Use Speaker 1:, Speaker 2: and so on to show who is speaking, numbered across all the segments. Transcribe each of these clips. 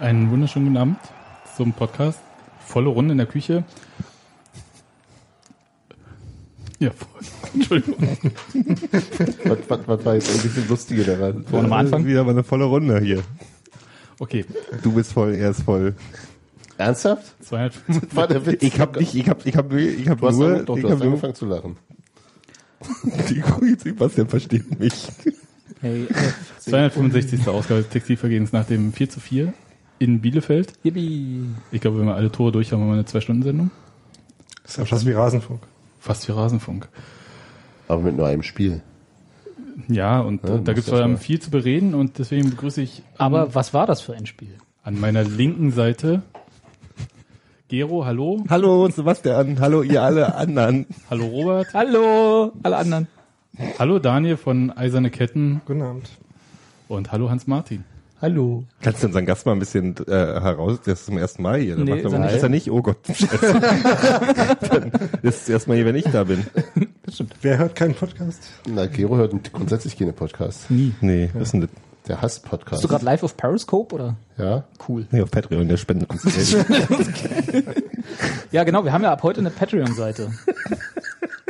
Speaker 1: Einen wunderschönen guten Abend zum Podcast. Volle Runde in der Küche. Ja, voll. Entschuldigung.
Speaker 2: Was, was, was war jetzt ein bisschen lustiger daran?
Speaker 1: Wollen wir mal anfangen?
Speaker 3: Wieder mal eine volle Runde hier.
Speaker 1: Okay,
Speaker 3: Du bist voll, er ist voll.
Speaker 2: Ernsthaft?
Speaker 1: 250.
Speaker 2: War der Witz?
Speaker 3: Ich hab nicht, ich hab, ich hab, nur- ich hab
Speaker 2: du hast,
Speaker 3: nur,
Speaker 2: ange- doch,
Speaker 3: ich
Speaker 2: du hast
Speaker 3: hab nur,
Speaker 2: angefangen zu lachen.
Speaker 3: die guck jetzt, Sebastian versteht mich.
Speaker 4: Hey, äh,
Speaker 1: 265. Ausgabe des Textilvergehens nach dem 4 zu 4 in Bielefeld.
Speaker 4: Yippie.
Speaker 1: Ich glaube, wenn wir alle Tore durch haben, haben wir eine Zwei-Stunden-Sendung.
Speaker 5: Das ist ja fast wie Rasenfunk.
Speaker 1: Fast wie Rasenfunk.
Speaker 2: Aber mit nur einem Spiel.
Speaker 1: Ja, und
Speaker 2: Ja,
Speaker 1: äh, da
Speaker 2: muss
Speaker 1: gibt
Speaker 2: ja schon.
Speaker 1: es viel zu bereden und deswegen begrüße ich
Speaker 4: Aber was war das für ein Spiel?
Speaker 1: an meiner linken Seite Gero, hallo.
Speaker 3: Hallo Sebastian, hallo ihr alle anderen.
Speaker 1: Hallo Robert.
Speaker 4: Hallo, alle anderen.
Speaker 1: Hallo Daniel von Eiserne Ketten
Speaker 5: Guten Abend.
Speaker 1: und hallo Hans-Martin.
Speaker 4: Hallo.
Speaker 3: Kannst du unseren Gast mal ein bisschen äh, heraus, das ist zum ersten Mal hier. Dann macht
Speaker 4: Nee,
Speaker 3: er
Speaker 4: ist er
Speaker 3: mal-
Speaker 4: nicht.
Speaker 3: ist er nicht, oh Gott. Scheiße. Dann ist es erstmal hier, wenn ich da bin.
Speaker 5: Wer hört keinen Podcast?
Speaker 2: Na, Gero hört grundsätzlich keine Podcasts.
Speaker 3: Nee, was ist denn das?
Speaker 2: Der hasst Podcasts.
Speaker 4: Bist du gerade live auf Periscope oder?
Speaker 2: ja?
Speaker 4: Cool.
Speaker 3: Nee, auf Patreon, der spendet uns Geld.
Speaker 4: Ja, genau, wir haben ja ab heute eine Patreon-Seite.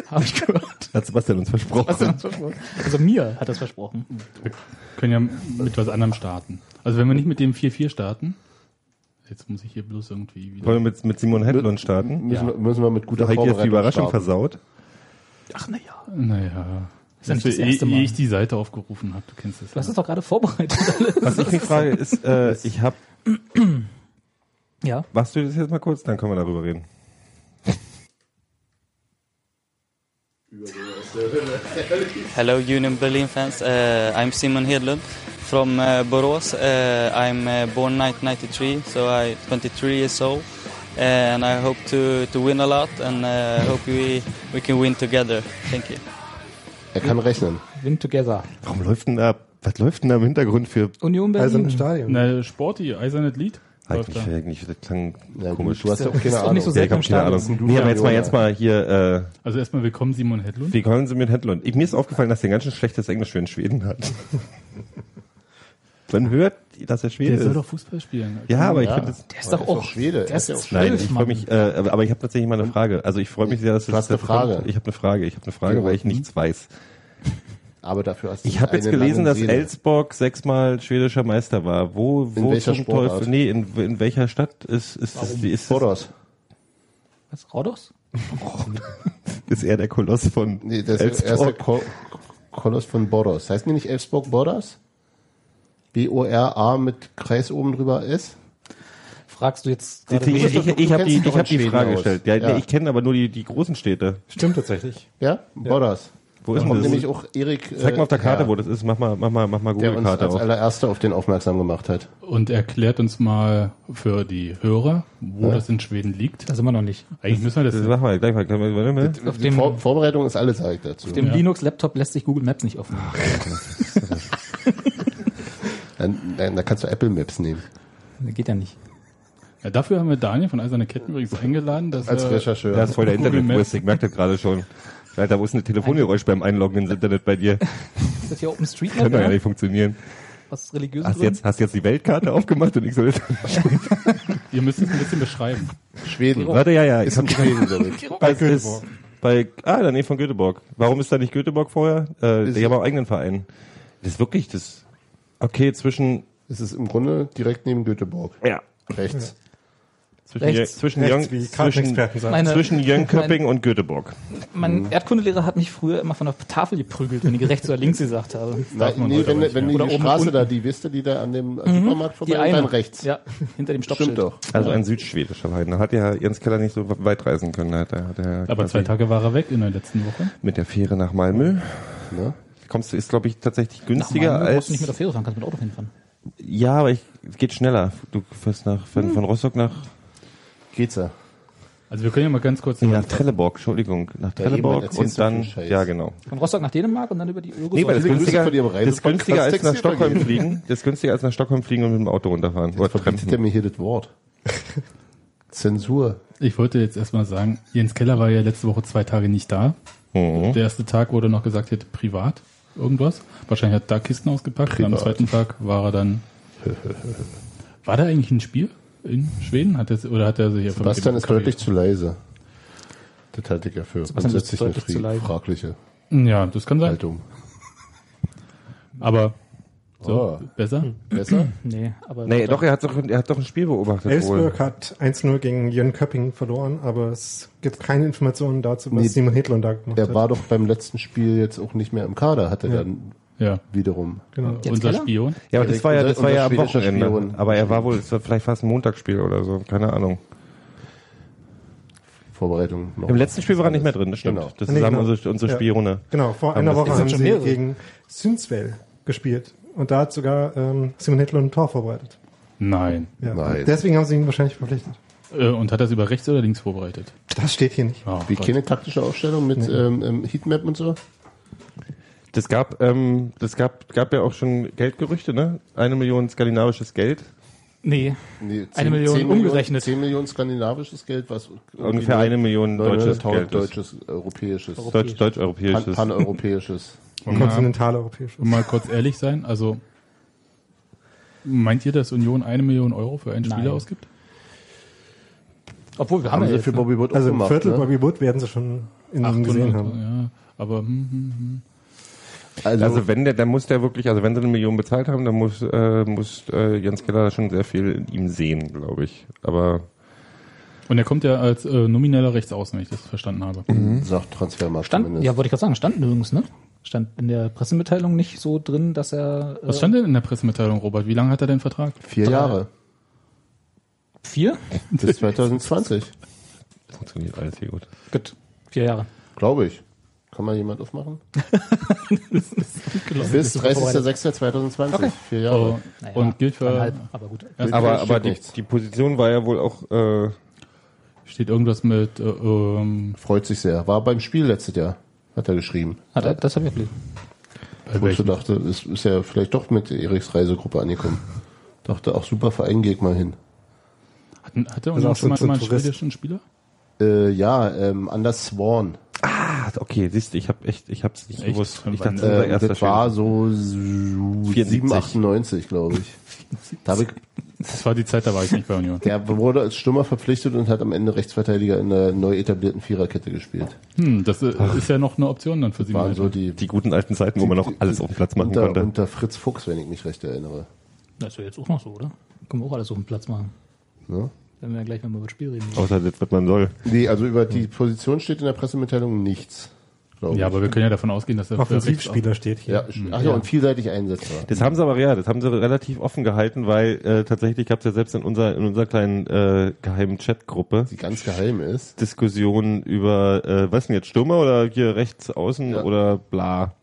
Speaker 4: Habe ich gehört.
Speaker 3: Hat Sebastian uns versprochen.
Speaker 4: Also mir hat das versprochen.
Speaker 1: Wir können ja mit was anderem starten. Also wenn wir nicht mit dem 4-4 starten, jetzt muss ich hier bloß irgendwie wieder...
Speaker 3: Wollen wir mit, mit Simon Hedlund starten?
Speaker 2: Müssen,
Speaker 1: Ja.
Speaker 2: Wir, müssen wir mit guter
Speaker 3: Da hat jetzt die
Speaker 2: Vorbereitung
Speaker 3: Überraschung
Speaker 2: starten.
Speaker 3: versaut.
Speaker 4: Ach naja.
Speaker 1: Naja,
Speaker 4: Ist ja nicht das
Speaker 1: eh-
Speaker 4: erste
Speaker 1: eh
Speaker 4: Mal.
Speaker 1: ich die Seite aufgerufen habe, du kennst das.
Speaker 4: Du hast es doch gerade vorbereitet.
Speaker 3: Was ich mich frage ist, äh, ich habe,
Speaker 4: ja.
Speaker 3: machst du das jetzt mal kurz, dann können wir darüber reden.
Speaker 6: Hello, Union Berlin fans. Uh, I'm Simon Hedlund from uh, Borås. Uh, I'm uh, born 1993, so I'm 23 years old, Uh, and I hope to, to win a lot, and uh, I hope we, we can win together. Thank you.
Speaker 2: Er kann rechnen.
Speaker 4: Win together.
Speaker 3: Warum läuft denn da, was läuft denn da im Hintergrund für,
Speaker 4: Union
Speaker 5: Also im
Speaker 4: Berlin.
Speaker 5: Stadion.
Speaker 1: Na, Sporty, Eisernes Lied.
Speaker 3: halt
Speaker 1: läuft
Speaker 3: mich
Speaker 1: da.
Speaker 3: fähig, nicht, das klang
Speaker 2: Na,
Speaker 3: komisch.
Speaker 2: Du hast ja auch keine
Speaker 4: Ist doch
Speaker 2: Ahnung.
Speaker 4: nicht so
Speaker 3: ja, ich
Speaker 4: selten
Speaker 3: habe
Speaker 4: im
Speaker 3: keine
Speaker 4: Stadion.
Speaker 3: Ahnung. Nee, aber jetzt mal, jetzt mal hier, äh,
Speaker 1: Also erstmal willkommen Simon Hedlund.
Speaker 3: wie kommen Sie mit Hedlund? Ich, mir ist aufgefallen, dass der ganz schön schlechtes Englisch für den Schweden hat. Man hört, dass er Schwede
Speaker 1: Der
Speaker 3: ist.
Speaker 1: soll doch Fußball spielen. Genau.
Speaker 3: ja, aber ich
Speaker 2: Ja.
Speaker 3: finde das,
Speaker 4: Der ist doch
Speaker 2: Er ist
Speaker 4: auch.
Speaker 2: doch Schwede,
Speaker 4: Der
Speaker 2: er ist
Speaker 4: ist
Speaker 2: ja auch
Speaker 3: nein,
Speaker 4: zwölf,
Speaker 3: ich freue
Speaker 4: Mann.
Speaker 3: mich, äh, aber aber ich habe tatsächlich mal eine Frage. Also ich freue mich sehr, dass
Speaker 2: Du hast
Speaker 3: das
Speaker 2: eine Frage.
Speaker 3: Ich habe eine Frage, ich habe eine Frage, weil ich nichts weiß.
Speaker 2: Aber dafür hast du
Speaker 3: Ich habe jetzt
Speaker 2: eine
Speaker 3: gelesen,
Speaker 2: lange
Speaker 3: dass
Speaker 2: Seele.
Speaker 3: Elsborg sechsmal schwedischer Meister war. Wo, wo
Speaker 2: welcher
Speaker 3: zum
Speaker 2: Sportart?
Speaker 3: Teufel? Nee, in, in welcher Stadt ist ist ist, ist, ist,
Speaker 2: Boros.
Speaker 4: Was, Rodos?
Speaker 3: ist er der Koloss von
Speaker 2: Nee, das ist der erste
Speaker 3: Elsborg?
Speaker 2: Ko Koloss von Boros. Heißt die nicht Elfsburg Boros? B-O-R-A mit Kreis oben drüber S?
Speaker 4: Fragst du jetzt
Speaker 3: Ich,
Speaker 4: gerade
Speaker 3: ich, ich,
Speaker 2: Du
Speaker 3: ich habe
Speaker 2: kennst
Speaker 3: die,
Speaker 2: dich doch
Speaker 3: ich hab
Speaker 2: in
Speaker 3: die
Speaker 2: Schweden
Speaker 3: Frage
Speaker 2: aus.
Speaker 3: gestellt. Ja,
Speaker 2: Ja.
Speaker 3: Nee, ich kenne aber nur die, die großen Städte.
Speaker 5: Stimmt tatsächlich.
Speaker 2: Ja? Boros.
Speaker 3: Wo ist
Speaker 2: Kommt
Speaker 3: denn
Speaker 2: nämlich
Speaker 3: das?
Speaker 2: auch Erik. äh,
Speaker 3: Zeig mal auf der Karte,
Speaker 2: Herr,
Speaker 3: wo das ist. Mach mal, mach mal, mach mal
Speaker 2: Der uns
Speaker 3: Google-Karte
Speaker 2: als
Speaker 3: auf.
Speaker 2: allererster auf den aufmerksam gemacht hat.
Speaker 1: Und erklärt uns mal für die Hörer, wo das in Schweden liegt.
Speaker 4: Da sind wir noch nicht.
Speaker 1: Eigentlich müssen wir das...
Speaker 3: Das Mach mal, gleich mal. Können wir- warte mal.
Speaker 4: Auf
Speaker 2: Also Die
Speaker 4: dem,
Speaker 2: Vor
Speaker 4: auf
Speaker 2: Vorbereitung ist alles halt dazu.
Speaker 4: dem
Speaker 1: Ja.
Speaker 4: Linux-Laptop lässt sich Google Maps nicht offen.
Speaker 2: Dann, dann, dann kannst du Apple Maps nehmen.
Speaker 4: Geht ja nicht.
Speaker 1: Ja, dafür haben wir Daniel von Eiserne Ketten übrigens eingeladen, dass
Speaker 2: Als
Speaker 1: er-
Speaker 2: Rechercheur.
Speaker 3: Das ist voll der
Speaker 1: Google Maps.
Speaker 3: Internetwurst. Ich merke das gerade schon. Alter, wo ist denn das Telefongeräusch beim Einloggen ins Internet bei dir?
Speaker 4: Ist das hier
Speaker 3: Kann doch
Speaker 4: OpenStreetMap?
Speaker 3: ja
Speaker 4: oder?
Speaker 3: nicht funktionieren.
Speaker 4: Aus religiösen
Speaker 3: Hast
Speaker 4: Gründen?
Speaker 3: jetzt, hast jetzt die Weltkarte aufgemacht und ich soll
Speaker 1: Ihr müsst es ein bisschen beschreiben.
Speaker 2: Schweden.
Speaker 3: Warte, ja, ja. Ich
Speaker 2: Ist in Schweden, glaube ich.
Speaker 3: bei Göteborg. Bei, ah, in der Nähe von Göteborg. Warum ist da nicht Göteborg vorher? Äh, die haben auch eigenen Verein. Das ist wirklich das. Okay, zwischen,
Speaker 2: Es ist im Grunde direkt neben Göteborg.
Speaker 3: ja,
Speaker 2: Rechts.
Speaker 3: zwischen,
Speaker 4: Rechts.
Speaker 3: Jö- zwischen,
Speaker 5: Rechts,
Speaker 3: Jön-
Speaker 5: wie
Speaker 3: zwischen,
Speaker 5: Kartenexperten sagen.
Speaker 4: Meine-
Speaker 3: zwischen Jönköping und Göteborg.
Speaker 4: Mein Erdkundelehrer hat mich früher immer von der Tafel geprügelt, wenn ich rechts oder links gesagt habe.
Speaker 2: Nein,
Speaker 1: man
Speaker 2: nee,
Speaker 1: heute
Speaker 2: wenn,
Speaker 1: aber nicht
Speaker 2: wenn
Speaker 1: mehr.
Speaker 2: die,
Speaker 4: Oder
Speaker 2: die
Speaker 4: oben,
Speaker 2: Straße
Speaker 4: unten.
Speaker 2: da, die wisst ihr, die da an dem Supermarkt vorbei
Speaker 4: Die
Speaker 2: und
Speaker 4: eine.
Speaker 2: dann rechts.
Speaker 4: Ja, hinter dem Stoppschild.
Speaker 2: Stimmt doch.
Speaker 3: Also ein südschwedischer Verein. Da hat ja Jens Keller nicht so weit reisen können. Da Hat er, hat er
Speaker 1: Aber
Speaker 3: quasi
Speaker 1: zwei Tage war er weg in der letzten Woche.
Speaker 3: Mit der Fähre nach Malmö.
Speaker 2: Ne?
Speaker 3: Kommst du, ist glaube ich tatsächlich
Speaker 4: Nach
Speaker 3: günstiger
Speaker 4: Malmö brauchst
Speaker 3: als.
Speaker 4: du nicht mit der Fähre fahren, kannst mit dem Auto hinfahren.
Speaker 3: ja, aber ich, geht schneller. Du fährst nach, von,
Speaker 4: Hm.
Speaker 3: von Rostock nach,
Speaker 2: Geht's ja.
Speaker 1: Also wir können ja mal ganz kurz...
Speaker 3: nach Trelleborg, Entschuldigung, nach
Speaker 2: Ja, eben,
Speaker 3: Trelleborg
Speaker 2: erzählst
Speaker 3: und
Speaker 2: du
Speaker 3: dann,
Speaker 2: viel Scheiß.
Speaker 3: ja genau.
Speaker 4: Von Rostock nach Dänemark und dann über die Öresund.
Speaker 3: Nee, weil das
Speaker 2: Grüße
Speaker 3: günstiger,
Speaker 2: von Ihrem
Speaker 3: das ist günstiger als
Speaker 2: Reisepodcast
Speaker 3: nach Stockholm
Speaker 2: Textilvergehen.
Speaker 3: fliegen. Das ist günstiger als nach Stockholm fliegen und mit dem Auto runterfahren. Oder
Speaker 2: Verbietet
Speaker 3: trampen.
Speaker 2: er mir hier das Wort. Zensur.
Speaker 1: Ich wollte jetzt erstmal sagen, Jens Keller war ja letzte Woche zwei Tage nicht da.
Speaker 3: Mhm.
Speaker 1: Der erste Tag wurde noch gesagt, er hätte privat irgendwas. Wahrscheinlich hat er da Kisten ausgepackt. Und am
Speaker 2: Privat.
Speaker 1: zweiten Tag war er dann War da eigentlich ein Spiel in Schweden? Hat das, oder hat er sich einfach mit dem
Speaker 2: Sebastian ist
Speaker 1: Kaffee-
Speaker 2: deutlich zu leise. Das halte ich ja für
Speaker 4: Sebastian ist
Speaker 2: grundsätzlich eine
Speaker 4: deutlich zu
Speaker 2: fri-
Speaker 4: leise.
Speaker 2: fragliche
Speaker 1: Ja, das kann sein.
Speaker 2: Haltung.
Speaker 1: Aber so,
Speaker 2: Oh.
Speaker 1: besser?
Speaker 2: Besser?
Speaker 4: Nee, aber
Speaker 3: Nee, doch, er hat doch, er hat doch ein Spiel beobachtet.
Speaker 5: Elfsburg hat 1-0 gegen Jön Köpping verloren, aber es gibt keine Informationen dazu, was
Speaker 2: Nee.
Speaker 5: Simon Hedlund da gemacht
Speaker 2: Er
Speaker 5: hat.
Speaker 2: war doch beim letzten Spiel jetzt auch nicht mehr im Kader, hat er dann
Speaker 1: Ja.
Speaker 2: wiederum.
Speaker 5: Genau.
Speaker 4: Jens
Speaker 1: Unser
Speaker 4: Keller?
Speaker 1: Spion.
Speaker 3: Ja, aber das war ja, das war ja am
Speaker 2: Unser schwedischer
Speaker 3: Wochenende.
Speaker 2: Spion.
Speaker 3: Aber er war wohl, es war vielleicht fast ein Montagsspiel oder so, keine Ahnung.
Speaker 2: Vorbereitung noch.
Speaker 3: Im letzten Spiel war er nicht mehr drin, das stimmt.
Speaker 2: Genau.
Speaker 3: Das
Speaker 5: Nee,
Speaker 3: ist haben
Speaker 5: genau.
Speaker 3: unsere, unsere
Speaker 5: Ja.
Speaker 3: Spielrunde.
Speaker 5: Genau, vor
Speaker 3: Aber
Speaker 5: einer
Speaker 3: das
Speaker 5: Woche
Speaker 3: ist
Speaker 5: haben
Speaker 4: schon
Speaker 5: sie
Speaker 4: mehrere.
Speaker 5: gegen Sundsvall gespielt. Und da hat sogar ähm, Simon Hedlund ein Tor vorbereitet.
Speaker 1: Nein.
Speaker 5: Ja.
Speaker 2: Nein.
Speaker 5: Deswegen haben sie ihn wahrscheinlich verpflichtet.
Speaker 1: Äh, und hat das über rechts oder links vorbereitet?
Speaker 5: Das steht hier nicht.
Speaker 1: Oh,
Speaker 2: Wie
Speaker 1: Gott.
Speaker 2: keine taktische Aufstellung mit ähm, ähm, Heatmap und so?
Speaker 3: Das gab, ähm, das gab, gab ja auch schon Geldgerüchte, ne? Eine Million skandinavisches Geld.
Speaker 4: Nee.
Speaker 2: Nee,
Speaker 4: Eine Million umgerechnet.
Speaker 2: 10 Millionen skandinavisches Geld, was
Speaker 3: Ungefähr eine Million deutsches Geld. ist.
Speaker 2: deutsches, europäisches,
Speaker 3: Deutsch,
Speaker 2: pan
Speaker 3: deutsch-europäisches.
Speaker 2: paneuropäisches.
Speaker 5: Kontinentaleuropäisch.
Speaker 1: Und Um mal kurz ehrlich sein, also meint ihr, dass Union eine Million Euro für einen
Speaker 4: Nein.
Speaker 1: Spieler ausgibt?
Speaker 4: Obwohl, wir haben,
Speaker 2: Haben
Speaker 4: ja
Speaker 2: sie
Speaker 4: jetzt,
Speaker 2: für Bobby Wood
Speaker 5: Also
Speaker 2: auch
Speaker 5: im
Speaker 2: gemacht,
Speaker 5: Viertel
Speaker 2: ne?
Speaker 5: Bobby Wood werden sie schon in ihm gesehen haben.
Speaker 1: genau. ja. Aber hm, hm, hm.
Speaker 2: Also,
Speaker 3: Also wenn der, dann muss der wirklich, also wenn sie eine Million bezahlt haben, dann muss, äh, muss äh, Jens Keller schon sehr viel in ihm sehen, glaube ich. Aber
Speaker 1: Und er kommt ja als äh, nomineller Rechtsaußen, wenn ich das verstanden habe.
Speaker 2: sagt Transfermarkt
Speaker 4: stand,
Speaker 2: zumindest.
Speaker 4: ja, wollte ich gerade sagen, stand nirgends, ne? Stand in der Pressemitteilung nicht so drin, dass er äh,
Speaker 1: Was stand denn in der Pressemitteilung, Robert? Wie lange hat er den Vertrag?
Speaker 2: Vier Jahre.
Speaker 4: vier?
Speaker 2: Bis 2020.
Speaker 3: funktioniert alles hier gut.
Speaker 4: Gut, vier Jahre.
Speaker 2: Glaube ich. Kann mal jemand aufmachen? Bis 30.06.2020.
Speaker 4: Okay.
Speaker 2: Vier Jahre.
Speaker 1: Oh,
Speaker 4: Naja,
Speaker 1: und gilt für.
Speaker 4: dreieinhalb, aber gut.
Speaker 2: Steht
Speaker 3: Aber, aber die,
Speaker 2: nichts.
Speaker 3: die Position war ja wohl auch, äh,
Speaker 1: Steht irgendwas mit. Äh, ähm,
Speaker 2: Freut sich sehr. War beim Spiel letztes Jahr. Hat er geschrieben.
Speaker 4: Hat er, das habe ich gelesen.
Speaker 1: bei
Speaker 2: Wo ich so
Speaker 1: welchem?
Speaker 2: dachte, es ist ja vielleicht doch mit Eriks Reisegruppe angekommen. Dachte, auch super Verein, geh ich mal hin.
Speaker 1: Hat, hat er
Speaker 5: Also
Speaker 1: Union
Speaker 5: auch
Speaker 1: schon mal
Speaker 5: so ein
Speaker 1: einen
Speaker 5: Tourist.
Speaker 1: schwedischen Spieler?
Speaker 2: Äh, ja, ähm, Anders Swan.
Speaker 3: ah, okay, siehst du, ich habe echt, ich hab's nicht
Speaker 1: Echt?
Speaker 3: gewusst. Ich
Speaker 1: Wann-
Speaker 3: dachte, unser
Speaker 2: Äh,
Speaker 3: erster
Speaker 2: das
Speaker 3: Spiel.
Speaker 2: war so 7, 98, glaube ich. Da hab ich.
Speaker 1: Das war die Zeit, da war ich nicht bei Union.
Speaker 2: Der wurde als Stürmer verpflichtet und hat am Ende Rechtsverteidiger in der neu etablierten Viererkette gespielt.
Speaker 1: Hm, das äh, ist ja noch eine Option dann für sie.
Speaker 2: Waren so die,
Speaker 3: die guten alten Zeiten, wo man noch alles auf dem Platz machen
Speaker 2: unter,
Speaker 3: konnte.
Speaker 2: unter Fritz Fuchs, wenn ich mich recht erinnere.
Speaker 4: Das ist ja jetzt auch noch so, oder? Können wir auch alles auf den Platz machen.
Speaker 2: Ne?
Speaker 4: Wenn wir ja gleich, wenn wir über das Spiel reden.
Speaker 3: Außer das, was man soll.
Speaker 2: Nee, also über die Position steht in der Pressemitteilung nichts. Glaube
Speaker 1: ja,
Speaker 2: ich.
Speaker 1: aber wir können ja davon ausgehen, dass er für Rechtsaus-
Speaker 5: Offensivspieler steht hier.
Speaker 2: Ja, ach ja, und vielseitig einsetzbar.
Speaker 3: Das haben sie aber ja, das haben sie relativ offen gehalten, weil äh, tatsächlich gab es ja selbst in unserer in unserer kleinen äh, geheimen Chatgruppe
Speaker 2: Die ganz geheim ist.
Speaker 3: Diskussion über äh, was denn jetzt Stürmer oder hier rechts außen
Speaker 2: Ja.
Speaker 3: oder bla.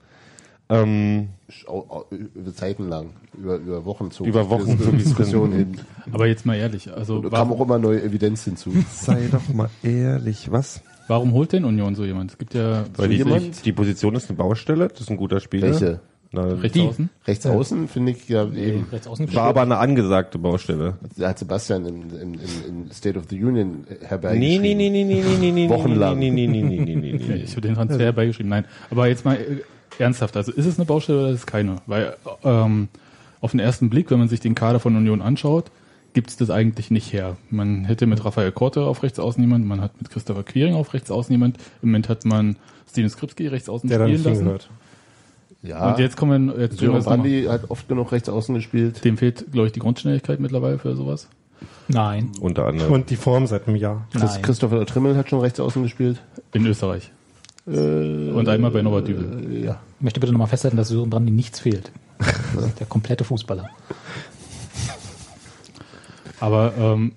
Speaker 3: Ähm,
Speaker 2: sch- au- au- Über Zeiten lang, über, über Wochen zog
Speaker 3: Über
Speaker 2: sich
Speaker 3: Wochen
Speaker 2: diese
Speaker 3: zog es
Speaker 2: Diskussion hin.
Speaker 1: Aber jetzt mal ehrlich, also
Speaker 2: Da kam auch
Speaker 1: warum,
Speaker 2: immer neue Evidenz hinzu.
Speaker 3: Sei doch mal ehrlich, was?
Speaker 1: warum holt denn Union so jemand? Es gibt ja
Speaker 3: Weil die, die,
Speaker 2: jemand?
Speaker 3: die Position ist eine Baustelle, das ist ein guter Spieler.
Speaker 2: Welche?
Speaker 3: Na,
Speaker 1: Rechtsaußen.
Speaker 2: Rechts außen finde ich ja eben,
Speaker 4: Rechts außen
Speaker 3: war aber eine angesagte Baustelle.
Speaker 2: da hat Sebastian im, im, im, im State of the Union äh,
Speaker 3: Nee,
Speaker 2: herbeigeschrieben.
Speaker 3: nee, nee, nee, nee, nee, nee, nee,
Speaker 2: Wochenlang.
Speaker 3: nee, nee, nee, nee, nee, nee, nee, nee.
Speaker 1: Ich habe den Transfer
Speaker 5: Also-
Speaker 1: herbeigeschrieben. Nein, aber jetzt mal äh, ernsthaft. Also ist es eine Baustelle oder ist es keine? Weil ähm, auf den ersten Blick, wenn man sich den Kader von Union anschaut, gibt's das eigentlich nicht her. Man hätte mit Raphael Korte auf rechts außen jemand, man hat mit Christopher Quiring auf rechts außen jemand. Im Moment hat man Steven Skripski rechts außen
Speaker 5: Der da
Speaker 1: spielen
Speaker 5: nicht Ah.
Speaker 1: lassen.
Speaker 5: hingehört.
Speaker 2: Ja,
Speaker 1: Und jetzt kommen wir, jetzt drehen
Speaker 2: Sören
Speaker 1: wir es nochmal.
Speaker 2: Brandi hat oft genug rechts außen gespielt.
Speaker 1: Dem fehlt, glaube ich, die Grundschnelligkeit mittlerweile für sowas.
Speaker 4: Nein.
Speaker 3: Unter anderem.
Speaker 5: Und die Form seit einem Jahr.
Speaker 2: Chris,
Speaker 4: Nein.
Speaker 2: Christopher Trimmel hat schon rechts außen gespielt.
Speaker 1: In Österreich.
Speaker 2: Äh,
Speaker 1: Und einmal bei Norbert Dübel.
Speaker 2: Ja.
Speaker 4: Ich möchte bitte nochmal festhalten, dass Sören Brandi nichts fehlt. Der komplette Fußballer.
Speaker 1: Aber, ähm,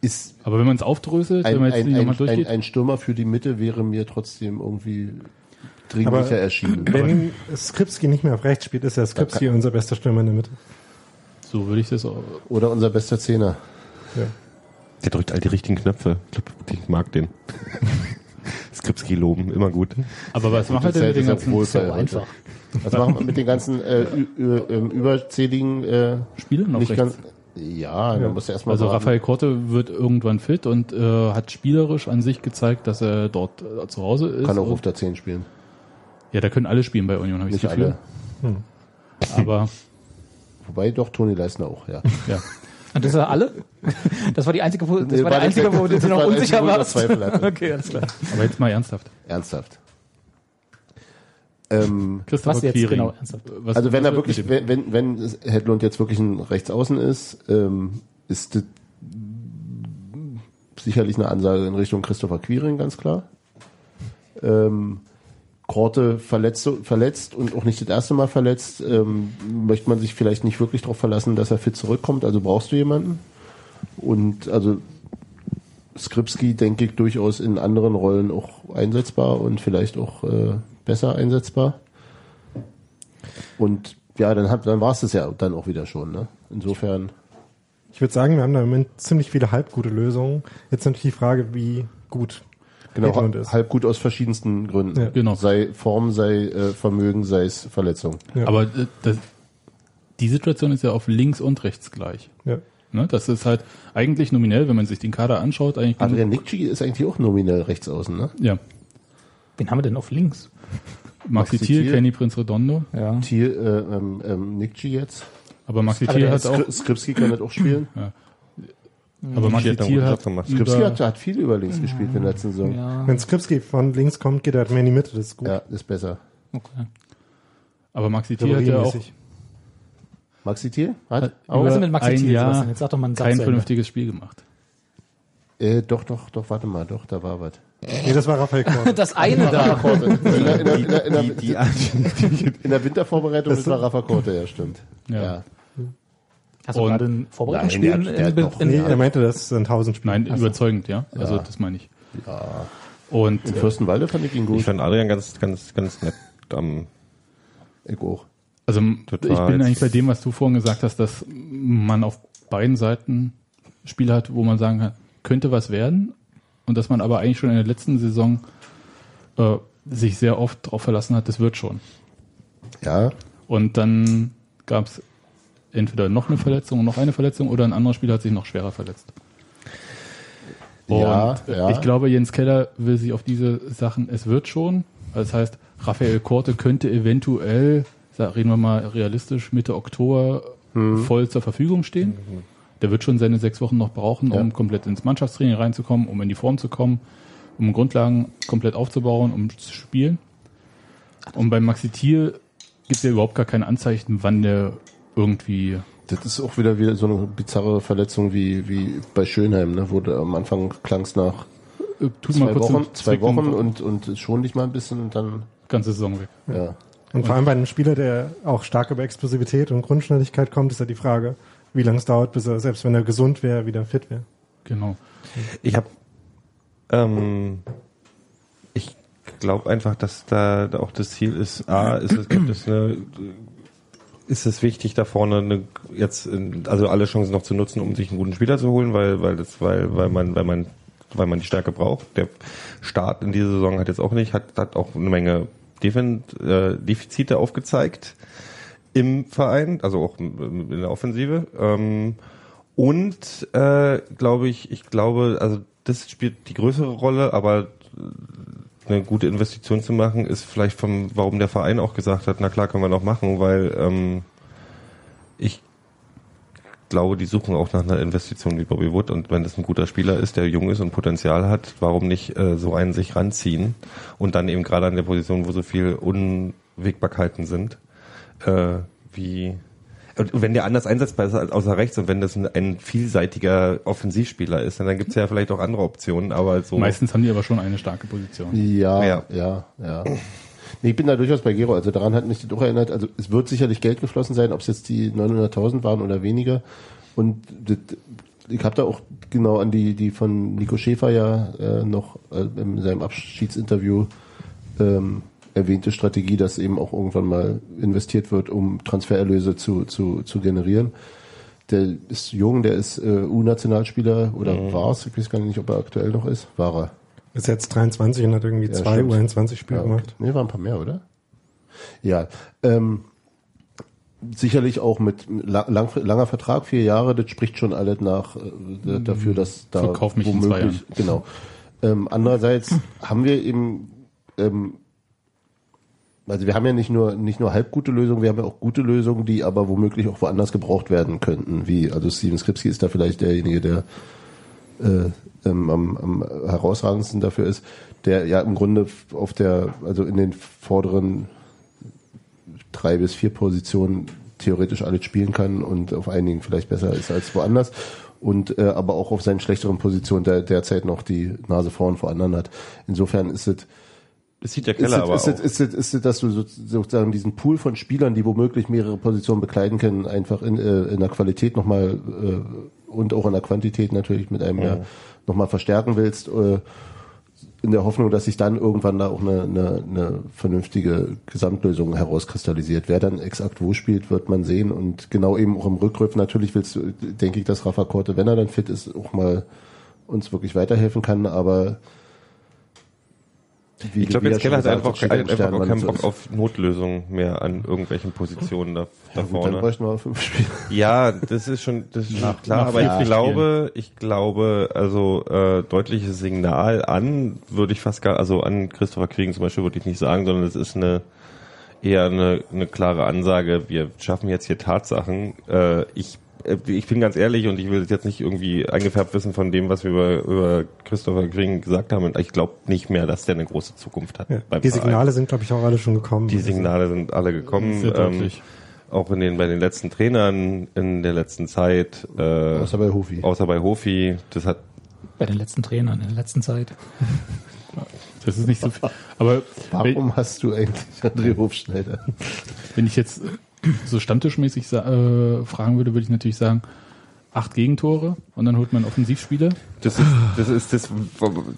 Speaker 2: Ist
Speaker 1: aber wenn man es aufdröselt, wenn
Speaker 2: ein,
Speaker 1: man jetzt
Speaker 2: ein,
Speaker 1: nicht
Speaker 2: ein,
Speaker 1: nochmal
Speaker 2: ein,
Speaker 1: durchgeht,
Speaker 2: ein Stürmer für die Mitte wäre mir trotzdem irgendwie
Speaker 5: Aber
Speaker 2: dringlicher erschienen.
Speaker 5: wenn Skripski nicht mehr auf rechts spielt, ist ja Skripski unser bester Stürmer in der Mitte.
Speaker 1: so würde ich das auch.
Speaker 2: Oder unser bester Zehner.
Speaker 5: Ja.
Speaker 3: Der drückt all die richtigen Knöpfe. Ich, glaub, ich mag den. Skripski loben, immer gut.
Speaker 1: Aber was macht er
Speaker 2: Das
Speaker 1: denn mit den
Speaker 2: ist ja
Speaker 1: ganzen
Speaker 2: wohl
Speaker 4: So
Speaker 2: verheiratet.
Speaker 4: einfach.
Speaker 2: Was machen wir mit den ganzen äh, ü- ü- ähm, überzähligen äh,
Speaker 1: Spielern auf
Speaker 2: nicht
Speaker 1: rechts?
Speaker 2: ganz, Ja, man muss erstmal
Speaker 1: Also
Speaker 2: warten.
Speaker 1: Raphael Korte wird irgendwann fit und äh, hat spielerisch an sich gezeigt, dass er dort äh, zu Hause ist.
Speaker 2: kann auch auf
Speaker 1: und,
Speaker 2: der 10 spielen.
Speaker 1: ja, da können alle spielen bei Union, habe ich
Speaker 2: Nicht
Speaker 1: das Gefühl.
Speaker 2: alle. Hm.
Speaker 1: Aber
Speaker 2: Wobei doch Toni Leisner auch, ja.
Speaker 1: ja.
Speaker 4: Und das war alle? Das war die einzige, wo, das
Speaker 2: Nee,
Speaker 4: war der
Speaker 2: das
Speaker 4: einzige,
Speaker 2: nicht.
Speaker 4: wo du
Speaker 2: Das
Speaker 4: dir noch
Speaker 2: war der einzige,
Speaker 4: unsicher
Speaker 2: wo ich noch
Speaker 4: warst.
Speaker 2: Zweifel hatte.
Speaker 4: Okay, alles klar.
Speaker 1: Aber jetzt mal ernsthaft.
Speaker 2: Ernsthaft. Ähm,
Speaker 1: Christopher
Speaker 4: Was jetzt
Speaker 1: Quiring.
Speaker 4: genau, ernsthaft?
Speaker 1: Was-
Speaker 2: also wenn
Speaker 1: was
Speaker 2: er
Speaker 1: wird
Speaker 2: wirklich,
Speaker 1: mit
Speaker 2: wenn, wenn, wenn Hedlund jetzt wirklich ein Rechtsaußen ist, ähm, ist das sicherlich eine Ansage in Richtung Christopher Quirin, ganz klar. Ähm, Korte verletzt, verletzt und auch nicht das erste Mal verletzt, ähm, möchte man sich vielleicht nicht wirklich darauf verlassen, dass er fit zurückkommt, also brauchst du jemanden. Und also Skripski, denke ich, durchaus in anderen Rollen auch einsetzbar und vielleicht auch äh, besser einsetzbar. Und ja, dann, hab- dann war es das ja dann auch wieder schon. Ne? Insofern,
Speaker 5: Ich würde sagen, wir haben da im Moment ziemlich viele halbgute Lösungen. Jetzt natürlich die Frage, wie gut
Speaker 2: genau,
Speaker 5: Hedlund ist.
Speaker 2: halb gut aus verschiedensten Gründen.
Speaker 5: Ja.
Speaker 1: Genau.
Speaker 2: Sei Form, sei äh, Vermögen, sei es Verletzung.
Speaker 5: Ja.
Speaker 1: Aber äh, das, die Situation ist ja auf links und rechts gleich.
Speaker 5: Ja.
Speaker 1: Ne? Das ist halt eigentlich nominell, wenn man sich den Kader anschaut, eigentlich.
Speaker 2: Adrian Nitschi ist eigentlich auch nominell rechtsaußen, ne?
Speaker 1: ja.
Speaker 4: Wen haben wir denn auf links?
Speaker 1: Maxi
Speaker 2: Maxi
Speaker 1: Thiel,
Speaker 2: Thiel.
Speaker 1: Kenny Prinz Redondo.
Speaker 4: Ja.
Speaker 2: Thiel, äh, ähm, ähm, Nitschi jetzt.
Speaker 1: Aber Maxi
Speaker 4: Aber
Speaker 1: Thiel
Speaker 4: der
Speaker 1: hat auch.
Speaker 2: Skri- Skripski kann das auch spielen.
Speaker 1: Aber Maxi
Speaker 3: hat einen
Speaker 1: Thiel
Speaker 3: guten
Speaker 1: hat.
Speaker 3: Job gemacht.
Speaker 2: Skripski
Speaker 1: über-
Speaker 2: hat, hat viel über links gespielt in der letzten Saison. Ja,
Speaker 4: Ja,
Speaker 5: Wenn Skripski von links kommt, geht er halt mehr in die Mitte. Das ist gut.
Speaker 2: ist besser.
Speaker 4: okay.
Speaker 1: Aber Maxi Thiel hat ja auch
Speaker 5: Theoriemäßig.
Speaker 2: Maxi Thiel hat
Speaker 1: Aber
Speaker 4: Aber was ist denn mit Maxi
Speaker 1: ein
Speaker 4: Thiel,
Speaker 1: Jahr
Speaker 4: Sebastian? Jetzt sag doch mal einen Satz
Speaker 1: kein
Speaker 4: zu Ende.
Speaker 1: vernünftiges Spiel gemacht.
Speaker 2: Äh, doch, doch, doch, warte mal, doch, da war was.
Speaker 5: Nee, das war Raphael Korte.
Speaker 4: Das eine da.
Speaker 2: In der, in der, in der, in der,
Speaker 3: Die, die, die,
Speaker 2: in der Wintervorbereitung das war Rafa Korte, ja, stimmt.
Speaker 1: Ja.
Speaker 4: Hast du
Speaker 1: Und-
Speaker 4: gerade ein
Speaker 2: Nein,
Speaker 4: Vorbereitungsspiel
Speaker 2: der-
Speaker 4: in,
Speaker 2: der
Speaker 4: in,
Speaker 2: doch-
Speaker 4: in,
Speaker 5: Nee, er meinte, das sind 1000 Spiele.
Speaker 1: Nein, überzeugend, ja. Also das meine ich. Und
Speaker 2: In Fürstenwalde fand ich ihn gut.
Speaker 3: ich fand Adrian ganz, ganz, ganz nett am
Speaker 2: Ich auch.
Speaker 1: also ich
Speaker 3: Total.
Speaker 1: bin eigentlich bei dem, was du vorhin gesagt hast, dass man auf beiden Seiten Spiele hat, wo man sagen kann, könnte was werden. Und dass man aber eigentlich schon in der letzten Saison äh, sich sehr oft darauf verlassen hat, das wird schon.
Speaker 2: Ja,
Speaker 1: Und dann gab es entweder noch eine Verletzung, noch eine Verletzung oder ein anderer Spieler hat sich noch schwerer verletzt. Und
Speaker 2: Ja,
Speaker 1: äh,
Speaker 2: ja.
Speaker 1: ich glaube, Jens Keller will sich auf diese Sachen, es wird schon. Also Das heißt, Raphael Korte könnte eventuell, sa- reden wir mal realistisch, Mitte Oktober
Speaker 2: Mhm.
Speaker 1: voll zur Verfügung stehen. Der wird schon seine sechs Wochen noch brauchen, um
Speaker 2: Ja.
Speaker 1: komplett ins Mannschaftstraining reinzukommen, um in die Form zu kommen, um Grundlagen komplett aufzubauen, um zu spielen. Und bei Maxi Thiel gibt es ja überhaupt gar keine Anzeichen, wann der irgendwie. äh,
Speaker 2: das ist auch wieder, wieder so eine bizarre Verletzung wie, wie bei Schönheim, ne? wo du am Anfang klang's nach
Speaker 1: Äh, Tut
Speaker 2: zwei
Speaker 1: einen
Speaker 2: Wochen, zwei
Speaker 1: Zwicken-
Speaker 2: Wochen und, und schon dich mal ein bisschen und dann,
Speaker 1: ganze Saison weg.
Speaker 2: ja.
Speaker 5: Und vor allem bei einem Spieler, der auch stark über Explosivität und Grundschnelligkeit kommt, ist ja die Frage, wie lange es dauert, bis er, selbst wenn er gesund wäre, wieder fit wäre.
Speaker 1: Genau.
Speaker 3: Ich habe, ähm, ich glaube einfach, dass da da auch das Ziel ist. A, ist es gibt es eine, ist es wichtig da vorne eine, jetzt in, also alle Chancen noch zu nutzen, um sich einen guten Spieler zu holen, weil weil das weil weil man weil man weil man die Stärke braucht. Der Start in dieser Saison hat jetzt auch nicht hat hat auch eine Menge Defen, äh, Defizite aufgezeigt im Verein, also auch in in der Offensive. Ähm, und äh, glaube ich, ich glaube, also das spielt die größere Rolle, aber äh, eine gute Investition zu machen, ist vielleicht vom, warum der Verein auch gesagt hat, na klar können wir noch machen, weil ähm, ich glaube, die suchen auch nach einer Investition wie Bobby Wood und wenn das ein guter Spieler ist, der jung ist und Potenzial hat, warum nicht äh, so einen sich ranziehen und dann eben gerade an der Position, wo so viel Unwägbarkeiten sind, äh, wie und wenn der anders einsetzbar ist als außer rechts und wenn das ein, ein vielseitiger Offensivspieler ist, dann gibt's ja vielleicht auch andere Optionen, aber so
Speaker 1: Meistens haben die aber schon eine starke Position.
Speaker 2: Ja, ja,
Speaker 3: Ja.
Speaker 2: ja. Nee, ich bin da durchaus bei Gero. Also daran hat mich das auch erinnert. Also es wird sicherlich Geld geflossen sein, ob es jetzt die 900.000 waren oder weniger. Und das, ich habe da auch genau an die, die von Nico Schäfer ja äh, noch äh, in seinem Abschiedsinterview ähm, erwähnte Strategie, dass eben auch irgendwann mal investiert wird, um Transfererlöse zu, zu, zu generieren. Der ist jung, der ist äh, U-Nationalspieler oder war's. Ich weiß gar nicht, ob er aktuell noch ist. War er.
Speaker 5: Ist jetzt 23 und hat irgendwie zwei
Speaker 2: stimmt.
Speaker 5: U21-Spiele
Speaker 2: Ja,
Speaker 5: gemacht.
Speaker 2: Nee, waren ein paar mehr, oder? Ja. Ähm, sicherlich auch mit la- lang, langer Vertrag, vier Jahre, das spricht schon alles nach äh, dafür, dass da
Speaker 1: Verkauf mich in zwei
Speaker 2: womöglich- Genau. Ähm, andererseits haben wir eben ähm, Also wir haben ja nicht nur nicht nur halb gute Lösungen, wir haben ja auch gute Lösungen, die aber womöglich auch woanders gebraucht werden könnten. Wie also Steven Skripsky ist da vielleicht derjenige, der äh, ähm, am, am herausragendsten dafür ist, der ja im Grunde auf der also in den vorderen drei bis vier Positionen theoretisch alles spielen kann und auf einigen vielleicht besser ist als woanders und äh, aber auch auf seinen schlechteren Positionen der, derzeit noch die Nase vorn vor anderen hat. Insofern ist es
Speaker 3: Das sieht der
Speaker 2: ist
Speaker 3: Keller aber
Speaker 2: es, ist, es,
Speaker 3: auch.
Speaker 2: ist, es, ist es, dass du so- sozusagen diesen Pool von Spielern, die womöglich mehrere Positionen bekleiden können, einfach in, äh, in der Qualität nochmal äh, und auch in der Quantität natürlich mit einem ja. nochmal verstärken willst, äh, in der Hoffnung, dass sich dann irgendwann da auch eine, eine, eine vernünftige Gesamtlösung herauskristallisiert. Wer dann exakt wo spielt, wird man sehen und genau eben auch im Rückgriff natürlich willst du, denke ich, dass Rafa Korte, wenn er dann fit ist, auch mal uns wirklich weiterhelfen kann, aber wie
Speaker 3: Ich glaube,
Speaker 2: wie
Speaker 3: jetzt
Speaker 2: er schon
Speaker 3: Keller hat
Speaker 2: gesagt
Speaker 3: einfach,
Speaker 2: steht
Speaker 3: hat
Speaker 2: der
Speaker 3: einfach auch
Speaker 2: Sternmann
Speaker 3: keinen
Speaker 2: so
Speaker 3: Bock
Speaker 2: ist.
Speaker 3: auf Notlösungen mehr an irgendwelchen Positionen da,
Speaker 2: Ja,
Speaker 3: da
Speaker 2: gut, dann
Speaker 3: vorne.
Speaker 2: bräuchten wir fünf Spiele.
Speaker 3: Ja, das ist schon, das ist schon klar,
Speaker 1: nach
Speaker 3: aber
Speaker 1: vier
Speaker 3: ich
Speaker 1: Spielen.
Speaker 3: glaube, ich glaube, also äh, deutliches Signal an, würde ich fast gar, also an Christopher Kriegen zum Beispiel würde ich nicht sagen, sondern es ist eine eher eine, eine klare Ansage, wir schaffen jetzt hier Tatsachen. Äh, ich, äh, ich bin ganz ehrlich und ich will das jetzt nicht irgendwie eingefärbt wissen von dem, was wir über, über Christopher Kriegen gesagt haben. Und Ich glaube nicht mehr, dass der eine große Zukunft hat.
Speaker 5: Ja.
Speaker 3: beim
Speaker 5: Die
Speaker 3: Verein.
Speaker 5: Signale sind, glaube ich, auch alle schon gekommen.
Speaker 3: Die Signale sind alle gekommen.
Speaker 1: Sehr
Speaker 3: ähm,
Speaker 1: deutlich.
Speaker 3: auch in den, bei den letzten Trainern in der letzten Zeit. Äh,
Speaker 2: Außer bei Hofi.
Speaker 3: Außer bei Hofi. Das hat
Speaker 4: Bei den letzten Trainern in der letzten Zeit.
Speaker 1: Das ist nicht so viel. Aber wenn,
Speaker 2: Warum hast du eigentlich André Hofschneider?
Speaker 1: wenn ich jetzt so stammtischmäßig sa- äh, fragen würde, würde ich natürlich sagen, acht Gegentore und dann holt man Offensivspieler.
Speaker 3: das ist das ist das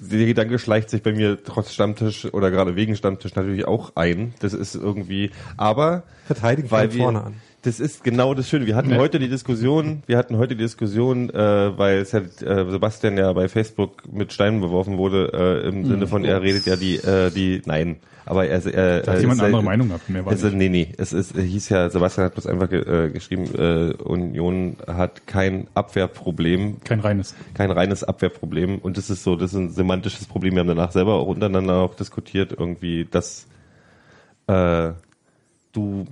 Speaker 3: der Gedanke schleicht sich bei mir trotz Stammtisch oder gerade wegen Stammtisch natürlich auch ein. Das ist irgendwie aber
Speaker 5: Verteidigen
Speaker 3: weil
Speaker 5: von
Speaker 3: wir,
Speaker 5: vorne an.
Speaker 3: Das ist genau das Schöne. Wir hatten
Speaker 1: Ja.
Speaker 3: heute die Diskussion, wir hatten heute die Diskussion, äh, weil es ja, äh, Sebastian ja bei Facebook mit Steinen beworfen wurde, äh, im
Speaker 1: Hm.
Speaker 3: Sinne von, er redet ja die, äh, die, nein, aber er, er, äh,
Speaker 1: Da hat
Speaker 3: er
Speaker 1: jemand
Speaker 3: ist-
Speaker 1: eine andere Meinung gehabt, mehr war
Speaker 3: es, ist- nee, nee, es ist, äh, hieß ja, Sebastian hat bloß einfach ge, äh, geschrieben, äh, Union hat kein Abwehrproblem,
Speaker 1: Kein reines.
Speaker 3: kein reines Abwehrproblem. Und das ist so, das ist ein semantisches Problem. Wir haben danach selber auch untereinander auch diskutiert, irgendwie, dass äh, du,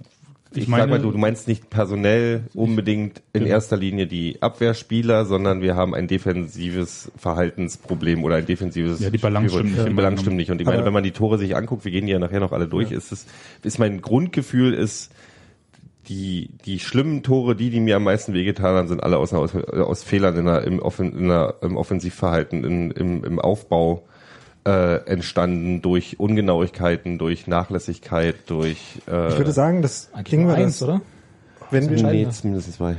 Speaker 3: ich,
Speaker 1: meine- Genau.
Speaker 3: sag mal, du, du meinst nicht personell unbedingt in erster Linie die Abwehrspieler, sondern wir haben ein defensives Verhaltensproblem oder ein defensives
Speaker 1: Ja, die Balance
Speaker 3: Spielwort.
Speaker 1: stimmt nicht
Speaker 3: Die
Speaker 1: immer.
Speaker 3: Balance stimmt nicht. Und ich meine,
Speaker 5: Aber-
Speaker 3: wenn man die Tore sich anguckt, wir gehen die ja nachher noch alle durch, ist es, ist mein Grundgefühl ist, die, die schlimmen Tore, die, die mir am meisten wehgetan haben, sind alle aus, aus, aus Fehlern in der, im, Offen, in der, im Offensivverhalten, in, im, im Aufbau äh, entstanden durch Ungenauigkeiten, durch Nachlässigkeit, durch äh,
Speaker 5: Ich würde sagen, das
Speaker 4: Eigentlich
Speaker 5: kriegen
Speaker 4: nur
Speaker 5: wir
Speaker 4: eins,
Speaker 5: das,
Speaker 4: oder?
Speaker 5: wenn wir
Speaker 3: nee,
Speaker 4: entscheidender.
Speaker 3: jetzt mindestens zwei.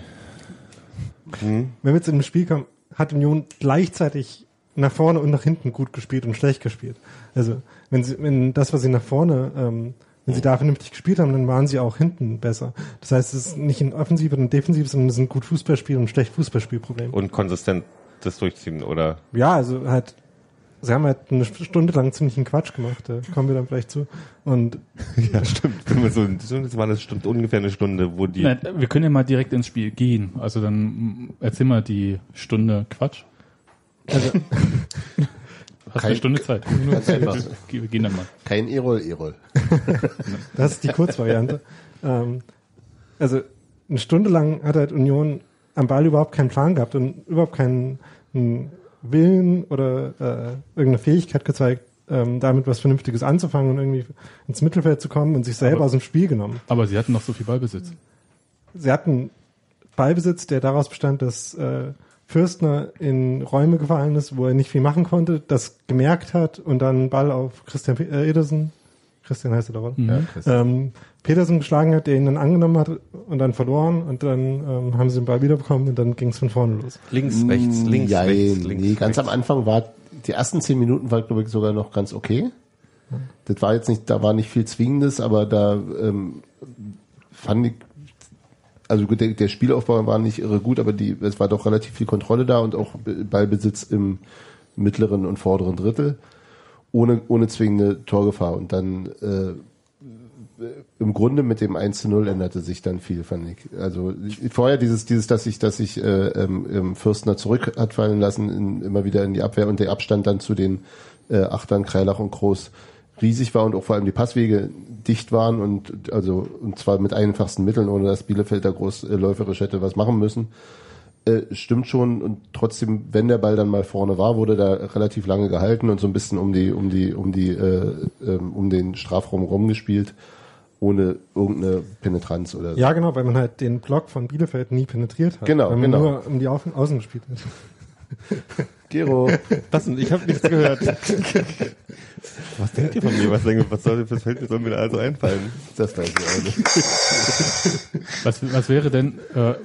Speaker 5: wenn wir jetzt in ein Spiel kommen, hat Union gleichzeitig nach vorne und nach hinten gut gespielt und schlecht gespielt. Also wenn sie, wenn das, was sie nach vorne, ähm, wenn sie da vernünftig gespielt haben, dann waren sie auch hinten besser. Das heißt, es ist nicht ein offensives und ein defensives, sondern es ist ein gut Fußballspiel und ein schlecht Fußballspielproblem.
Speaker 3: Und konsistent das durchziehen, oder?
Speaker 5: Ja, also halt, sie haben halt eine Stunde lang ziemlichen Quatsch gemacht, da kommen wir dann vielleicht zu. Und
Speaker 3: Ja, stimmt. so, das war eine Stunde, ungefähr eine Stunde, wo die.
Speaker 1: Na, wir können ja mal direkt ins Spiel gehen. Also dann mm, erzähl mal die Stunde Quatsch. Hast
Speaker 2: Kein-
Speaker 1: eine Stunde Zeit.
Speaker 2: Ganz einfach.
Speaker 1: Ge- Wir gehen dann mal.
Speaker 2: Kein Erol, Erol.
Speaker 5: Das ist die Kurzvariante. ähm, also eine Stunde lang hat halt Union am Ball überhaupt keinen Plan gehabt und überhaupt keinen einen Willen oder äh, irgendeine Fähigkeit gezeigt, ähm, damit was Vernünftiges anzufangen und irgendwie ins Mittelfeld zu kommen und sich selber
Speaker 1: Aber-
Speaker 5: aus dem Spiel genommen.
Speaker 1: Aber sie hatten noch so viel Ballbesitz.
Speaker 5: Sie hatten Ballbesitz, der daraus bestand, dass äh, Fürstner in Räume gefallen ist, wo er nicht viel machen konnte, das gemerkt hat und dann einen Ball auf Christian Pe- äh, Ederson, Christian heißt er doch, oder? ähm, Petersen geschlagen hat, der ihn dann angenommen hat und dann verloren und dann ähm, haben sie den Ball wiederbekommen und dann ging es von vorne los.
Speaker 3: links, rechts, links,
Speaker 2: Mm, Jein,
Speaker 3: rechts, links.
Speaker 2: nee, ganz
Speaker 3: rechts.
Speaker 2: am Anfang war, die ersten zehn Minuten war, glaube ich, sogar noch ganz okay. Das war jetzt nicht, da war nicht viel Zwingendes, aber da ähm, fand ich, also der, der Spielaufbau war nicht irre gut, aber die, es war doch relativ viel Kontrolle da und auch Ballbesitz im mittleren und vorderen Drittel. ohne, ohne zwingende Torgefahr. Und dann äh, im Grunde mit dem 1 zu 0 änderte sich dann viel, fand ich. Also ich- vorher dieses, dieses, dass ich, dass ich äh, ähm, ähm, Fürstner zurück hat fallen lassen, in, immer wieder in die Abwehr und der Abstand dann zu den äh, Achtern Kreilach und Groß riesig war und auch vor allem die Passwege dicht waren und also und zwar mit einfachsten Mitteln, ohne dass Bielefeld da groß äh, läuferisch hätte was machen müssen. Äh, stimmt schon und trotzdem, wenn der Ball dann mal vorne war, wurde da relativ lange gehalten und so ein bisschen um die um die um die äh, ähm, um den Strafraum rumgespielt, ohne irgendeine Penetranz oder so.
Speaker 5: Ja, genau, weil man halt den Block von Bielefeld nie penetriert hat.
Speaker 2: Genau,
Speaker 5: weil man
Speaker 2: genau.
Speaker 5: nur um die Au- Außen gespielt hat.
Speaker 2: Gero,
Speaker 3: Das, ich habe nichts gehört. was denkt ihr von mir? Was, denkt, was soll, was fällt mir, soll mir da also einfallen?
Speaker 2: das weiß ich auch nicht.
Speaker 1: Was, was wäre denn äh,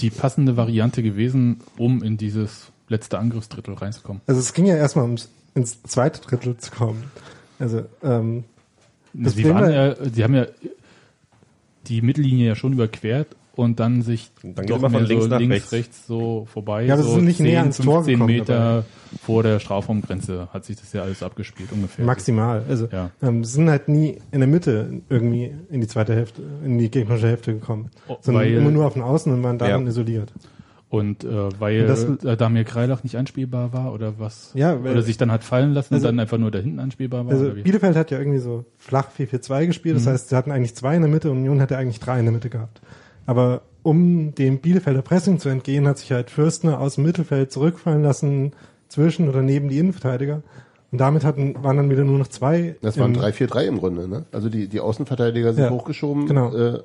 Speaker 1: die passende Variante gewesen, um in dieses letzte Angriffsdrittel reinzukommen?
Speaker 5: Also es ging ja erstmal ums ins zweite Drittel zu kommen. Also ähm, Das
Speaker 1: sie,
Speaker 5: Problem
Speaker 1: Also waren
Speaker 5: war-
Speaker 1: ja, sie haben ja die Mittellinie ja schon überquert und dann sich
Speaker 3: Und dann
Speaker 1: doch
Speaker 3: geht man von
Speaker 1: mehr
Speaker 3: links
Speaker 1: so
Speaker 3: nach
Speaker 1: links,
Speaker 3: rechts.
Speaker 1: rechts. so vorbei.
Speaker 5: Ja, aber sie
Speaker 1: so
Speaker 5: sind nicht näher ans Tor
Speaker 1: 15
Speaker 5: gekommen
Speaker 1: Meter vor der Strafraumgrenze hat sich das ja alles abgespielt ungefähr.
Speaker 5: maximal. Also
Speaker 1: Ja.
Speaker 5: ähm, sie sind halt nie in der Mitte irgendwie in die zweite Hälfte, in die gegnerische Hälfte gekommen.
Speaker 1: Oh,
Speaker 5: sondern
Speaker 1: weil-
Speaker 5: immer nur auf den Außen und waren daran
Speaker 3: Ja.
Speaker 5: isoliert.
Speaker 1: Und äh, weil
Speaker 5: Das-
Speaker 1: äh, Damir Kreilach nicht anspielbar war oder was?
Speaker 5: Ja, weil-
Speaker 1: oder sich dann hat fallen lassen
Speaker 5: Also-
Speaker 1: und dann einfach nur da hinten anspielbar war?
Speaker 5: Also
Speaker 1: oder wie?
Speaker 5: Bielefeld hat ja irgendwie so flach 4-4-2 gespielt, das heißt, sie hatten eigentlich zwei in der Mitte und Union hatte eigentlich drei in der Mitte gehabt. Aber um dem Bielefelder Pressing zu entgehen, hat sich halt Fürstner aus dem Mittelfeld zurückfallen lassen, zwischen oder neben die Innenverteidiger. Und damit hatten, waren dann wieder nur noch zwei.
Speaker 2: Das waren
Speaker 5: im-
Speaker 2: 3-4-3 im Grunde, ne? Also die, die Außenverteidiger sind
Speaker 5: Ähm. Ja,
Speaker 2: hochgeschoben.
Speaker 5: genau.
Speaker 2: Äh,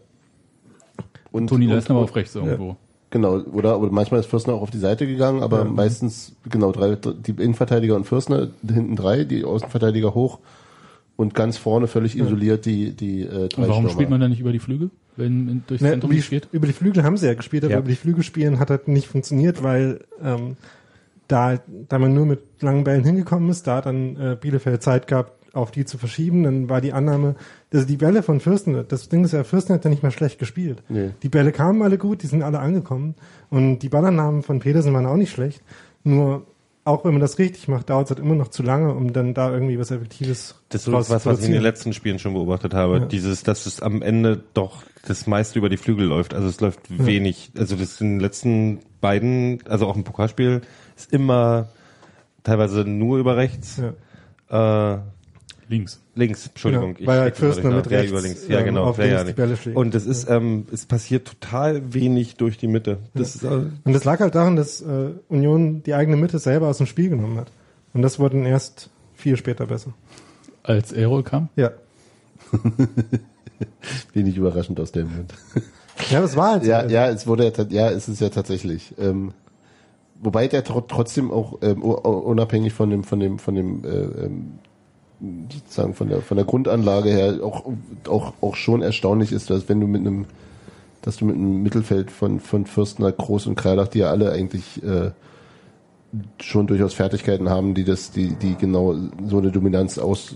Speaker 2: und,
Speaker 1: Toni
Speaker 2: und-
Speaker 1: Leisner war auf rechts irgendwo.
Speaker 2: Genau, oder? Aber manchmal ist Fürstner auch auf die Seite gegangen, aber meistens, genau, drei, die Innenverteidiger und Fürstner, hinten drei, die Außenverteidiger hoch und ganz vorne völlig isoliert die, die äh, drei
Speaker 1: Und warum
Speaker 2: Stürmer.
Speaker 1: spielt man da nicht über die Flügel, wenn in, durchs
Speaker 5: Ne,
Speaker 1: Zentrum
Speaker 5: über, die,
Speaker 1: gespielt?
Speaker 5: über die Flügel haben sie ja gespielt, aber
Speaker 3: Ja.
Speaker 5: über die Flügel spielen hat halt nicht funktioniert, weil ähm, da, da man nur mit langen Bällen hingekommen ist, da hat dann äh, Bielefeld Zeit gehabt, auf die zu verschieben, dann war die Annahme, also die Bälle von Fürsten, das Ding ist ja, Fürsten hat ja nicht mehr schlecht gespielt.
Speaker 2: Nee.
Speaker 5: Die Bälle kamen alle gut, die sind alle angekommen und die Ballannahmen von Pedersen waren auch nicht schlecht, nur auch wenn man das richtig macht, dauert es halt immer noch zu lange, um dann da irgendwie was Effektives
Speaker 3: Das ist
Speaker 5: draus
Speaker 3: was,
Speaker 5: zu
Speaker 3: was ich in den
Speaker 5: produzieren.
Speaker 3: letzten Spielen schon beobachtet habe.
Speaker 5: Ja.
Speaker 3: Dieses, dass es am Ende doch das meiste über die Flügel läuft. Also es läuft wenig. Also das in den letzten beiden, also auch im Pokalspiel, ist immer teilweise nur über rechts.
Speaker 5: Ja.
Speaker 3: Äh,
Speaker 1: Links.
Speaker 3: Links, Entschuldigung.
Speaker 5: Genau, weil halt
Speaker 3: steck
Speaker 5: Fürstner
Speaker 3: immer
Speaker 5: mit
Speaker 3: rechts.
Speaker 5: rechts,
Speaker 3: Ja, über links. ja
Speaker 5: ähm,
Speaker 3: genau.
Speaker 5: auf
Speaker 3: ja,
Speaker 5: links
Speaker 3: ja,
Speaker 5: die Bälle schlägt.
Speaker 3: Und es ist, ähm, es passiert total wenig durch die Mitte. Das ist, äh,
Speaker 5: Und das lag halt daran, dass äh, Union die eigene Mitte selber aus dem Spiel genommen hat. Und das wurde dann erst viel später besser.
Speaker 1: Als Erol kam?
Speaker 5: Ja.
Speaker 2: Wenig überraschend aus dem Mund.
Speaker 5: Ja, das war halt so.
Speaker 2: Ja, ja, es wurde ja, ta- ja, es ist ja tatsächlich. Ähm, wobei der tro trotzdem auch ähm, u- unabhängig von dem, von dem, von dem, äh, ähm, sozusagen von der, von der Grundanlage her auch, auch, auch schon erstaunlich ist, dass wenn du mit einem, dass du mit einem Mittelfeld von, von Fürstner, Groß und Kreilach, die ja alle eigentlich äh, schon durchaus Fertigkeiten haben, die das, die, die genau so eine Dominanz aus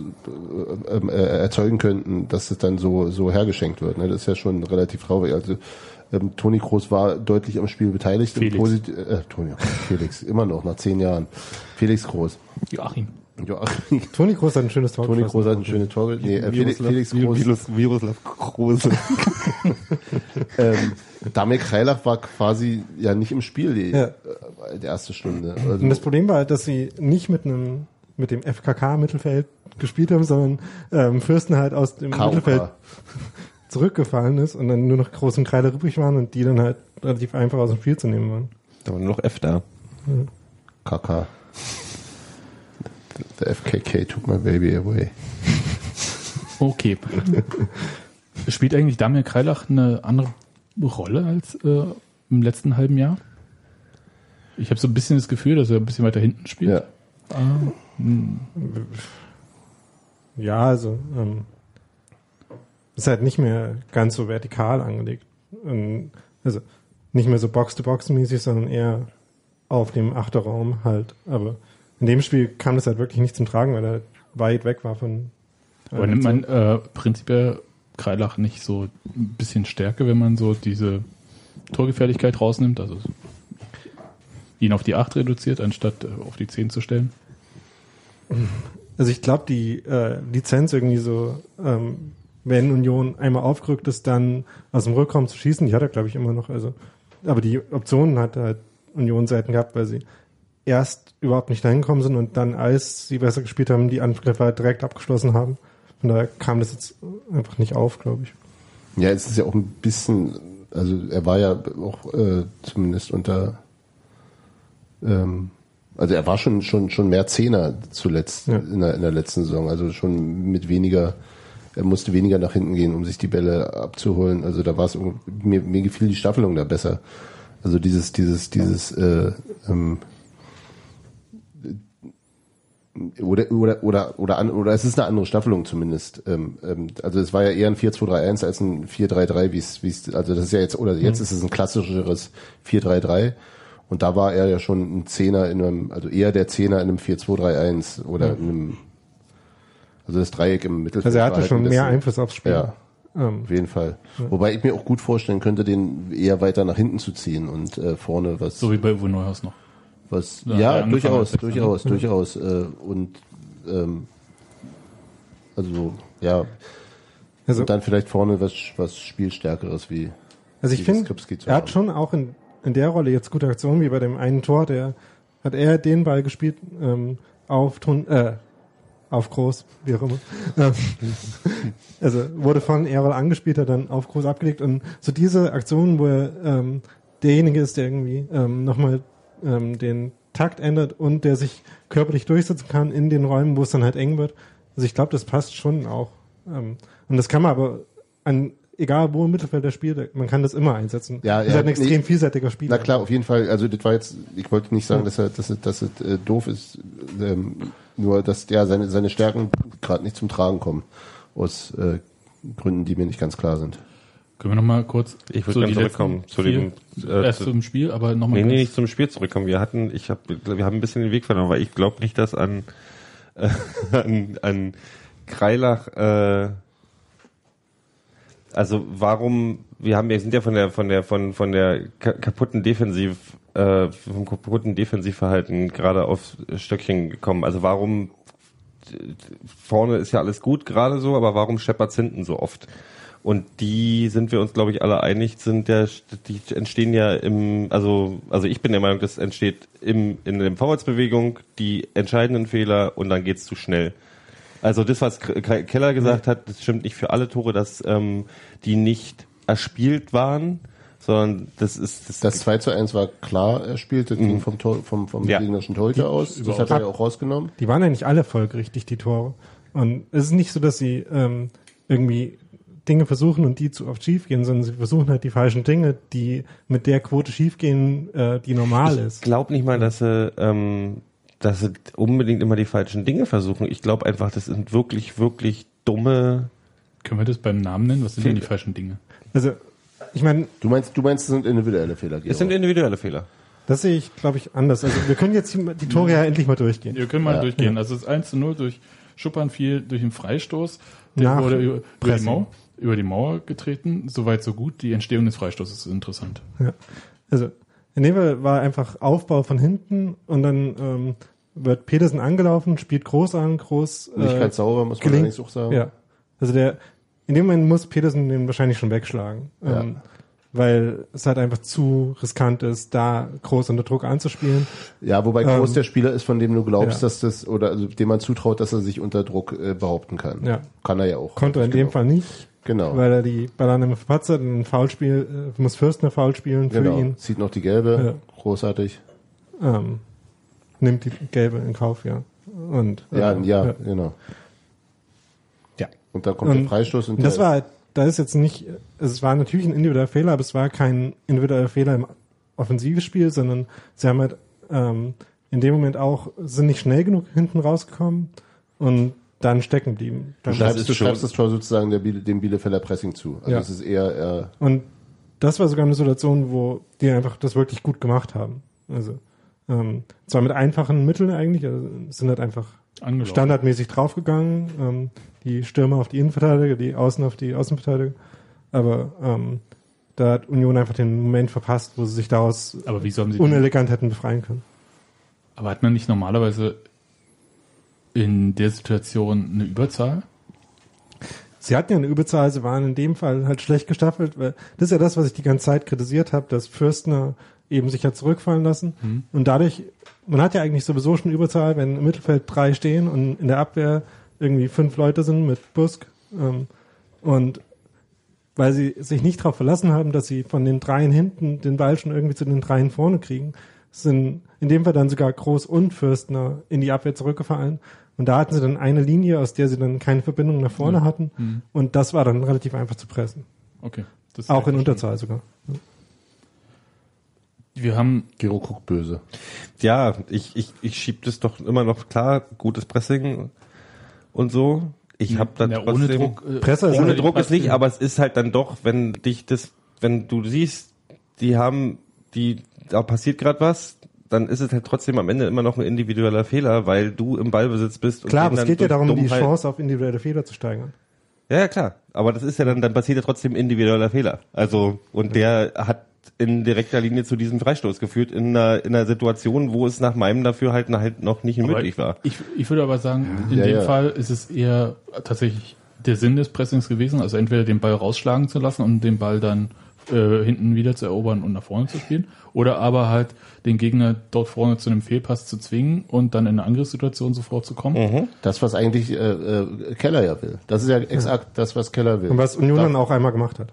Speaker 2: äh, ähm, äh, erzeugen könnten, dass es dann so, so hergeschenkt wird. Ne? Das ist ja schon relativ traurig. Also ähm, Toni Kroos war deutlich am Spiel beteiligt. im
Speaker 1: Felix.
Speaker 2: Posit- äh, Toni, Felix, immer noch, nach zehn Joahren. Felix Groß.
Speaker 1: Joachim.
Speaker 2: Joachim,
Speaker 5: Toni Kroos hat ein schönes Tor
Speaker 2: Toni
Speaker 5: geschossen.
Speaker 2: Groß hat ein schönes Tor. ge- Nee, äh, Felix, Felix Groß.
Speaker 3: Virus, Viruslav Kruse.
Speaker 2: Ähm, Damir Kreilach war quasi ja nicht im Spiel die,
Speaker 5: Ja.
Speaker 2: äh, die erste Stunde.
Speaker 5: Und das
Speaker 2: Also,
Speaker 5: Problem war halt, dass sie nicht mit einem mit dem FKK-Mittelfeld gespielt haben, sondern ähm, Fürsten halt aus dem Mittelfeld
Speaker 2: KOK.
Speaker 5: zurückgefallen ist und dann nur noch Groß und Kreile übrig waren und die dann halt relativ einfach aus dem Spiel zu nehmen waren.
Speaker 3: Da war nur noch F da.
Speaker 2: KK. The FKK took my baby away.
Speaker 1: Okay. Spielt eigentlich Damir Kreilach eine andere Rolle als äh, im letzten halben Jahr? Ich habe so ein bisschen das Gefühl, dass er ein bisschen weiter hinten spielt.
Speaker 2: Ja.
Speaker 5: Ja, also ähm, ist halt nicht mehr ganz so vertikal angelegt. Ähm, also nicht mehr so Box-to-Box-mäßig, sondern eher auf dem Achterraum halt. Aber in dem Spiel kam das halt wirklich nicht zum Tragen, weil er weit weg war von.
Speaker 1: Aber nimmt man äh, prinzipiell Kreilach nicht so ein bisschen Stärke, wenn man so diese Torgefährlichkeit rausnimmt? Also ihn auf die 8 reduziert, anstatt äh, auf die 10 zu stellen?
Speaker 5: Also ich glaube, die äh, Lizenz irgendwie so, ähm, wenn Union einmal aufgerückt ist, dann aus dem Rückraum zu schießen, die hat er, glaube ich, immer noch. Also, aber die Optionen hat halt Union Seiten gehabt, weil sie erst überhaupt nicht dahin gekommen sind und dann, als sie besser gespielt haben, die Angriffe halt direkt abgeschlossen haben. Von daher kam das jetzt einfach nicht auf, glaube ich.
Speaker 2: Ja, es ist ja auch ein bisschen, also er war ja auch äh, zumindest unter, ähm, also er war schon schon schon mehr Zehner zuletzt
Speaker 5: Ja.
Speaker 2: in, der, in der letzten Saison, also schon mit weniger, er musste weniger nach hinten gehen, um sich die Bälle abzuholen. Also da war es irgendwie- mir, mir gefiel die Staffelung da besser. Also dieses dieses dieses äh, ähm, oder oder oder oder an, oder es ist eine andere Staffelung zumindest. Ähm, ähm, also es war ja eher ein 4-2-3-1 als ein 4-3-3, wie es wie es also das ist ja jetzt
Speaker 5: Mhm.
Speaker 2: oder jetzt ist es ein klassischeres 4-3-3 und da war er ja schon ein Zehner in einem also eher der Zehner in einem 4-2-3-1 oder in einem also das Dreieck im Mittelfeld.
Speaker 5: Mhm. Also er hatte
Speaker 2: war halt
Speaker 5: schon
Speaker 2: ein
Speaker 5: mehr
Speaker 2: bisschen-
Speaker 5: Einfluss aufs Spiel.
Speaker 2: Ja.
Speaker 5: Ähm,
Speaker 2: auf jeden Fall. Wobei ich mir auch gut vorstellen könnte, den eher weiter nach hinten zu ziehen und äh, vorne was
Speaker 1: So wie bei Uwe Neuhaus noch.
Speaker 2: was,
Speaker 1: Ja,
Speaker 2: ja,
Speaker 1: der angefangen
Speaker 2: durchaus,
Speaker 1: hat,
Speaker 2: durchaus, durchaus. Äh, und ähm, also ja,
Speaker 5: also,
Speaker 2: und dann vielleicht vorne was, was Spielstärkeres wie.
Speaker 5: also ich
Speaker 2: wie
Speaker 5: finde,
Speaker 2: Skripski zu
Speaker 5: er hat
Speaker 2: haben.
Speaker 5: schon auch in, in der Rolle jetzt gute Aktionen, wie bei dem einen Tor, der hat er den Ball gespielt ähm, auf Tun, äh, auf Groß, wie auch immer. Ähm, also wurde von Errol angespielt, hat dann auf Groß abgelegt und so diese Aktionen, wo er ähm, derjenige ist, der irgendwie ähm, nochmal ähm, den Takt ändert und der sich körperlich durchsetzen kann in den Räumen, wo es dann halt eng wird. Also ich glaube, das passt schon auch. Ähm, und das kann man aber an egal wo im Mittelfeld der spielt, man kann das immer einsetzen.
Speaker 2: Ja,
Speaker 5: das
Speaker 2: ja,
Speaker 5: ist halt ein extrem
Speaker 2: nee.
Speaker 5: vielseitiger Spieler.
Speaker 2: Na klar, auf jeden Fall. Also das war jetzt, ich wollte nicht sagen, dass er, dass er, dass er äh, doof ist, ähm, nur dass ja seine seine Stärken gerade nicht zum Tragen kommen aus äh, Gründen, die mir nicht ganz klar sind.
Speaker 1: Können wir nochmal kurz
Speaker 3: Ich würd gerne zurückkommen zu
Speaker 1: zu
Speaker 3: dem,
Speaker 1: dem
Speaker 3: äh,
Speaker 1: erst
Speaker 3: zu-
Speaker 1: zum Spiel, aber nochmal
Speaker 3: Nee, nee, nicht zum Spiel zurückkommen. Wir hatten, ich hab, wir haben ein bisschen den Weg verloren, weil ich glaube nicht, dass an, äh, an, an Kreilach, äh, also warum, wir haben, wir sind ja von der, von der, von, von der ka- kaputten Defensiv, äh, vom kaputten Defensivverhalten gerade auf Stöckchen gekommen. Also warum, äh, vorne ist ja alles gut gerade so, aber warum scheppert's hinten so oft? Und die sind wir uns, glaube ich, alle einig, sind ja, die entstehen ja im, also, also ich bin der Meinung, das entsteht im, in der Vorwärtsbewegung die entscheidenden Fehler und dann geht's zu schnell. Also das, was K- K- Keller gesagt hat, das stimmt nicht für alle Tore, dass ähm, die nicht erspielt waren, sondern das ist das,
Speaker 2: Das 2 zu 1 war klar erspielt, das
Speaker 5: Mhm.
Speaker 2: ging vom, Tor, vom, vom
Speaker 3: Ja.
Speaker 2: gegnerischen Torhüter aus. Das hat er ja auch rausgenommen.
Speaker 5: Die waren ja nicht alle folgerichtig, die Tore. Und es ist nicht so, dass sie ähm, irgendwie Dinge versuchen und die zu oft schief gehen, sondern sie versuchen halt die falschen Dinge, die mit der Quote schief gehen, äh, die normal
Speaker 3: Ich
Speaker 5: ist.
Speaker 3: glaube nicht mal, dass sie, ähm, dass sie unbedingt immer die falschen Dinge versuchen. Ich glaube einfach, das sind wirklich, wirklich dumme.
Speaker 1: Können wir das beim Namen nennen? Was sind denn die falschen Dinge?
Speaker 5: Also, ich meine,
Speaker 2: Du meinst, du meinst, das sind individuelle Fehler. Gero.
Speaker 3: Es sind individuelle Fehler.
Speaker 5: das sehe ich, glaube ich, anders. Also wir können jetzt die die Tore ja endlich mal durchgehen.
Speaker 1: Wir können mal durchgehen. Also es ist 1 zu 0 durch Schuppern fiel durch den Freistoß. Der
Speaker 5: Nach
Speaker 1: wurde über, über, die
Speaker 5: Pressing.
Speaker 1: Mauer, über die Mauer getreten. Soweit, so gut. Die Entstehung des Freistoßes ist interessant.
Speaker 5: Ja. Also, in dem Fall war einfach Aufbau von hinten und dann ähm, wird Petersen angelaufen, spielt groß an, groß. äh,
Speaker 2: Nicht ganz sauber, muss man
Speaker 5: gelingt-
Speaker 2: allerdings auch sagen.
Speaker 5: Ja. Also der, in dem Moment muss Petersen den wahrscheinlich schon wegschlagen. Ähm, weil es halt einfach zu riskant ist, da groß unter Druck anzuspielen.
Speaker 2: Ja, wobei Groß
Speaker 5: Ähm,
Speaker 2: der Spieler ist, von dem du glaubst,
Speaker 5: ja.
Speaker 2: dass das, oder also dem man zutraut, dass er sich unter Druck äh, behaupten kann.
Speaker 5: Ja.
Speaker 2: Kann er ja auch.
Speaker 5: Konnte er in dem Fall nicht,
Speaker 2: Genau.
Speaker 5: weil er die Ballannahme verpatzt hat. Ein Foulspiel, äh, muss Fürsten ein Foul spielen für
Speaker 2: genau.
Speaker 5: ihn.
Speaker 2: Sieht noch die gelbe. Großartig.
Speaker 5: Ähm, nimmt die gelbe in Kauf, ja. Und, äh,
Speaker 2: Ja, ja, genau.
Speaker 5: ja.
Speaker 2: Und dann kommt der Freistoß und
Speaker 5: das
Speaker 2: der,
Speaker 5: war halt- da ist jetzt nicht es war natürlich ein individueller Fehler aber es war kein individueller Fehler im Offensivspiel sondern sie haben halt ähm, in dem Moment auch sind nicht schnell genug hinten rausgekommen und dann stecken geblieben
Speaker 2: du
Speaker 5: dann
Speaker 2: schreibst,
Speaker 3: ist
Speaker 2: du
Speaker 3: schon-
Speaker 2: schreibst das Tor sozusagen der, Biele- dem Bielefelder Pressing zu. Also
Speaker 5: Ja.
Speaker 2: es ist eher, eher äh,
Speaker 5: und das war sogar eine Situation wo die einfach das wirklich gut gemacht haben also ähm, zwar mit einfachen Mitteln eigentlich also sind halt einfach
Speaker 1: Angelaufen.
Speaker 5: standardmäßig draufgegangen. Ähm, die Stürmer auf die Innenverteidiger, die Außen auf die Außenverteidiger. Aber ähm, da hat Union einfach den Moment verpasst, wo sie sich daraus
Speaker 1: Aber wieso haben sie die
Speaker 5: unelegant hätten befreien können.
Speaker 1: Aber hat man nicht normalerweise in der Situation eine Überzahl?
Speaker 5: Sie hatten ja eine Überzahl, sie waren in dem Fall halt schlecht gestaffelt, weil das ist ja das, was ich die ganze Zeit kritisiert habe, dass Fürstner eben sich hat zurückfallen lassen. Und dadurch, man hat ja eigentlich sowieso schon Überzahl, wenn im Mittelfeld drei stehen und in der Abwehr irgendwie fünf Leute sind mit Busk. Ähm, und weil sie sich nicht darauf verlassen haben, dass sie von den dreien hinten den Ball schon irgendwie zu den dreien vorne kriegen, sind in dem Fall dann sogar Groß und Fürstner in die Abwehr zurückgefallen. Und da hatten sie dann eine Linie, aus der sie dann keine Verbindung nach
Speaker 3: Mhm.
Speaker 5: vorne hatten. Und das war dann relativ einfach zu pressen.
Speaker 1: Okay. Das
Speaker 5: Auch in Unterzahl sogar.
Speaker 1: Wir haben
Speaker 2: Gero guckt böse.
Speaker 3: Ja, ich, ich, ich schieb das doch immer noch klar, gutes Pressing und so. Ich habe dann
Speaker 1: ja, ohne
Speaker 3: trotzdem,
Speaker 1: Druck. äh,
Speaker 5: Presse ist
Speaker 3: ohne
Speaker 5: halt-
Speaker 3: Druck ist nicht,
Speaker 1: Ja.
Speaker 3: aber es ist halt dann doch, wenn dich das, wenn du siehst, die haben, die, da passiert gerade was, dann ist es halt trotzdem am Ende immer noch ein individueller Fehler, weil du im Ballbesitz bist. denen
Speaker 5: Klar, aber es
Speaker 3: dann
Speaker 5: geht ja
Speaker 3: durch
Speaker 5: darum, die
Speaker 3: Dummheit-
Speaker 5: Chance auf individuelle Fehler zu steigern.
Speaker 3: Ja, ja, klar. Aber das ist ja dann, dann passiert ja trotzdem individueller Fehler. Also, und der hat in direkter Linie zu diesem Freistoß geführt, in einer, in einer Situation, wo es nach meinem Dafürhalten halt noch nicht
Speaker 1: Aber
Speaker 3: möglich war.
Speaker 1: Ich, ich würde aber sagen, in
Speaker 2: Ja,
Speaker 1: dem
Speaker 2: ja.
Speaker 1: Fall ist es eher tatsächlich der Sinn des Pressings gewesen, also entweder den Ball rausschlagen zu lassen und den Ball dann äh, hinten wieder zu erobern und nach vorne zu spielen, oder aber halt den Gegner dort vorne zu einem Fehlpass zu zwingen und dann in eine Angriffssituation sofort zu kommen.
Speaker 2: Das, was eigentlich äh, äh, Keller ja will. Das ist ja exakt das, was Keller will.
Speaker 5: Und was Union
Speaker 2: Da-
Speaker 5: dann auch einmal gemacht hat.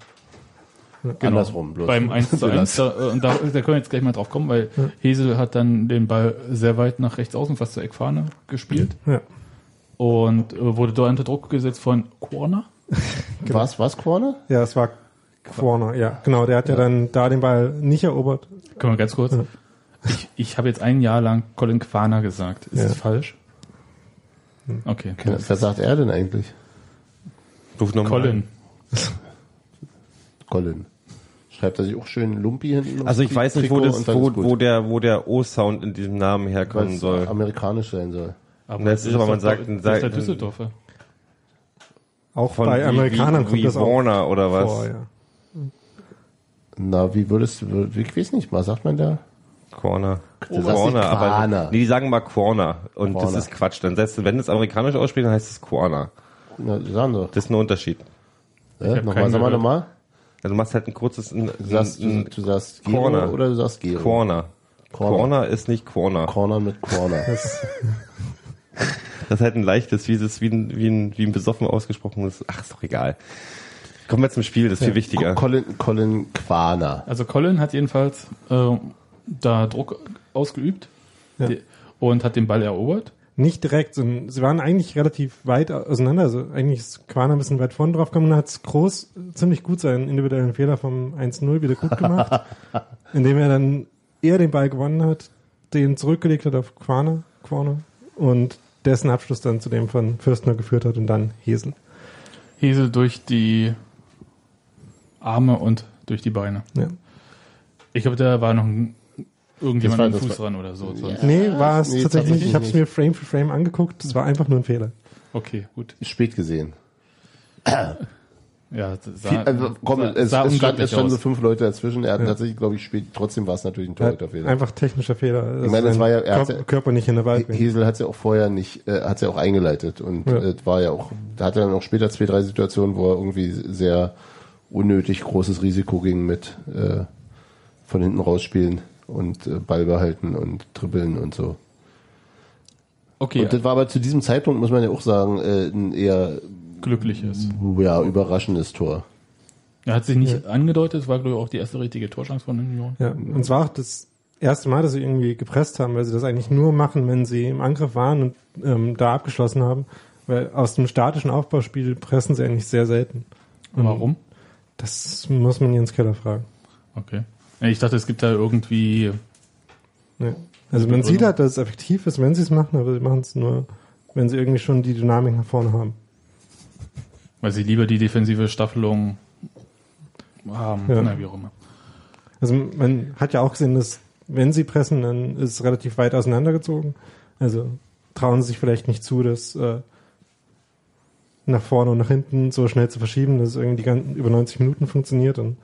Speaker 2: andersrum bloß.
Speaker 1: Beim 1 zu 1, da, äh, und da, da können wir jetzt gleich mal drauf kommen, weil Hesel hat dann den Ball sehr weit nach rechts außen, fast zur Eckfahne gespielt
Speaker 5: Ja.
Speaker 2: Mhm.
Speaker 1: und äh, wurde dort unter Druck gesetzt von Corner.
Speaker 2: was, was, Corner?
Speaker 5: Ja, es war Corner, ja. Genau, der hat ja, dann da den Ball nicht erobert.
Speaker 1: Können wir ganz kurz. Ich, ich habe jetzt ein Jahr lang Colin Quaner gesagt. Ist
Speaker 5: Ja. Hm.
Speaker 1: das falsch? Okay.
Speaker 5: Genau.
Speaker 2: Was sagt er denn eigentlich?
Speaker 3: Ruf nochmal an.
Speaker 1: Colin.
Speaker 2: Colin. Schreibt er sich auch schön Lumpi hinten?
Speaker 3: Also ich weiß nicht, wo, das, wo, wo
Speaker 2: der
Speaker 3: der, wo der O-Sound in diesem Namen herkommen soll.
Speaker 2: amerikanisch sein soll.
Speaker 1: Aber
Speaker 3: Das ist aber, man sagt-
Speaker 1: das ist der
Speaker 3: sagt-
Speaker 1: Düsseldorfer.
Speaker 5: Auch
Speaker 3: Von
Speaker 5: bei
Speaker 3: wie-
Speaker 5: Amerikanern
Speaker 3: wie,
Speaker 5: kommt
Speaker 3: wie
Speaker 5: das auch
Speaker 3: Warner oder was?
Speaker 5: vor. Ja.
Speaker 2: Na, wie würdest du, ich weiß nicht mal, sagt man da?
Speaker 3: Corner.
Speaker 2: Du sagst nicht Corner.
Speaker 3: aber nee, die sagen mal Corner und das
Speaker 2: Corner.
Speaker 3: ist Quatsch. Dann setzt, wenn es amerikanisch ausspricht, dann heißt es Corner.
Speaker 2: Na, sagen doch.
Speaker 3: Das ist ein Unterschied.
Speaker 2: Äh,
Speaker 1: hab
Speaker 2: nochmal,
Speaker 1: keinen
Speaker 2: sag mal
Speaker 1: gehört.
Speaker 2: nochmal.
Speaker 3: Also du machst halt ein kurzes ein,
Speaker 2: Du sagst, du,
Speaker 3: ein,
Speaker 2: du sagst Gero
Speaker 3: Hm, Corner.
Speaker 2: oder du sagst Gero.
Speaker 3: Corner.
Speaker 2: Corner.
Speaker 3: Corner. ist nicht Corner.
Speaker 2: Corner mit Corner.
Speaker 3: Das ist halt ein leichtes, wie, es, wie, ein, wie, ein, wie ein besoffen ausgesprochenes. Ach, ist doch egal. Kommen wir zum Spiel, das ist viel wichtiger.
Speaker 2: Colin, Colin Quaner.
Speaker 1: Also Colin hat jedenfalls äh, da Druck ausgeübt
Speaker 5: Ja.
Speaker 1: die- und hat den Ball erobert.
Speaker 5: Nicht direkt, sondern sie waren eigentlich relativ weit auseinander. Also eigentlich ist Quaner ein bisschen weit vorne drauf gekommen und hat groß ziemlich gut seinen individuellen Fehler vom 1-0 wieder gut gemacht, indem er dann eher den Ball gewonnen hat, den zurückgelegt hat auf Quaner, Quaner und dessen Abschluss dann zu dem von Fürstner geführt hat und dann Hesel.
Speaker 1: Hesel durch die Arme und durch die Beine.
Speaker 5: Ja.
Speaker 1: Ich glaube, da war noch ein, irgendjemand
Speaker 2: Das war-
Speaker 1: mit dem
Speaker 2: das
Speaker 1: Fuß
Speaker 2: war-
Speaker 1: dran oder so. Sonst-
Speaker 5: Nee, war es
Speaker 2: nee,
Speaker 5: tatsächlich nicht.
Speaker 2: tatsächlich
Speaker 5: Ich habe es mir Frame für Frame angeguckt. Es war einfach nur ein Fehler.
Speaker 1: Okay, gut.
Speaker 2: Spät gesehen.
Speaker 1: Ja, das sah,
Speaker 2: Viel, also, komm,
Speaker 1: sah,
Speaker 2: es,
Speaker 1: sah
Speaker 2: es, stand,
Speaker 1: unglücklich
Speaker 2: es standen so
Speaker 1: aus.
Speaker 2: fünf Leute dazwischen. Er hat tatsächlich, glaube ich, spät. Trotzdem war es natürlich ein Torhüterfehler.
Speaker 5: Einfach technischer Fehler.
Speaker 2: Ich meine,
Speaker 5: Dass
Speaker 2: es war ja- er
Speaker 5: dein
Speaker 2: hat's
Speaker 5: Kör-
Speaker 2: ja-
Speaker 5: Körper nicht in der Wahl bringt.
Speaker 2: Hesel hat es ja auch vorher nicht, äh, hat es ja auch eingeleitet und
Speaker 5: Ja.
Speaker 2: äh, war ja auch, da hatte dann auch später zwei, drei Situationen, wo er irgendwie sehr unnötig großes Risiko ging mit äh, von hinten rausspielen und äh, Ball behalten und dribbeln und so.
Speaker 1: Okay,
Speaker 2: Und das war aber zu diesem Zeitpunkt, muss man ja auch sagen, äh, ein eher
Speaker 1: glücklich ist.
Speaker 2: ja, überraschendes Tor.
Speaker 1: Er hat sich nicht angedeutet, war glaube ich auch die erste richtige Torchance von Union.
Speaker 5: Ja, und es war auch das erste Mal, dass sie irgendwie gepresst haben, weil sie das eigentlich nur machen, wenn sie im Angriff waren und ähm, da abgeschlossen haben. Weil aus dem statischen Aufbauspiel pressen sie eigentlich sehr selten.
Speaker 1: Warum?
Speaker 5: Das muss man Jens Keller fragen.
Speaker 1: Okay. Ja, Ich dachte, es gibt da irgendwie.
Speaker 5: Ja. Also man sieht halt, dass es effektiv ist, wenn sie es machen, aber sie machen es nur, wenn sie irgendwie schon die Dynamik nach vorne haben.
Speaker 1: Weil sie lieber die defensive Staffelung haben.
Speaker 5: Ja.
Speaker 1: Na, wie auch immer.
Speaker 5: Also man hat ja auch gesehen, dass wenn sie pressen, dann ist es relativ weit auseinandergezogen. Also trauen sie sich vielleicht nicht zu, das äh, nach vorne und nach hinten so schnell zu verschieben, dass es irgendwie die ganzen, über 90 Minuten funktioniert und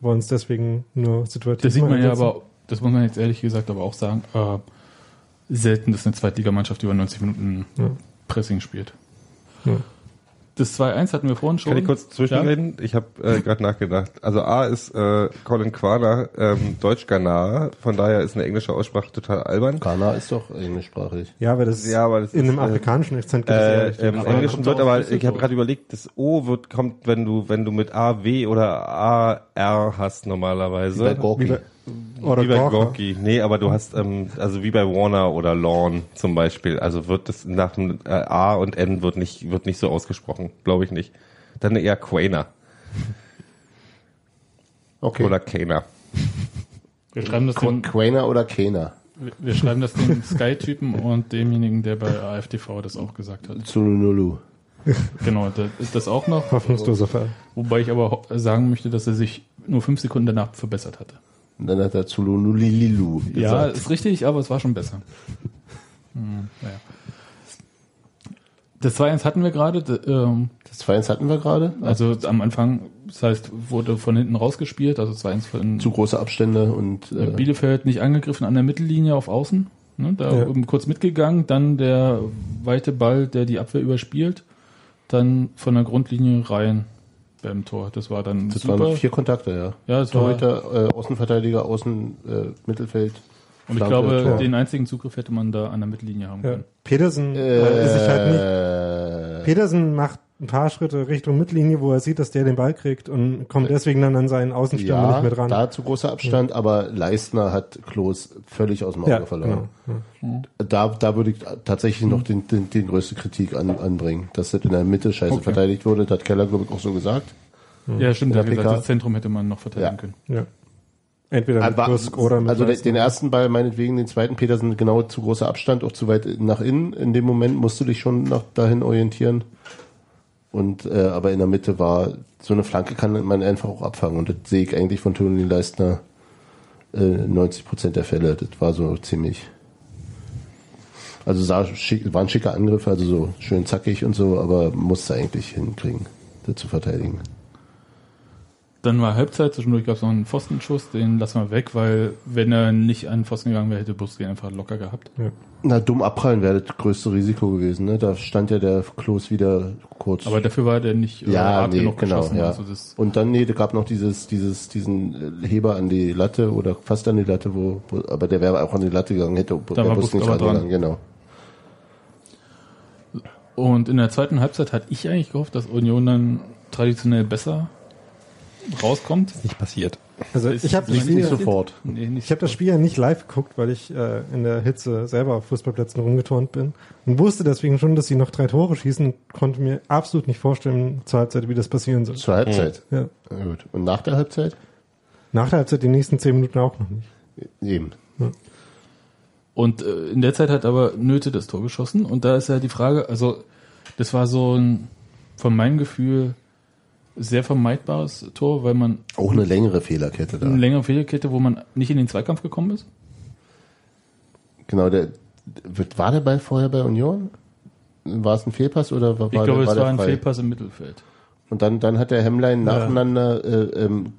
Speaker 5: wollen es deswegen nur situativ
Speaker 1: Das sieht
Speaker 5: mal
Speaker 1: man ja
Speaker 5: einsetzen.
Speaker 1: aber, das muss man jetzt ehrlich gesagt aber auch sagen, äh, selten, dass eine Zweitligamannschaft über 90 Minuten Pressing spielt.
Speaker 5: Ja.
Speaker 1: das 2-1 hatten wir vorhin schon.
Speaker 3: Kann ich kurz
Speaker 1: Ja.
Speaker 3: zwischenreden? Ich habe äh, gerade nachgedacht. Also A ist äh, Colin Quaner, ähm, Deutsch-Ghanaer, von daher ist eine englische Aussprache total albern.
Speaker 2: Ghana ist doch englischsprachig.
Speaker 5: Ja, aber das,
Speaker 3: Ja, aber das
Speaker 5: in
Speaker 3: ist,
Speaker 5: einem
Speaker 3: äh,
Speaker 5: afrikanischen Akzent geht das ja
Speaker 3: Äh,
Speaker 5: nicht.
Speaker 3: Im
Speaker 1: Aber
Speaker 3: Englischen
Speaker 1: kommt
Speaker 3: wird
Speaker 1: auch
Speaker 3: aber,
Speaker 1: aus
Speaker 3: ich habe
Speaker 1: Düsseldorf.
Speaker 3: gerade überlegt, das O wird kommt, wenn du wenn du mit A W oder A R hast normalerweise.
Speaker 2: Bei Gorki.
Speaker 5: Wie bei- oder
Speaker 3: wie bei
Speaker 5: Gorka.
Speaker 3: Gorky. Nee, aber du hast, ähm, also wie bei Warner oder Lawn zum Beispiel, also wird das nach dem äh, A und N wird nicht, wird nicht so ausgesprochen, glaube ich nicht. Dann eher Quainer
Speaker 2: Okay.
Speaker 3: oder Kaner.
Speaker 1: Wir schreiben das den,
Speaker 2: Quainer oder Kena.
Speaker 1: wir schreiben das den Sky-Typen und demjenigen, der bei AfTV das auch gesagt hat.
Speaker 2: Zulunulu.
Speaker 1: Genau, da ist das auch noch.
Speaker 5: Hoffnungsloser Fall.
Speaker 1: Wobei ich aber ho- sagen möchte, dass er sich nur fünf Sekunden danach verbessert hatte.
Speaker 2: Und dann hat er Zulunulililu
Speaker 1: Ja,
Speaker 2: gesagt.
Speaker 1: ist richtig, aber es war schon besser. Hm, naja. Das 2-1 hatten wir gerade, d- ähm,
Speaker 2: Das 2-1 hatten wir gerade.
Speaker 1: also am Anfang, das heißt, wurde von hinten rausgespielt, also 2-1 von
Speaker 2: Zu große Abstände und
Speaker 1: Äh,
Speaker 2: äh,
Speaker 1: Bielefeld nicht angegriffen an der Mittellinie auf Außen. Ne, da
Speaker 5: Ja.
Speaker 1: oben kurz mitgegangen, dann der weite Ball, der die Abwehr überspielt, dann von der Grundlinie rein beim Tor. Das war dann
Speaker 2: das
Speaker 1: super.
Speaker 2: waren vier Kontakte, ja.
Speaker 1: ja, das war, und
Speaker 2: Torhüter, äh, Außenverteidiger, Außen, äh, Mittelfeld.
Speaker 1: ich
Speaker 2: Flanke,
Speaker 1: glaube,
Speaker 2: Tor.
Speaker 1: den einzigen Zugriff hätte man da an der Mittellinie haben
Speaker 5: Ja.
Speaker 1: können.
Speaker 5: Petersen äh, ist sich halt nicht
Speaker 2: Äh,
Speaker 5: Petersen macht ein paar Schritte Richtung Mittellinie, wo er sieht, dass der den Ball kriegt und kommt deswegen dann an seinen Außenstürmer
Speaker 2: ja,
Speaker 5: nicht mehr dran.
Speaker 2: da zu großer Abstand, aber Leistner hat Klos völlig aus dem Auge
Speaker 5: ja,
Speaker 2: verloren.
Speaker 5: genau. Mhm.
Speaker 2: Da, da würde ich tatsächlich noch den, den, den größte Kritik an, anbringen, dass das in der Mitte scheiße
Speaker 1: Okay.
Speaker 2: verteidigt wurde. Das hat Keller, glaube ich, auch so gesagt.
Speaker 1: Ja, stimmt.
Speaker 2: In
Speaker 1: Der
Speaker 2: Mhm. der
Speaker 1: gesagt,
Speaker 2: PK.
Speaker 1: das Zentrum hätte man noch verteidigen
Speaker 2: Ja.
Speaker 1: können.
Speaker 5: genau. Ja. Entweder mit
Speaker 2: Aber-
Speaker 5: Kursk oder mit
Speaker 2: also den,
Speaker 5: Leistner.
Speaker 2: den ersten Ball meinetwegen, den zweiten Petersen genau zu großer Abstand, auch zu weit nach innen. In dem Moment musst du dich schon nach dahin orientieren. Und äh, aber in der Mitte war so eine Flanke kann man einfach auch abfangen. Und das sehe ich eigentlich von Tony Leistner äh, 90 Prozent der Fälle. Das war so ziemlich. Also sah schick, waren schicke Angriffe, also so schön zackig und so, aber musste eigentlich hinkriegen, das zu verteidigen.
Speaker 1: Dann war Halbzeit, zwischendurch gab es noch einen Pfostenschuss, den lassen wir weg, weil wenn er nicht an den Pfosten gegangen wäre, hätte Bus den einfach locker gehabt.
Speaker 2: Na, dumm abprallen wäre das größte Risiko gewesen, ne? Da stand ja der Klos wieder kurz.
Speaker 1: Aber dafür war der nicht äh,
Speaker 2: ja,
Speaker 1: hart
Speaker 2: nee,
Speaker 1: genug
Speaker 2: genau,
Speaker 1: geschossen.
Speaker 2: ja.
Speaker 1: Also das,
Speaker 2: und dann, nee, da gab noch dieses, dieses, diesen äh, Heber an die Latte oder fast an die Latte, wo, wo aber der wäre auch an die Latte gegangen, hätte der
Speaker 1: war
Speaker 2: Bus
Speaker 1: Busk
Speaker 2: nicht
Speaker 1: aber dran.
Speaker 2: rangegangen, genau.
Speaker 1: Und in der zweiten Halbzeit hatte ich eigentlich gehofft, dass Union dann traditionell besser rauskommt.
Speaker 3: Nicht passiert.
Speaker 5: also
Speaker 1: ist-
Speaker 5: ich habe
Speaker 1: liegt
Speaker 2: Nicht sofort.
Speaker 1: Nee,
Speaker 5: Ich habe das Spiel ja nicht live geguckt, weil ich äh, in der Hitze selber auf Fußballplätzen rumgeturnt bin und wusste deswegen schon, dass sie noch drei Tore schießen und konnte mir absolut nicht vorstellen zur Halbzeit, wie das passieren soll.
Speaker 2: Zur Halbzeit.
Speaker 5: Ja.
Speaker 1: Hm.
Speaker 2: Na gut. Und nach der Halbzeit?
Speaker 5: Nach der Halbzeit die nächsten zehn Minuten auch noch nicht.
Speaker 2: Eben.
Speaker 1: Und äh, in der Zeit hat aber Nöte das Tor geschossen. Und da ist ja die Frage, also das war so ein, von meinem Gefühl, sehr vermeidbares Tor, weil man
Speaker 2: Auch eine längere Fehlerkette da.
Speaker 1: eine längere Fehlerkette, wo man nicht in den Zweikampf gekommen ist.
Speaker 2: Genau, der, wird- war der Ball vorher bei Union? War es ein Fehlpass oder war,
Speaker 1: Ich glaube,
Speaker 2: der,
Speaker 1: es
Speaker 2: der
Speaker 1: war ein
Speaker 2: frei?
Speaker 1: Fehlpass im Mittelfeld.
Speaker 2: Und dann, dann hat der Hemmlein nacheinander äh, ähm,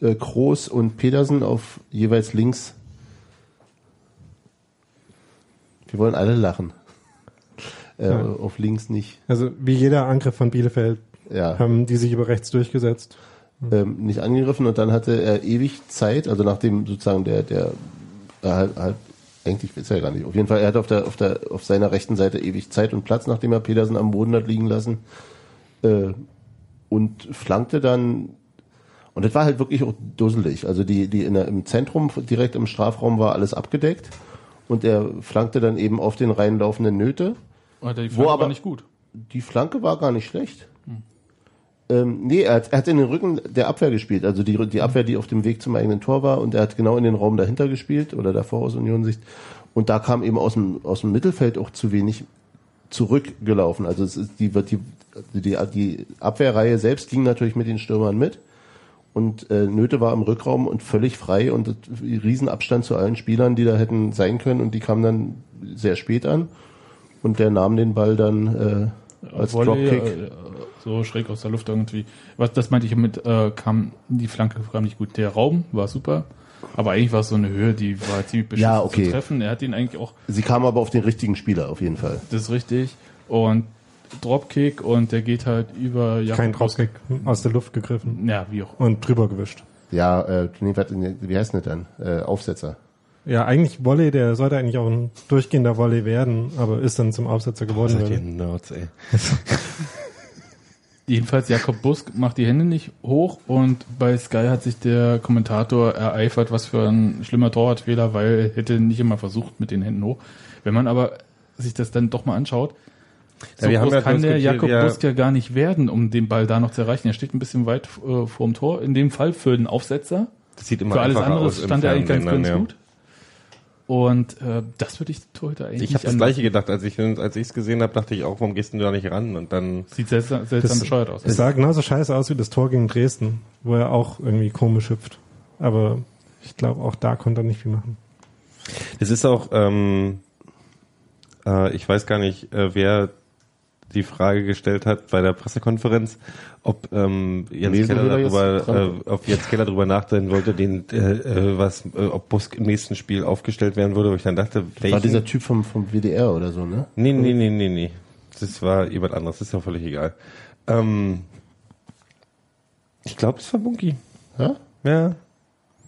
Speaker 2: äh, Kroos und Pedersen auf jeweils links. Wir wollen alle lachen. Äh,
Speaker 5: Ja.
Speaker 2: Auf links nicht.
Speaker 5: Also wie jeder Angriff von Bielefeld
Speaker 2: Ja.
Speaker 5: haben die sich über rechts durchgesetzt.
Speaker 2: ähm, nicht angegriffen und dann hatte er ewig Zeit, also nachdem sozusagen der, der äh, halt, halt, eigentlich ist er gar nicht. Auf jeden Fall, er hat auf der, auf der, auf seiner rechten Seite ewig Zeit und Platz, nachdem er Petersen am Boden hat liegen lassen. Äh, und flankte dann, und das war halt wirklich auch dusselig. Also die, die in der, im Zentrum, direkt im Strafraum war alles abgedeckt. Und er flankte dann eben auf den reinlaufenden Nöte.
Speaker 1: Und die
Speaker 2: Wo
Speaker 1: Flanke
Speaker 2: aber-
Speaker 1: war nicht gut.
Speaker 2: Die Flanke war gar nicht schlecht. Ähm, nee, er hat, er hat in den Rücken der Abwehr gespielt. Also die, die Abwehr, die auf dem Weg zum eigenen Tor war. Und er hat genau in den Raum dahinter gespielt oder davor aus Union-Sicht. Und da kam eben aus dem, aus dem Mittelfeld auch zu wenig zurückgelaufen. Also es ist, die, wird die, also die, die Abwehrreihe selbst ging natürlich mit den Stürmern mit. Und äh, Nöte war im Rückraum und völlig frei und das- Riesenabstand zu allen Spielern, die da hätten sein können. Und die kamen dann sehr spät an. Und der nahm den Ball dann äh, als
Speaker 1: Volley,
Speaker 2: Dropkick.
Speaker 1: äh, so schräg aus der Luft irgendwie. Was, das meinte ich mit, äh, kam, die Flanke kam nicht gut. Der Raum war super, aber eigentlich war es so eine Höhe, die war ziemlich beschissen
Speaker 2: Ja, okay.
Speaker 1: zu treffen. Er hat ihn eigentlich auch,
Speaker 2: Sie kam aber auf den richtigen Spieler auf jeden Fall.
Speaker 1: das ist richtig, und Dropkick und der geht halt über Jakob
Speaker 5: Kein Dropkick aus der Luft gegriffen
Speaker 1: Ja, wie auch.
Speaker 5: und drüber gewischt.
Speaker 2: Ja, äh, nee, wat- nee, wie heißt denn das dann? Äh, Aufsetzer.
Speaker 5: Ja, eigentlich Volley, der sollte eigentlich auch ein durchgehender Volley werden, aber ist dann zum Aufsetzer geworden.
Speaker 3: Seid ihr
Speaker 5: weil-
Speaker 3: Nerds, ey.
Speaker 1: Jedenfalls Jakob Busk macht die Hände nicht hoch und bei Sky hat sich der Kommentator ereifert, was für ein schlimmer Torwartfehler, weil er hätte nicht immer versucht mit den Händen hoch. Wenn man aber sich das dann doch mal anschaut, so
Speaker 3: wir haben
Speaker 1: groß
Speaker 3: ja
Speaker 1: kann der
Speaker 3: diskutiert,
Speaker 1: Jakob
Speaker 3: ja-
Speaker 1: Busk ja gar nicht werden, um den Ball da noch zu erreichen. Er steht ein bisschen weit äh, vorm Tor. In dem Fall für den Aufsetzer.
Speaker 3: Das sieht immer
Speaker 1: Für alles
Speaker 3: einfacher
Speaker 1: andere
Speaker 3: aus im
Speaker 1: stand er eigentlich ganz,
Speaker 3: Fernsehen
Speaker 1: ganz
Speaker 3: dann, ja.
Speaker 1: gut. Und äh, das würde ich Torhüter eigentlich
Speaker 3: Ich habe das
Speaker 1: an-
Speaker 3: gleiche gedacht, als ich als ich es gesehen habe, dachte ich auch, warum gehst du da nicht ran? Und dann
Speaker 1: Sieht seltsam, seltsam
Speaker 5: Das-
Speaker 1: bescheuert aus. Also,
Speaker 5: Es sah genauso scheiße aus wie das Tor gegen Dresden, wo er auch irgendwie komisch hüpft. Aber ich glaube, auch da konnte er nicht viel machen.
Speaker 3: Es ist auch, ähm, äh, ich weiß gar nicht, äh, wer die Frage gestellt hat bei der Pressekonferenz, ob ähm, Jens
Speaker 2: Lesen
Speaker 3: Keller
Speaker 2: wir da jetzt
Speaker 3: darüber,
Speaker 2: dran?
Speaker 3: äh, ob Jens Keller darüber nachdenken wollte, den, äh, äh, was, äh, ob Busk im nächsten Spiel aufgestellt werden würde, wo ich dann dachte,
Speaker 2: War dieser
Speaker 3: welchen?
Speaker 2: Typ vom, vom WDR oder so, ne?
Speaker 3: Nee, nee, nee, nee, nee. Das war jemand anderes, ist ja völlig egal. Ähm, ich glaube, das war Bunky.
Speaker 2: Ja?
Speaker 3: Ja.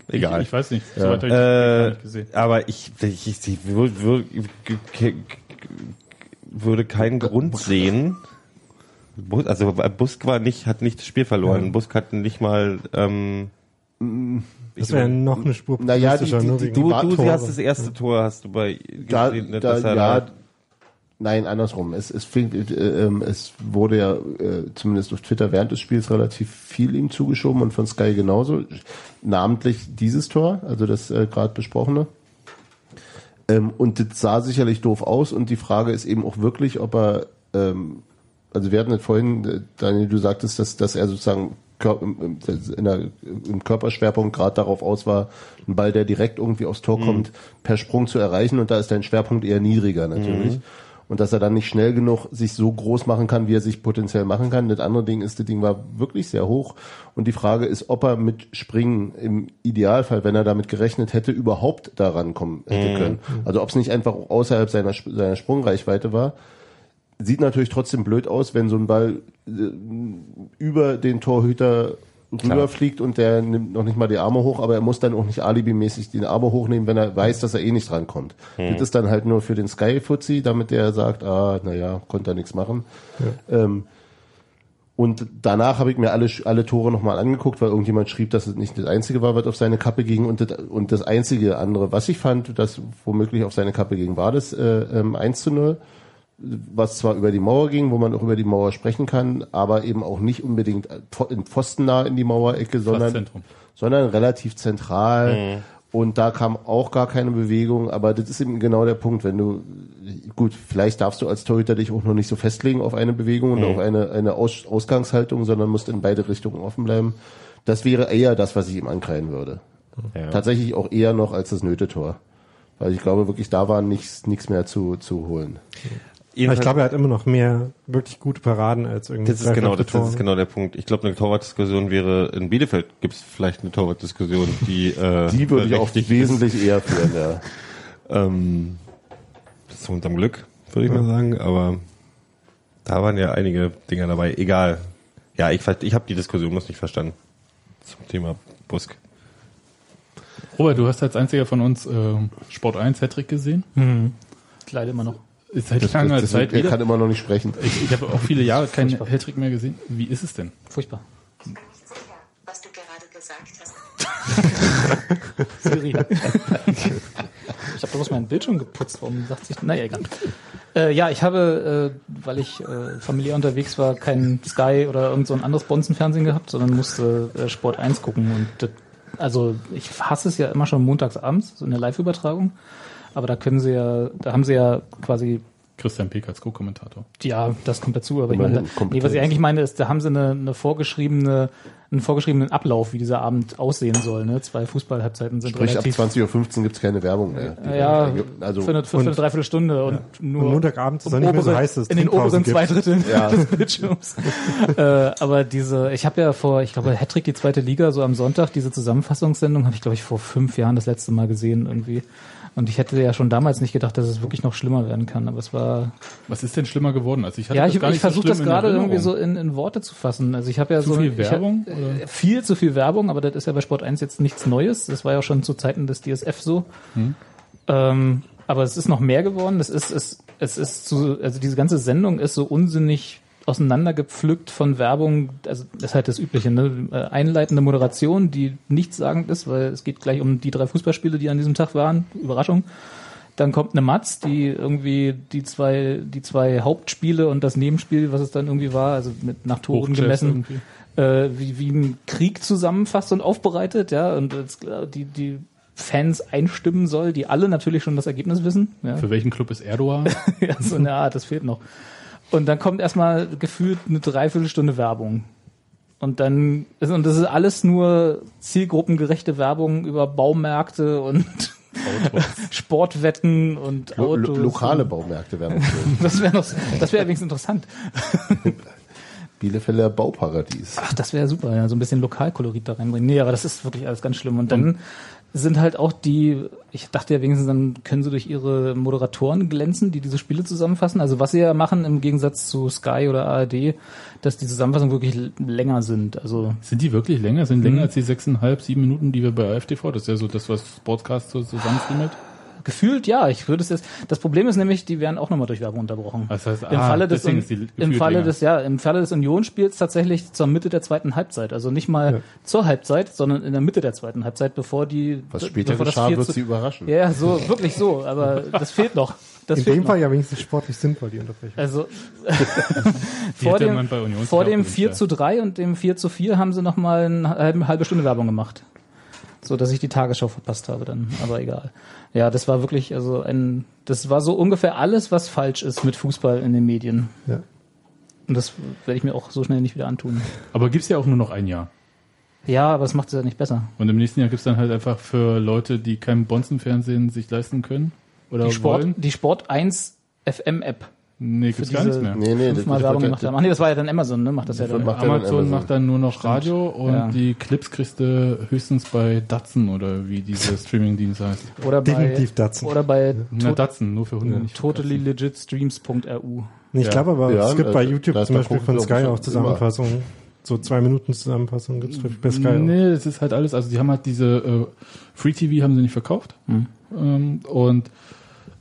Speaker 3: Egal.
Speaker 1: Ich, ich weiß nicht. So
Speaker 2: Ja.
Speaker 1: weit habe ich gar
Speaker 3: Äh,
Speaker 1: nicht gesehen.
Speaker 3: aber ich, ich, ich, ich wür, wür, ge- ge- würde keinen
Speaker 2: Äh,
Speaker 3: Grund sehen. Bus, also Busk war nicht, hat nicht das Spiel verloren. Busk hat nicht mal. Ähm,
Speaker 5: Mm, Das wäre noch eine Spur
Speaker 2: Naja, die-
Speaker 5: optimistischer,
Speaker 2: die-
Speaker 5: nur
Speaker 2: die-
Speaker 5: wegen-
Speaker 2: die
Speaker 3: du,
Speaker 2: war
Speaker 3: du
Speaker 2: Tore.
Speaker 3: hast das erste Tor, hast du bei
Speaker 2: Da,
Speaker 3: gesehen, ne,
Speaker 2: da,
Speaker 3: dass er
Speaker 2: ja,
Speaker 3: da-
Speaker 2: nein, andersrum. Es, es, fing, äh, ähm, es wurde ja äh, zumindest auf Twitter während des Spiels relativ viel ihm zugeschoben und von Sky genauso. Namentlich dieses Tor, also das äh, gerade besprochene. Ähm, und das sah sicherlich doof aus und die Frage ist eben auch wirklich, ob er, ähm, also wir hatten das vorhin, äh, Daniel, du sagtest, dass, dass er sozusagen kör- im- im- in der, im Körperschwerpunkt gerade darauf aus war, einen Ball, der direkt irgendwie aufs Tor kommt, per Sprung zu erreichen und da ist dein Schwerpunkt eher niedriger natürlich. Und dass er dann nicht schnell genug sich so groß machen kann, wie er sich potenziell machen kann. Das andere Ding ist, das Ding war wirklich sehr hoch. Und die Frage ist, ob er mit Springen im Idealfall, wenn er damit gerechnet hätte, überhaupt da rankommen hätte können. Also ob es nicht einfach außerhalb seiner, Sp- seiner Sprungreichweite war. Sieht natürlich trotzdem blöd aus, wenn so ein Ball äh, über den Torhüter rüberfliegt und der nimmt noch nicht mal die Arme hoch, aber er muss dann auch nicht alibimäßig den Arme hochnehmen, wenn er weiß, dass er eh nicht rankommt. Das ist dann halt nur für den Sky-Fuzzi, damit der sagt, ah, naja, konnte er nichts machen. Ähm, und danach habe ich mir alle, alle Tore nochmal angeguckt, weil irgendjemand schrieb, dass es nicht das einzige war, was auf seine Kappe ging. Und das, und das einzige andere, was ich fand, das womöglich auf seine Kappe ging, war das äh, ähm, 1 zu 0 was zwar über die Mauer ging, wo man auch über die Mauer sprechen kann, aber eben auch nicht unbedingt pfo- in pfostennah in die Mauerecke, sondern,
Speaker 1: Zentrum.
Speaker 2: sondern relativ zentral. Und da kam auch gar keine Bewegung, aber das ist eben genau der Punkt, wenn du, gut, vielleicht darfst du als Torhüter dich auch noch nicht so festlegen auf eine Bewegung und auf eine, eine Aus, Ausgangshaltung, sondern musst in beide Richtungen offen bleiben. Das wäre eher das, was ich ihm ankreiden würde. Tatsächlich auch eher noch als das Nötetor. Weil ich glaube wirklich, da war nichts, nichts mehr zu, zu holen.
Speaker 5: Aber ich
Speaker 3: Jedenfalls-
Speaker 5: glaube, er hat immer noch mehr wirklich gute Paraden als irgendwie.
Speaker 3: Das ist, genau,
Speaker 5: zweifelhafte
Speaker 3: das, das ist
Speaker 5: Tore.
Speaker 3: genau der Punkt. Ich glaube, eine Torwartdiskussion wäre in Bielefeld gibt es vielleicht eine Torwartdiskussion, die äh,
Speaker 2: Die würde ich auch
Speaker 3: berechtigt
Speaker 2: wesentlich eher führen, ja.
Speaker 3: Ähm, bis zu unserem Glück, würde ich mal sagen. Aber da waren ja einige Dinger dabei. Egal. Ja, ich, ver- ich habe die Diskussion bloß nicht verstanden. Zum Thema Busk.
Speaker 1: Robert, du hast als einziger von uns ähm, Sport 1 Hattrick gesehen.
Speaker 4: Ich leide immer noch.
Speaker 1: Ist seit langer
Speaker 2: Das- das-
Speaker 1: Zeit
Speaker 2: Er
Speaker 1: wieder.
Speaker 2: kann immer noch nicht sprechen.
Speaker 1: Ich, ich habe auch viele Jahre keinen Hattrick mehr gesehen. Wie ist es denn?
Speaker 4: Furchtbar.
Speaker 7: nicht sicher, was du gerade gesagt hast.
Speaker 4: Siri. ich habe bloß meinen Bildschirm geputzt. Warum sagt sich, naja, egal. Äh, ja, ich habe, äh, weil ich äh, familiär unterwegs war, keinen Sky oder irgend so ein anderes Bonzenfernsehen gehabt, sondern musste äh, Sport 1 gucken. Und das, also ich hasse es ja immer schon montags abends, so in der Live-Übertragung. Aber da können sie ja, da haben sie ja quasi
Speaker 1: Christian Peek als Co-Kommentator.
Speaker 4: ja, das kommt dazu, aber ich meine,
Speaker 2: Immerhin,
Speaker 4: da, nee, was
Speaker 2: Kompetenz.
Speaker 4: ich eigentlich meine, ist, da haben sie eine, eine vorgeschriebene, einen vorgeschriebenen Ablauf, wie dieser Abend aussehen soll. Ne? Zwei Fußballhalbzeiten sind
Speaker 2: Sprich, ab
Speaker 4: relativ.
Speaker 2: 20.15 Uhr gibt's keine Werbung mehr. Die-
Speaker 4: ja,
Speaker 2: also,
Speaker 4: für eine, für eine
Speaker 5: und-
Speaker 4: Dreiviertelstunde und nur.
Speaker 5: Und Montagabend ist
Speaker 4: im
Speaker 5: dann nicht mehr so
Speaker 4: oberen-
Speaker 5: heiß, dass es
Speaker 4: in den oberen
Speaker 5: Trinkpausen
Speaker 4: zwei
Speaker 5: gibt.
Speaker 4: Dritteln
Speaker 2: Ja.
Speaker 4: des Bildschirms. äh, aber diese, ich habe ja vor, ich glaube, Hattrick die zweite Liga, so am Sonntag, diese Zusammenfassungssendung, habe ich, glaube ich, vor fünf Jahren das letzte Mal gesehen irgendwie. Und ich hätte ja schon damals nicht gedacht, dass es wirklich noch schlimmer werden kann, aber es war.
Speaker 1: Was ist denn schlimmer geworden? Also ich hatte
Speaker 4: Ja,
Speaker 1: das
Speaker 4: ich,
Speaker 1: gar
Speaker 4: ich
Speaker 1: nicht so
Speaker 4: versuche
Speaker 1: schlimm
Speaker 4: das
Speaker 1: in
Speaker 4: gerade irgendwie
Speaker 1: Erinnerung.
Speaker 4: so in, in Worte zu fassen. Also ich habe ja
Speaker 1: Zu
Speaker 4: so
Speaker 1: viel
Speaker 4: ich hab,
Speaker 1: Werbung,
Speaker 4: äh,
Speaker 1: oder?
Speaker 4: viel zu viel Werbung, aber das ist ja bei Sport 1 jetzt nichts Neues. Das war ja schon zu Zeiten des DSF so. Ähm, aber es ist noch mehr geworden. Es ist es es ist zu also diese ganze Sendung ist so unsinnig auseinandergepflückt von Werbung. Also das ist halt das Übliche, ne? Äh, Einleitende Moderation, die nichtssagend ist, weil es geht gleich um die drei Fußballspiele, die an diesem Tag waren. Überraschung. Dann kommt eine Matz, die irgendwie die zwei, die zwei Hauptspiele und das Nebenspiel, was es dann irgendwie war, also mit nach Toren
Speaker 1: Hochchefs
Speaker 4: gemessen,
Speaker 1: irgendwie.
Speaker 4: äh, wie, wie einen Krieg zusammenfasst und aufbereitet, ja, und jetzt, äh, die, die Fans einstimmen soll, die alle natürlich schon das Ergebnis wissen. Ja,
Speaker 1: Für welchen Club ist Erdogan?
Speaker 4: ja so eine Art, das fehlt noch. Und dann kommt erstmal gefühlt eine Dreiviertelstunde Werbung. Und dann, und das ist alles nur zielgruppengerechte Werbung über Baumärkte und Sportwetten und
Speaker 2: Lo
Speaker 4: Autos.
Speaker 2: lo lokale Baumärkte werden schön.
Speaker 4: Das wäre noch, das wäre übrigens interessant.
Speaker 2: Bielefelder Bauparadies.
Speaker 4: Ach, das wäre super, ja, so ein bisschen Lokalkolorit da reinbringen. Nee, aber das ist wirklich alles ganz schlimm. Und
Speaker 1: Mhm.
Speaker 4: dann sind halt auch die, ich dachte ja wenigstens, dann können sie durch ihre Moderatoren glänzen, die diese Spiele zusammenfassen. Also was sie ja machen im Gegensatz zu Sky oder ARD, dass die Zusammenfassungen wirklich l- länger sind. Also
Speaker 1: Sind die wirklich länger? Sind
Speaker 4: Mhm.
Speaker 1: länger als die sechseinhalb, sieben Minuten, die wir bei AfTV, das ist ja so das, was Sportcast so zusammenfriemelt.
Speaker 4: gefühlt ja, ich würde es jetzt. Das Problem ist nämlich, die werden auch nochmal durch Werbung unterbrochen.
Speaker 1: Das heißt,
Speaker 4: Im
Speaker 1: ah,
Speaker 4: Falle des,
Speaker 1: deswegen ist die
Speaker 4: im
Speaker 1: gefühlt
Speaker 4: Falle
Speaker 1: länger.
Speaker 4: des, ja, im Falle des Unionsspiels tatsächlich zur Mitte der zweiten Halbzeit. Also nicht mal zur Halbzeit, sondern in der Mitte der zweiten Halbzeit, bevor die,
Speaker 2: Was später
Speaker 4: bevor das
Speaker 2: geschah,
Speaker 4: 4
Speaker 2: wird
Speaker 4: zu-
Speaker 2: sie überraschen.
Speaker 4: Ja, ja, so, wirklich so, aber das fehlt noch. Das
Speaker 5: In
Speaker 4: fehlt
Speaker 5: dem
Speaker 4: noch.
Speaker 5: Fall ja wenigstens sportlich sinnvoll, die
Speaker 3: Äh,
Speaker 5: Unterbrechung.
Speaker 4: Also, vor
Speaker 1: hätte
Speaker 4: dem,
Speaker 1: man bei Union sich auch
Speaker 4: vor dem
Speaker 1: gewünscht,
Speaker 4: 4
Speaker 1: ja.
Speaker 4: zu 3 und dem 4 zu 4 haben sie nochmal eine halbe, halbe Stunde Werbung gemacht. So, dass ich die Tagesschau verpasst habe dann, aber egal. Ja, das war wirklich, also ein, das war so ungefähr alles, was falsch ist mit Fußball in den Medien.
Speaker 5: Ja.
Speaker 4: Und das werde ich mir auch so schnell nicht wieder antun.
Speaker 1: Aber gibt's ja auch nur noch ein Jahr.
Speaker 4: Ja, aber das macht es ja nicht besser.
Speaker 1: Und im nächsten Jahr gibt's dann halt einfach für Leute, die kein Bonzenfernsehen sich leisten können oder
Speaker 4: Die Sport,
Speaker 1: wollen.
Speaker 4: die Sport 1 FM App.
Speaker 1: Nee, gibt's
Speaker 4: für
Speaker 1: gar nichts
Speaker 4: diese
Speaker 1: mehr.
Speaker 2: Nee, nee, das-
Speaker 4: fünfmal
Speaker 2: das-
Speaker 4: Werbung
Speaker 2: das-
Speaker 4: gemacht haben. Ach nee, das war ja dann Amazon, ne? Macht das ja
Speaker 2: Das
Speaker 4: dann.
Speaker 2: macht-
Speaker 1: Amazon,
Speaker 2: Amazon.
Speaker 1: macht dann nur noch Radio und
Speaker 4: Ja.
Speaker 1: die Clips kriegst du höchstens bei Datsun oder wie dieser Streamingdienst heißt.
Speaker 4: Oder bei,
Speaker 5: Definitiv Datsun.
Speaker 4: oder bei
Speaker 1: Na,
Speaker 4: tot,
Speaker 1: Datsun, nur für Hunde nicht. für Katzen.
Speaker 4: totallylegitstreams.ru.
Speaker 5: Ich glaube aber,
Speaker 2: Ja,
Speaker 5: es gibt bei
Speaker 2: äh,
Speaker 5: YouTube
Speaker 2: da ist
Speaker 5: zum
Speaker 2: bei
Speaker 5: Beispiel
Speaker 2: Coca-Cola
Speaker 5: von Sky
Speaker 2: bestimmt
Speaker 5: auch Zusammenfassungen. So zwei Minuten Zusammenfassungen gibt es bei Sky auch.
Speaker 1: Nee, es ist halt alles. Also die haben halt diese äh, Free TV haben sie nicht verkauft.
Speaker 2: Mhm.
Speaker 1: Ähm, und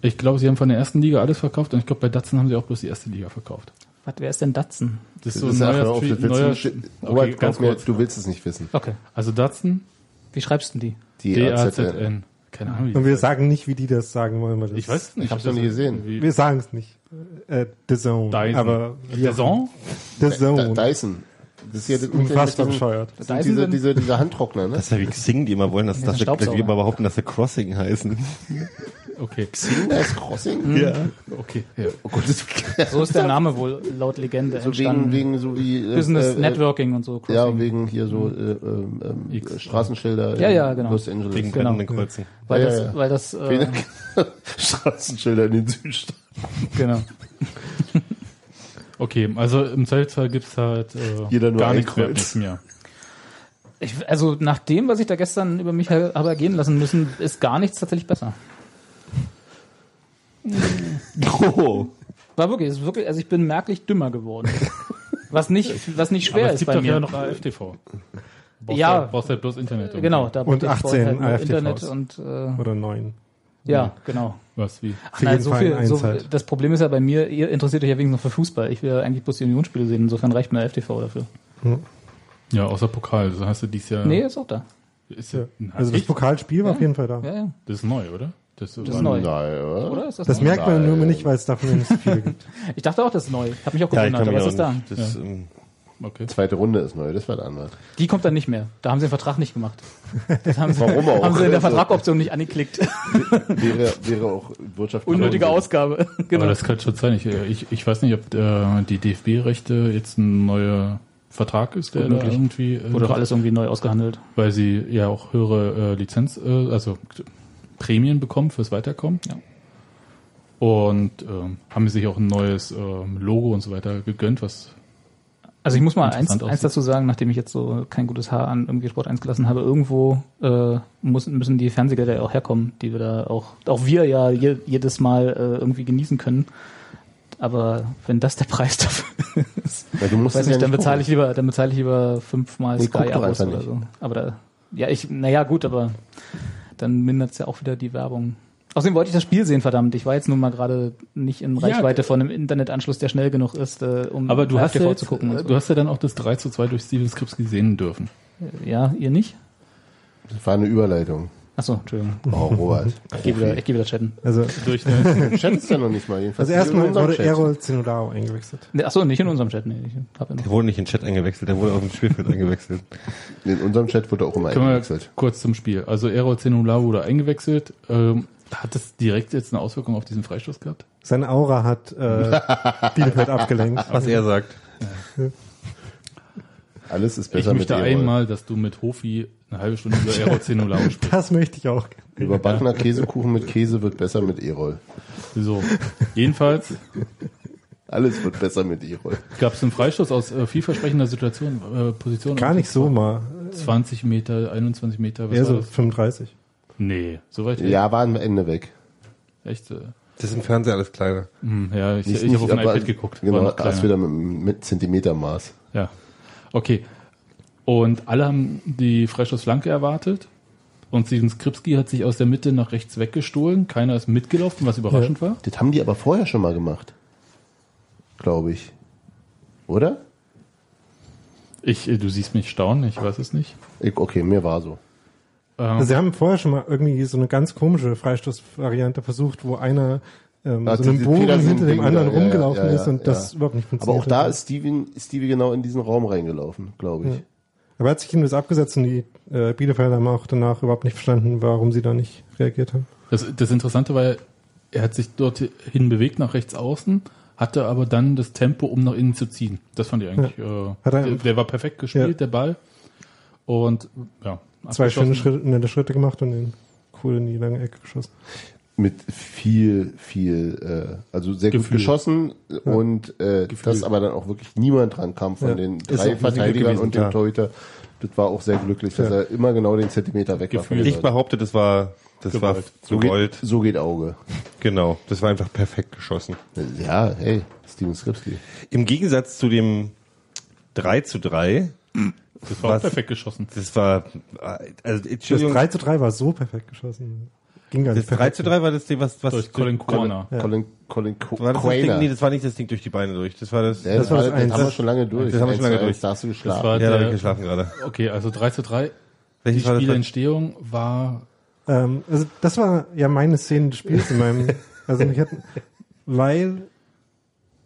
Speaker 1: ich glaube, sie haben von der ersten Liga alles verkauft und ich glaube, bei Datsun haben sie auch bloß die erste Liga verkauft.
Speaker 4: Was, wer ist denn Datsun?
Speaker 1: Das ist
Speaker 2: Das ist einfach auf,
Speaker 1: Street-
Speaker 2: das willst du
Speaker 1: neuer-
Speaker 2: nicht-
Speaker 1: Okay,
Speaker 2: Robert,
Speaker 1: ganz
Speaker 2: glaub mir,
Speaker 1: kurz.
Speaker 2: du willst es nicht wissen.
Speaker 4: Okay.
Speaker 1: Also Datsun,
Speaker 4: Wie schreibst du die?
Speaker 2: Die AZN.
Speaker 1: DAZN. Keine Ahnung. wie
Speaker 5: Und
Speaker 1: die
Speaker 5: wir
Speaker 1: heißt.
Speaker 5: sagen nicht, wie die das sagen wollen. Weil das
Speaker 1: ich weiß es nicht.
Speaker 2: Ich hab's noch nie
Speaker 1: Das-
Speaker 2: gesehen.
Speaker 1: wie-
Speaker 5: Wir sagen es nicht. Äh, The Zone.
Speaker 1: Dyson.
Speaker 5: Aber
Speaker 1: Der Song?
Speaker 5: The Zone.
Speaker 2: Da- Dyson. Das ist ja das
Speaker 5: Unfassbar
Speaker 2: mit diesem-
Speaker 5: bescheuert.
Speaker 2: das
Speaker 4: Dyson
Speaker 2: sind diese,
Speaker 4: sind-
Speaker 2: diese, diese Handtrockner, ne?
Speaker 3: Das ist ja wie Xing, die immer wollen, dass, dass, dass
Speaker 4: Staubsauger.
Speaker 3: wir immer behaupten, dass sie Crossing heißen.
Speaker 1: Okay.
Speaker 2: Das ist Crossing.
Speaker 3: Ja.
Speaker 1: Okay. Ja.
Speaker 2: Mhm. Oh Gott, das
Speaker 4: So ist der Name wohl laut Legende
Speaker 2: so
Speaker 4: entstanden.
Speaker 2: wegen, wegen so wie äh,
Speaker 4: Business
Speaker 2: äh,
Speaker 4: Networking und so.
Speaker 2: Ja,
Speaker 4: Crossing.
Speaker 2: wegen hier so äh, ähm, ähm,
Speaker 1: X.
Speaker 2: Straßenschilder in
Speaker 4: Ja, ja, genau.
Speaker 2: Los Angeles.
Speaker 3: Wegen
Speaker 4: Genau.
Speaker 3: brennenden Kreuzen.
Speaker 4: weil
Speaker 2: ja,
Speaker 4: das,
Speaker 2: ja.
Speaker 4: weil das, äh,
Speaker 2: Wegen- Straßenschilder in den Südstaaten.
Speaker 4: genau.
Speaker 1: Okay, also im Zweifelsfall gibt's halt äh,
Speaker 2: Jeder nur
Speaker 1: gar
Speaker 2: ein
Speaker 1: nichts mehr.
Speaker 2: Kreuz.
Speaker 1: mehr.
Speaker 4: Ich, also nach dem, was ich da gestern über mich habe ergehen lassen müssen, ist gar nichts tatsächlich besser.
Speaker 3: Oh.
Speaker 4: War wirklich, ist wirklich, also ich bin merklich dümmer geworden. Was nicht, was nicht schwer
Speaker 1: Aber es
Speaker 4: ist
Speaker 1: gibt
Speaker 4: bei
Speaker 1: doch
Speaker 4: mir.
Speaker 1: ja noch AfTV. Brauchst
Speaker 4: Ja.
Speaker 1: Halt, brauchst halt bloß Internet. und-
Speaker 4: Genau, da braucht
Speaker 5: Und
Speaker 4: die Sport
Speaker 5: 18
Speaker 4: halt nur
Speaker 5: AfTVs.
Speaker 4: Internet und äh,
Speaker 5: Oder neun.
Speaker 4: ja, genau.
Speaker 1: Was, wie?
Speaker 4: Ach,
Speaker 5: Für
Speaker 4: nein,
Speaker 5: jeden
Speaker 4: so
Speaker 5: Fall
Speaker 4: viel,
Speaker 5: eins
Speaker 4: so,
Speaker 5: halt.
Speaker 4: Das Problem ist ja bei mir, ihr interessiert euch ja wenigstens noch für Fußball. Ich will ja eigentlich bloß die Unionsspiele sehen, insofern reicht mir FTV dafür.
Speaker 1: Ja, außer Pokal. So hast du dies Jahr.
Speaker 4: Nee, ist auch da.
Speaker 1: Ist ja,
Speaker 5: Ja. Also das
Speaker 1: Echt?
Speaker 5: Pokalspiel war auf jeden Fall da.
Speaker 4: Ja, ja.
Speaker 1: das ist neu, oder? Das,
Speaker 4: Das ist neu.
Speaker 2: Naja.
Speaker 4: Oder? Ist das,
Speaker 5: Das
Speaker 4: neu?
Speaker 5: merkt man nur nicht, weil es davon nicht so viel gibt.
Speaker 4: Ich dachte auch, das ist neu. Ich habe mich auch
Speaker 3: Ja, ich
Speaker 4: gewundert,
Speaker 3: kann
Speaker 4: aber
Speaker 3: mich
Speaker 4: es
Speaker 3: auch
Speaker 4: ist da.
Speaker 3: nicht. Das, ähm,
Speaker 1: Okay.
Speaker 2: Zweite Runde ist neu, das war der andere.
Speaker 4: Die kommt dann nicht mehr. Da haben sie den Vertrag nicht gemacht. Das haben sie,
Speaker 2: Warum auch?
Speaker 4: Haben sie in der
Speaker 2: Also-
Speaker 4: Vertragoption nicht angeklickt.
Speaker 2: Wäre, wäre auch wirtschaftlich.
Speaker 4: Unnötige
Speaker 2: Unsinn.
Speaker 4: Ausgabe.
Speaker 1: Aber
Speaker 4: genau.
Speaker 1: das kann schon sein. Ich, äh, ich, ich weiß nicht, ob äh, die DFB-Rechte jetzt ein neuer Vertrag ist, der da
Speaker 4: Unmöglich.
Speaker 1: irgendwie. Äh,
Speaker 4: Wurde doch alles irgendwie neu ausgehandelt.
Speaker 1: Weil sie ja auch höhere äh, Lizenz, äh, also Prämien bekommen fürs Weiterkommen. äh,
Speaker 4: Ja.
Speaker 1: Und ähm, haben sich auch ein neues ähm, Logo und so weiter gegönnt, was
Speaker 4: Also ich muss mal eins,
Speaker 1: Interessant
Speaker 4: eins
Speaker 1: aussieht.
Speaker 4: dazu sagen, nachdem ich jetzt so kein gutes Haar an irgendwie Sport 1 gelassen habe, irgendwo äh, muss, müssen die Fernsehgelder ja auch herkommen, die wir da auch, auch wir ja je, jedes Mal äh, irgendwie genießen können. Aber wenn das der Preis dafür ist,
Speaker 2: Ja, du musst
Speaker 4: weiß
Speaker 2: es
Speaker 4: nicht,
Speaker 2: ja
Speaker 4: dann
Speaker 2: nicht
Speaker 4: bezahle ich lieber, dann bezahle ich lieber fünfmal
Speaker 2: Nee, guck
Speaker 4: Sky
Speaker 2: doch
Speaker 4: Abos
Speaker 2: einfach
Speaker 4: oder
Speaker 2: nicht.
Speaker 4: so. Aber da, ja, ich, naja, gut, aber dann mindert's ja auch wieder die Werbung. Außerdem wollte ich das Spiel sehen, verdammt. Ich war jetzt nun mal gerade nicht in
Speaker 1: Ja,
Speaker 4: Reichweite
Speaker 1: äh,
Speaker 4: von einem Internetanschluss, der schnell genug ist, äh, um
Speaker 1: Aber du
Speaker 4: live
Speaker 1: hast, ja
Speaker 4: TV
Speaker 1: jetzt,
Speaker 4: zu gucken. und
Speaker 1: äh,
Speaker 4: so.
Speaker 1: du hast ja dann auch das 3 zu 2 durch Steven Scripps gesehen dürfen.
Speaker 4: Ja, ihr nicht?
Speaker 2: Das war eine Überleitung.
Speaker 4: Achso, Entschuldigung.
Speaker 2: Oh, Robert.
Speaker 4: Ich gehe wieder, ich geh wieder chatten.
Speaker 5: Also,
Speaker 1: Durch eine,
Speaker 2: Schätzt ja noch nicht mal jedenfalls.
Speaker 5: also erstmal wurde Errol Zenodaro eingewechselt.
Speaker 4: Nee, Achso, nicht in unserem Chat. Nee, ich hab ja
Speaker 3: Der
Speaker 4: noch.
Speaker 3: wurde nicht in den Chat eingewechselt, der wurde auf dem Spielfeld eingewechselt.
Speaker 2: In unserem Chat wurde auch immer
Speaker 1: können wir
Speaker 2: eingewechselt.
Speaker 1: kurz zum Spiel. Also Errol Zenula wurde eingewechselt. Ähm, hat das direkt jetzt eine Auswirkung auf diesen Freistoß gehabt?
Speaker 5: Seine Aura hat äh, Bielefeld abgelenkt.
Speaker 3: Was er sagt.
Speaker 2: Alles ist
Speaker 1: Ich
Speaker 2: besser mit
Speaker 1: möchte
Speaker 2: Errol.
Speaker 1: einmal, dass du mit Hofi eine halbe Stunde über Errol Zenula sprichst.
Speaker 5: Das möchte ich auch.
Speaker 2: Überbackener Käsekuchen mit Käse wird besser mit Erol.
Speaker 1: So. Jedenfalls
Speaker 2: Alles wird besser mit Erol.
Speaker 1: gab es einen Freistoß aus äh, vielversprechender Situation, äh, Position.
Speaker 5: Gar nicht so mal.
Speaker 1: 20 Meter, 21 Meter, was
Speaker 5: Eher
Speaker 1: war
Speaker 5: so
Speaker 1: das?
Speaker 5: 35.
Speaker 1: Nee, so weit weg.
Speaker 2: Ja, war am Ende weg.
Speaker 1: Echt? äh,
Speaker 3: Das ist im Fernseher alles kleiner.
Speaker 1: hm, ja, ich,
Speaker 2: Nicht-
Speaker 1: ich habe auf
Speaker 2: nicht,
Speaker 1: ein
Speaker 2: aber-
Speaker 1: iPad geguckt. War
Speaker 2: Genau,
Speaker 1: noch kleiner.
Speaker 2: das wieder mit, mit Zentimetermaß.
Speaker 1: Ja. Okay. Und alle haben die Freistoßflanke erwartet. Und Steven Skripski hat sich aus der Mitte nach rechts weggestohlen. Keiner ist mitgelaufen, was überraschend war.
Speaker 2: Das haben die aber vorher schon mal gemacht. Glaube ich. Oder?
Speaker 1: Ich, äh, du siehst mich staunen, ich weiß es nicht.
Speaker 2: Ich, okay, mir war so.
Speaker 1: Ähm,
Speaker 5: Also sie haben vorher schon mal irgendwie so eine ganz komische Freistoßvariante versucht, wo einer ähm,
Speaker 2: Ah,
Speaker 5: so einen
Speaker 2: dieses
Speaker 5: Bogen
Speaker 2: Petersen-Ding
Speaker 5: hinter dem
Speaker 2: da,
Speaker 5: anderen
Speaker 2: ja, ja,
Speaker 5: rumgelaufen
Speaker 2: ja, ja,
Speaker 5: ist und das
Speaker 2: ja.
Speaker 5: überhaupt nicht
Speaker 2: Aber
Speaker 5: funktioniert
Speaker 2: auch da
Speaker 5: hat.
Speaker 2: ist Stevie, Stevie genau in diesen Raum reingelaufen, glaube ich.
Speaker 5: Aber er hat sich hinterher abgesetzt und die äh, Bielefelder haben auch danach überhaupt nicht verstanden, warum sie da nicht reagiert haben.
Speaker 1: das, das Interessante war, er hat sich dorthin bewegt, nach rechts außen, hatte aber dann das Tempo, um nach innen zu ziehen. Das fand ich eigentlich, äh,
Speaker 5: Hat er-
Speaker 1: der, der war perfekt gespielt,
Speaker 5: Ja.
Speaker 1: der Ball. Und, ja.
Speaker 5: Zwei
Speaker 1: abgeschlossen.
Speaker 5: schöne Schritte, schnelle Schritte gemacht und den Kohl in die lange Ecke geschossen.
Speaker 2: Mit viel, viel, äh, also sehr gut
Speaker 1: Gefühl.
Speaker 2: geschossen und äh, dass aber dann auch wirklich niemand dran kam von
Speaker 5: Ja.
Speaker 2: den
Speaker 5: Ist
Speaker 2: drei
Speaker 5: auch
Speaker 2: Verteidigern
Speaker 3: gewesen,
Speaker 2: und dem
Speaker 3: ja.
Speaker 2: Torhüter. Das war auch sehr glücklich, dass
Speaker 5: Ja.
Speaker 2: er immer genau den Zentimeter weg war. von
Speaker 1: Gefühl.
Speaker 2: der
Speaker 3: Ich
Speaker 2: Seite.
Speaker 3: behaupte, das war, das
Speaker 1: Gewollt.
Speaker 3: war
Speaker 2: so
Speaker 3: gewollt.
Speaker 2: geht, so geht Auge.
Speaker 3: Genau. Das war einfach perfekt geschossen.
Speaker 2: Ja, hey, Steven Skripski.
Speaker 3: Im Gegensatz zu dem 3 zu 3,
Speaker 1: Das war auch
Speaker 3: Was?
Speaker 1: perfekt geschossen.
Speaker 3: das war, äh, also,
Speaker 5: Das
Speaker 3: Entschuldigung,
Speaker 5: 3 zu 3 war so perfekt geschossen. Ging gar
Speaker 3: das
Speaker 5: nicht
Speaker 3: 3 zu 3 war das Ding, was, was,
Speaker 1: Durch Colin Corner.
Speaker 2: Colin, Colin Co
Speaker 3: war das das Ding,
Speaker 2: Quainer.
Speaker 3: nee, das war nicht das Ding durch die Beine durch, das war das,
Speaker 2: Ja, das,
Speaker 5: Das war
Speaker 2: war,
Speaker 5: das
Speaker 2: das
Speaker 5: Eins.
Speaker 2: haben wir schon lange durch.
Speaker 3: Das haben wir schon lange
Speaker 2: Eins zu eins,
Speaker 3: durch.
Speaker 2: Da hast du geschlagen.
Speaker 1: Das war
Speaker 3: ja, da hab ich
Speaker 1: der,
Speaker 3: geschlafen gerade.
Speaker 1: okay, also 3 zu 3. Die
Speaker 3: Welches war das?
Speaker 1: Spielentstehung war
Speaker 5: Ähm, also das war ja meine Szene des Spiels in meinem, also mich hat, weil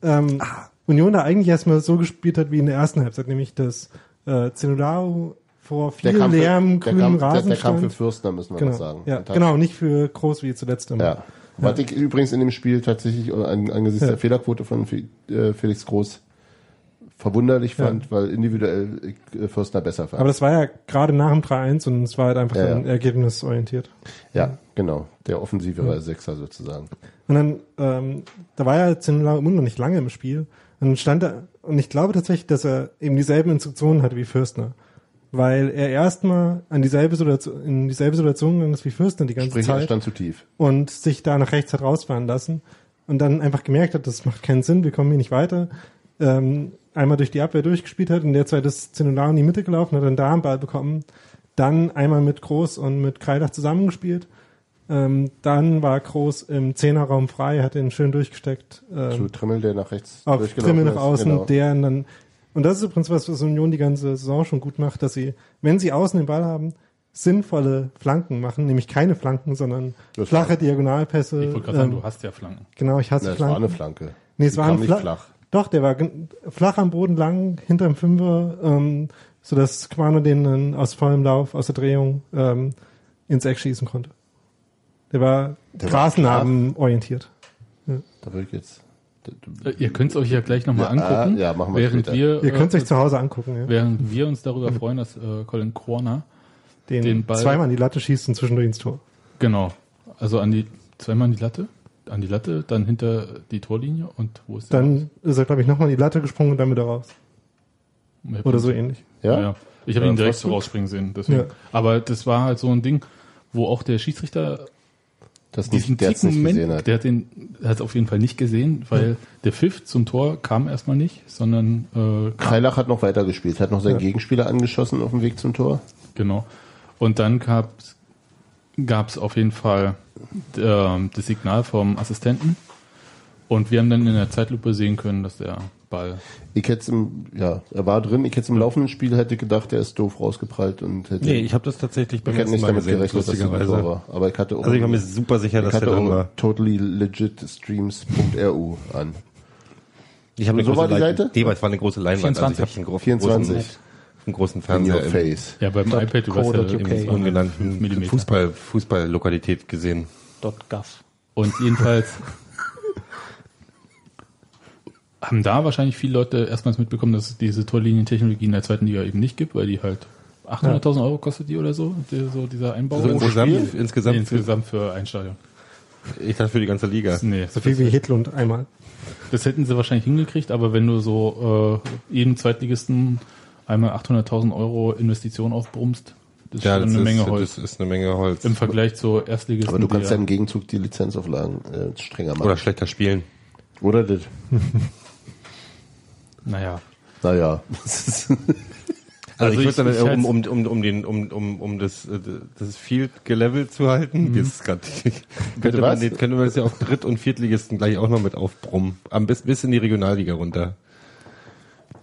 Speaker 5: ähm,
Speaker 2: Ah.
Speaker 5: Union da eigentlich erstmal so gespielt hat wie in der ersten Halbzeit, nämlich dass äh, Zenodaro vor viel Lärm,
Speaker 2: der,
Speaker 5: grünem
Speaker 2: Kampf, der,
Speaker 5: Rasen
Speaker 2: der Kampf für
Speaker 5: stand.
Speaker 2: Fürstner, müssen wir
Speaker 5: Genau,
Speaker 2: noch sagen.
Speaker 5: ja,
Speaker 2: Und hat-
Speaker 5: genau, nicht für Groß wie zuletzt. Immer.
Speaker 2: Ja. Was ich übrigens in dem Spiel tatsächlich äh, an, angesichts
Speaker 5: Ja.
Speaker 2: der Fehlerquote von Fe- äh, Felix Groß verwunderlich fand, weil individuell ich, äh, Fürstner besser fand.
Speaker 5: Aber das war ja gerade nach dem 3-1 und es war halt einfach
Speaker 2: Ja,
Speaker 5: dann
Speaker 2: ja.
Speaker 5: ergebnisorientiert.
Speaker 2: ja, genau. Der offensivere Sechser sozusagen.
Speaker 5: Und dann, ähm, da war ja Zinnola noch nicht lange im Spiel. Und dann stand er, und ich glaube tatsächlich, dass er eben dieselben Instruktionen hatte wie Fürstner. Weil er erstmal an dieselbe Situation, in dieselbe Situation gegangen ist wie Fürstner die ganze
Speaker 2: Sprich, er
Speaker 5: Zeit
Speaker 2: stand zu tief.
Speaker 5: und sich da nach rechts hat rausfahren lassen und dann einfach gemerkt hat, das macht keinen Sinn, wir kommen hier nicht weiter. Ähm, einmal durch die Abwehr durchgespielt hat, in der Zeit ist Zinnola in die Mitte gelaufen, hat dann da einen Ball bekommen, dann einmal mit Groß und mit Kreidach zusammengespielt. Ähm, dann war Groß im Zehnerraum frei, hat ihn schön durchgesteckt.
Speaker 2: Zu
Speaker 5: Ähm,
Speaker 2: Trimmel, der nach rechts
Speaker 5: auf
Speaker 2: durchgelaufen
Speaker 5: Trimmel nach
Speaker 2: ist,
Speaker 5: außen,
Speaker 2: genau.
Speaker 5: der ihn dann. Und das ist übrigens was, was Union die ganze Saison schon gut macht, dass sie, wenn sie außen den Ball haben, sinnvolle Flanken machen, nämlich keine Flanken, sondern
Speaker 2: Das
Speaker 5: flache
Speaker 2: war-
Speaker 5: Diagonalpässe.
Speaker 1: Ich wollte gerade sagen,
Speaker 5: ähm,
Speaker 1: du hast ja Flanken.
Speaker 5: genau, ich hasse
Speaker 2: Na, das war
Speaker 5: Flanken.
Speaker 2: eine Flanke.
Speaker 5: nee, es
Speaker 2: Die
Speaker 5: war
Speaker 2: kam
Speaker 5: ein
Speaker 2: nicht
Speaker 5: Fla
Speaker 2: flach.
Speaker 5: Doch, der war gen- flach am Boden lang, hinterm Fünfer, ähm, sodass Quano den dann aus vollem Lauf, aus der Drehung ähm, ins Eck schießen konnte. Der war
Speaker 2: Der war
Speaker 5: Grasnarben orientiert.
Speaker 2: Da will ich jetzt.
Speaker 1: Äh, Ihr könnt es euch ja gleich nochmal
Speaker 2: Ja, äh,
Speaker 1: angucken.
Speaker 2: ja, machen wir
Speaker 1: während
Speaker 2: später.
Speaker 1: wir,
Speaker 5: Ihr könnt
Speaker 1: äh,
Speaker 5: es euch zu Hause angucken, ja.
Speaker 1: während wir uns darüber freuen, dass äh, Colin Corner,
Speaker 5: den,
Speaker 1: den Ball-
Speaker 5: zweimal in die Latte schießt und zwischendurch ins Tor.
Speaker 1: genau, also an die zweimal an die Latte, an die Latte, dann hinter die Torlinie und wo ist der?
Speaker 5: Dann ist er, glaube ich, nochmal in die Latte gesprungen und dann wieder raus. oder so ähnlich.
Speaker 1: Ja.
Speaker 2: Ja?
Speaker 1: Ich habe ihn
Speaker 2: Ja,
Speaker 1: direkt
Speaker 2: fast
Speaker 1: so
Speaker 2: gut.
Speaker 1: rausspringen sehen. Deswegen.
Speaker 5: Ja.
Speaker 1: Aber das war halt so ein Ding, wo auch der Schiedsrichter
Speaker 2: Das
Speaker 1: diesen
Speaker 2: nicht, der es
Speaker 1: dicken
Speaker 2: nicht
Speaker 1: Moment,
Speaker 2: gesehen hat.
Speaker 1: der hat den hat es auf jeden Fall nicht gesehen, weil der Pfiff zum Tor kam erstmal nicht, sondern äh,
Speaker 2: Kreilach hat noch weitergespielt, hat noch seinen Gegenspieler angeschossen auf dem Weg zum Tor.
Speaker 1: Genau. Und dann gab's gab's auf jeden Fall ähm, das Signal vom Assistenten. Und wir haben dann in der Zeitlupe sehen können, dass der Ball.
Speaker 2: Ich hätte im, ja, er war drin, ich hätte im laufenden Spiel hätte gedacht, der ist doof rausgeprallt und hätte.
Speaker 3: Nee, ich habe das tatsächlich beim
Speaker 2: ich hätte
Speaker 3: ersten
Speaker 2: nicht
Speaker 3: Mal
Speaker 2: damit
Speaker 3: gesehen,
Speaker 2: gerechnet, dass es ein Tor
Speaker 3: lustigerweise.
Speaker 2: war. Aber ich hatte auch,
Speaker 3: Also ich war mir super sicher,
Speaker 2: ich
Speaker 3: dass der
Speaker 2: hatte
Speaker 3: drin
Speaker 2: auch
Speaker 3: war.
Speaker 2: totallylegitstreams.ru an.
Speaker 3: Ich habe eine
Speaker 2: So
Speaker 3: große
Speaker 2: war die
Speaker 3: Leinwand.
Speaker 2: Seite?
Speaker 3: Nee, weil es war eine große Leinwand. Also ich
Speaker 4: 24.
Speaker 3: habe einen, gro
Speaker 2: 24.
Speaker 3: großen, einen großen
Speaker 2: In your
Speaker 3: Fernseher im
Speaker 2: face.
Speaker 1: Ja, beim iPad, du warst ja
Speaker 4: co.uk.
Speaker 1: irgendwie so fünf
Speaker 3: ungenannten
Speaker 1: Millimeter.
Speaker 3: Fußball, Fußballlokalität gesehen.
Speaker 4: .gov.
Speaker 1: Und jedenfalls haben da wahrscheinlich viele Leute erstmals mitbekommen, dass es diese Torlinientechnologie in der zweiten Liga eben nicht gibt, weil die halt 800.000 Euro kostet die oder so, die, so dieser Einbau.
Speaker 3: Also insgesamt,
Speaker 1: nee,
Speaker 3: insgesamt,
Speaker 1: insgesamt für ein Stadion.
Speaker 3: ich dachte für die ganze Liga.
Speaker 1: Nee,
Speaker 5: So viel wie Hitlund einmal.
Speaker 1: Das hätten sie wahrscheinlich hingekriegt, aber wenn du so äh, jedem Zweitligisten einmal 800.000 Euro Investition aufbrummst, das ist
Speaker 3: Ja,
Speaker 1: schon
Speaker 3: das
Speaker 1: eine
Speaker 3: ist,
Speaker 1: Menge Holz.
Speaker 3: das ist eine Menge Holz.
Speaker 1: Im Vergleich zu Erstligisten.
Speaker 2: Aber du kannst
Speaker 1: die
Speaker 2: ja im Gegenzug die Lizenzauflagen äh, strenger machen.
Speaker 3: Oder schlechter spielen.
Speaker 2: Oder das?
Speaker 1: Naja.
Speaker 2: Naja.
Speaker 3: Also, ich
Speaker 1: ich-
Speaker 3: würde
Speaker 1: ich
Speaker 3: dann, um, um, um, um, den, um, um, um das, äh, das Field gelevelt zu halten,
Speaker 1: Mhm.
Speaker 3: wie ist es grad, könnte, man,
Speaker 2: was?
Speaker 3: den- könnte man das ja auf Dritt- und Viertligisten gleich auch noch mit aufbrummen. Am bis, bis in die Regionalliga runter.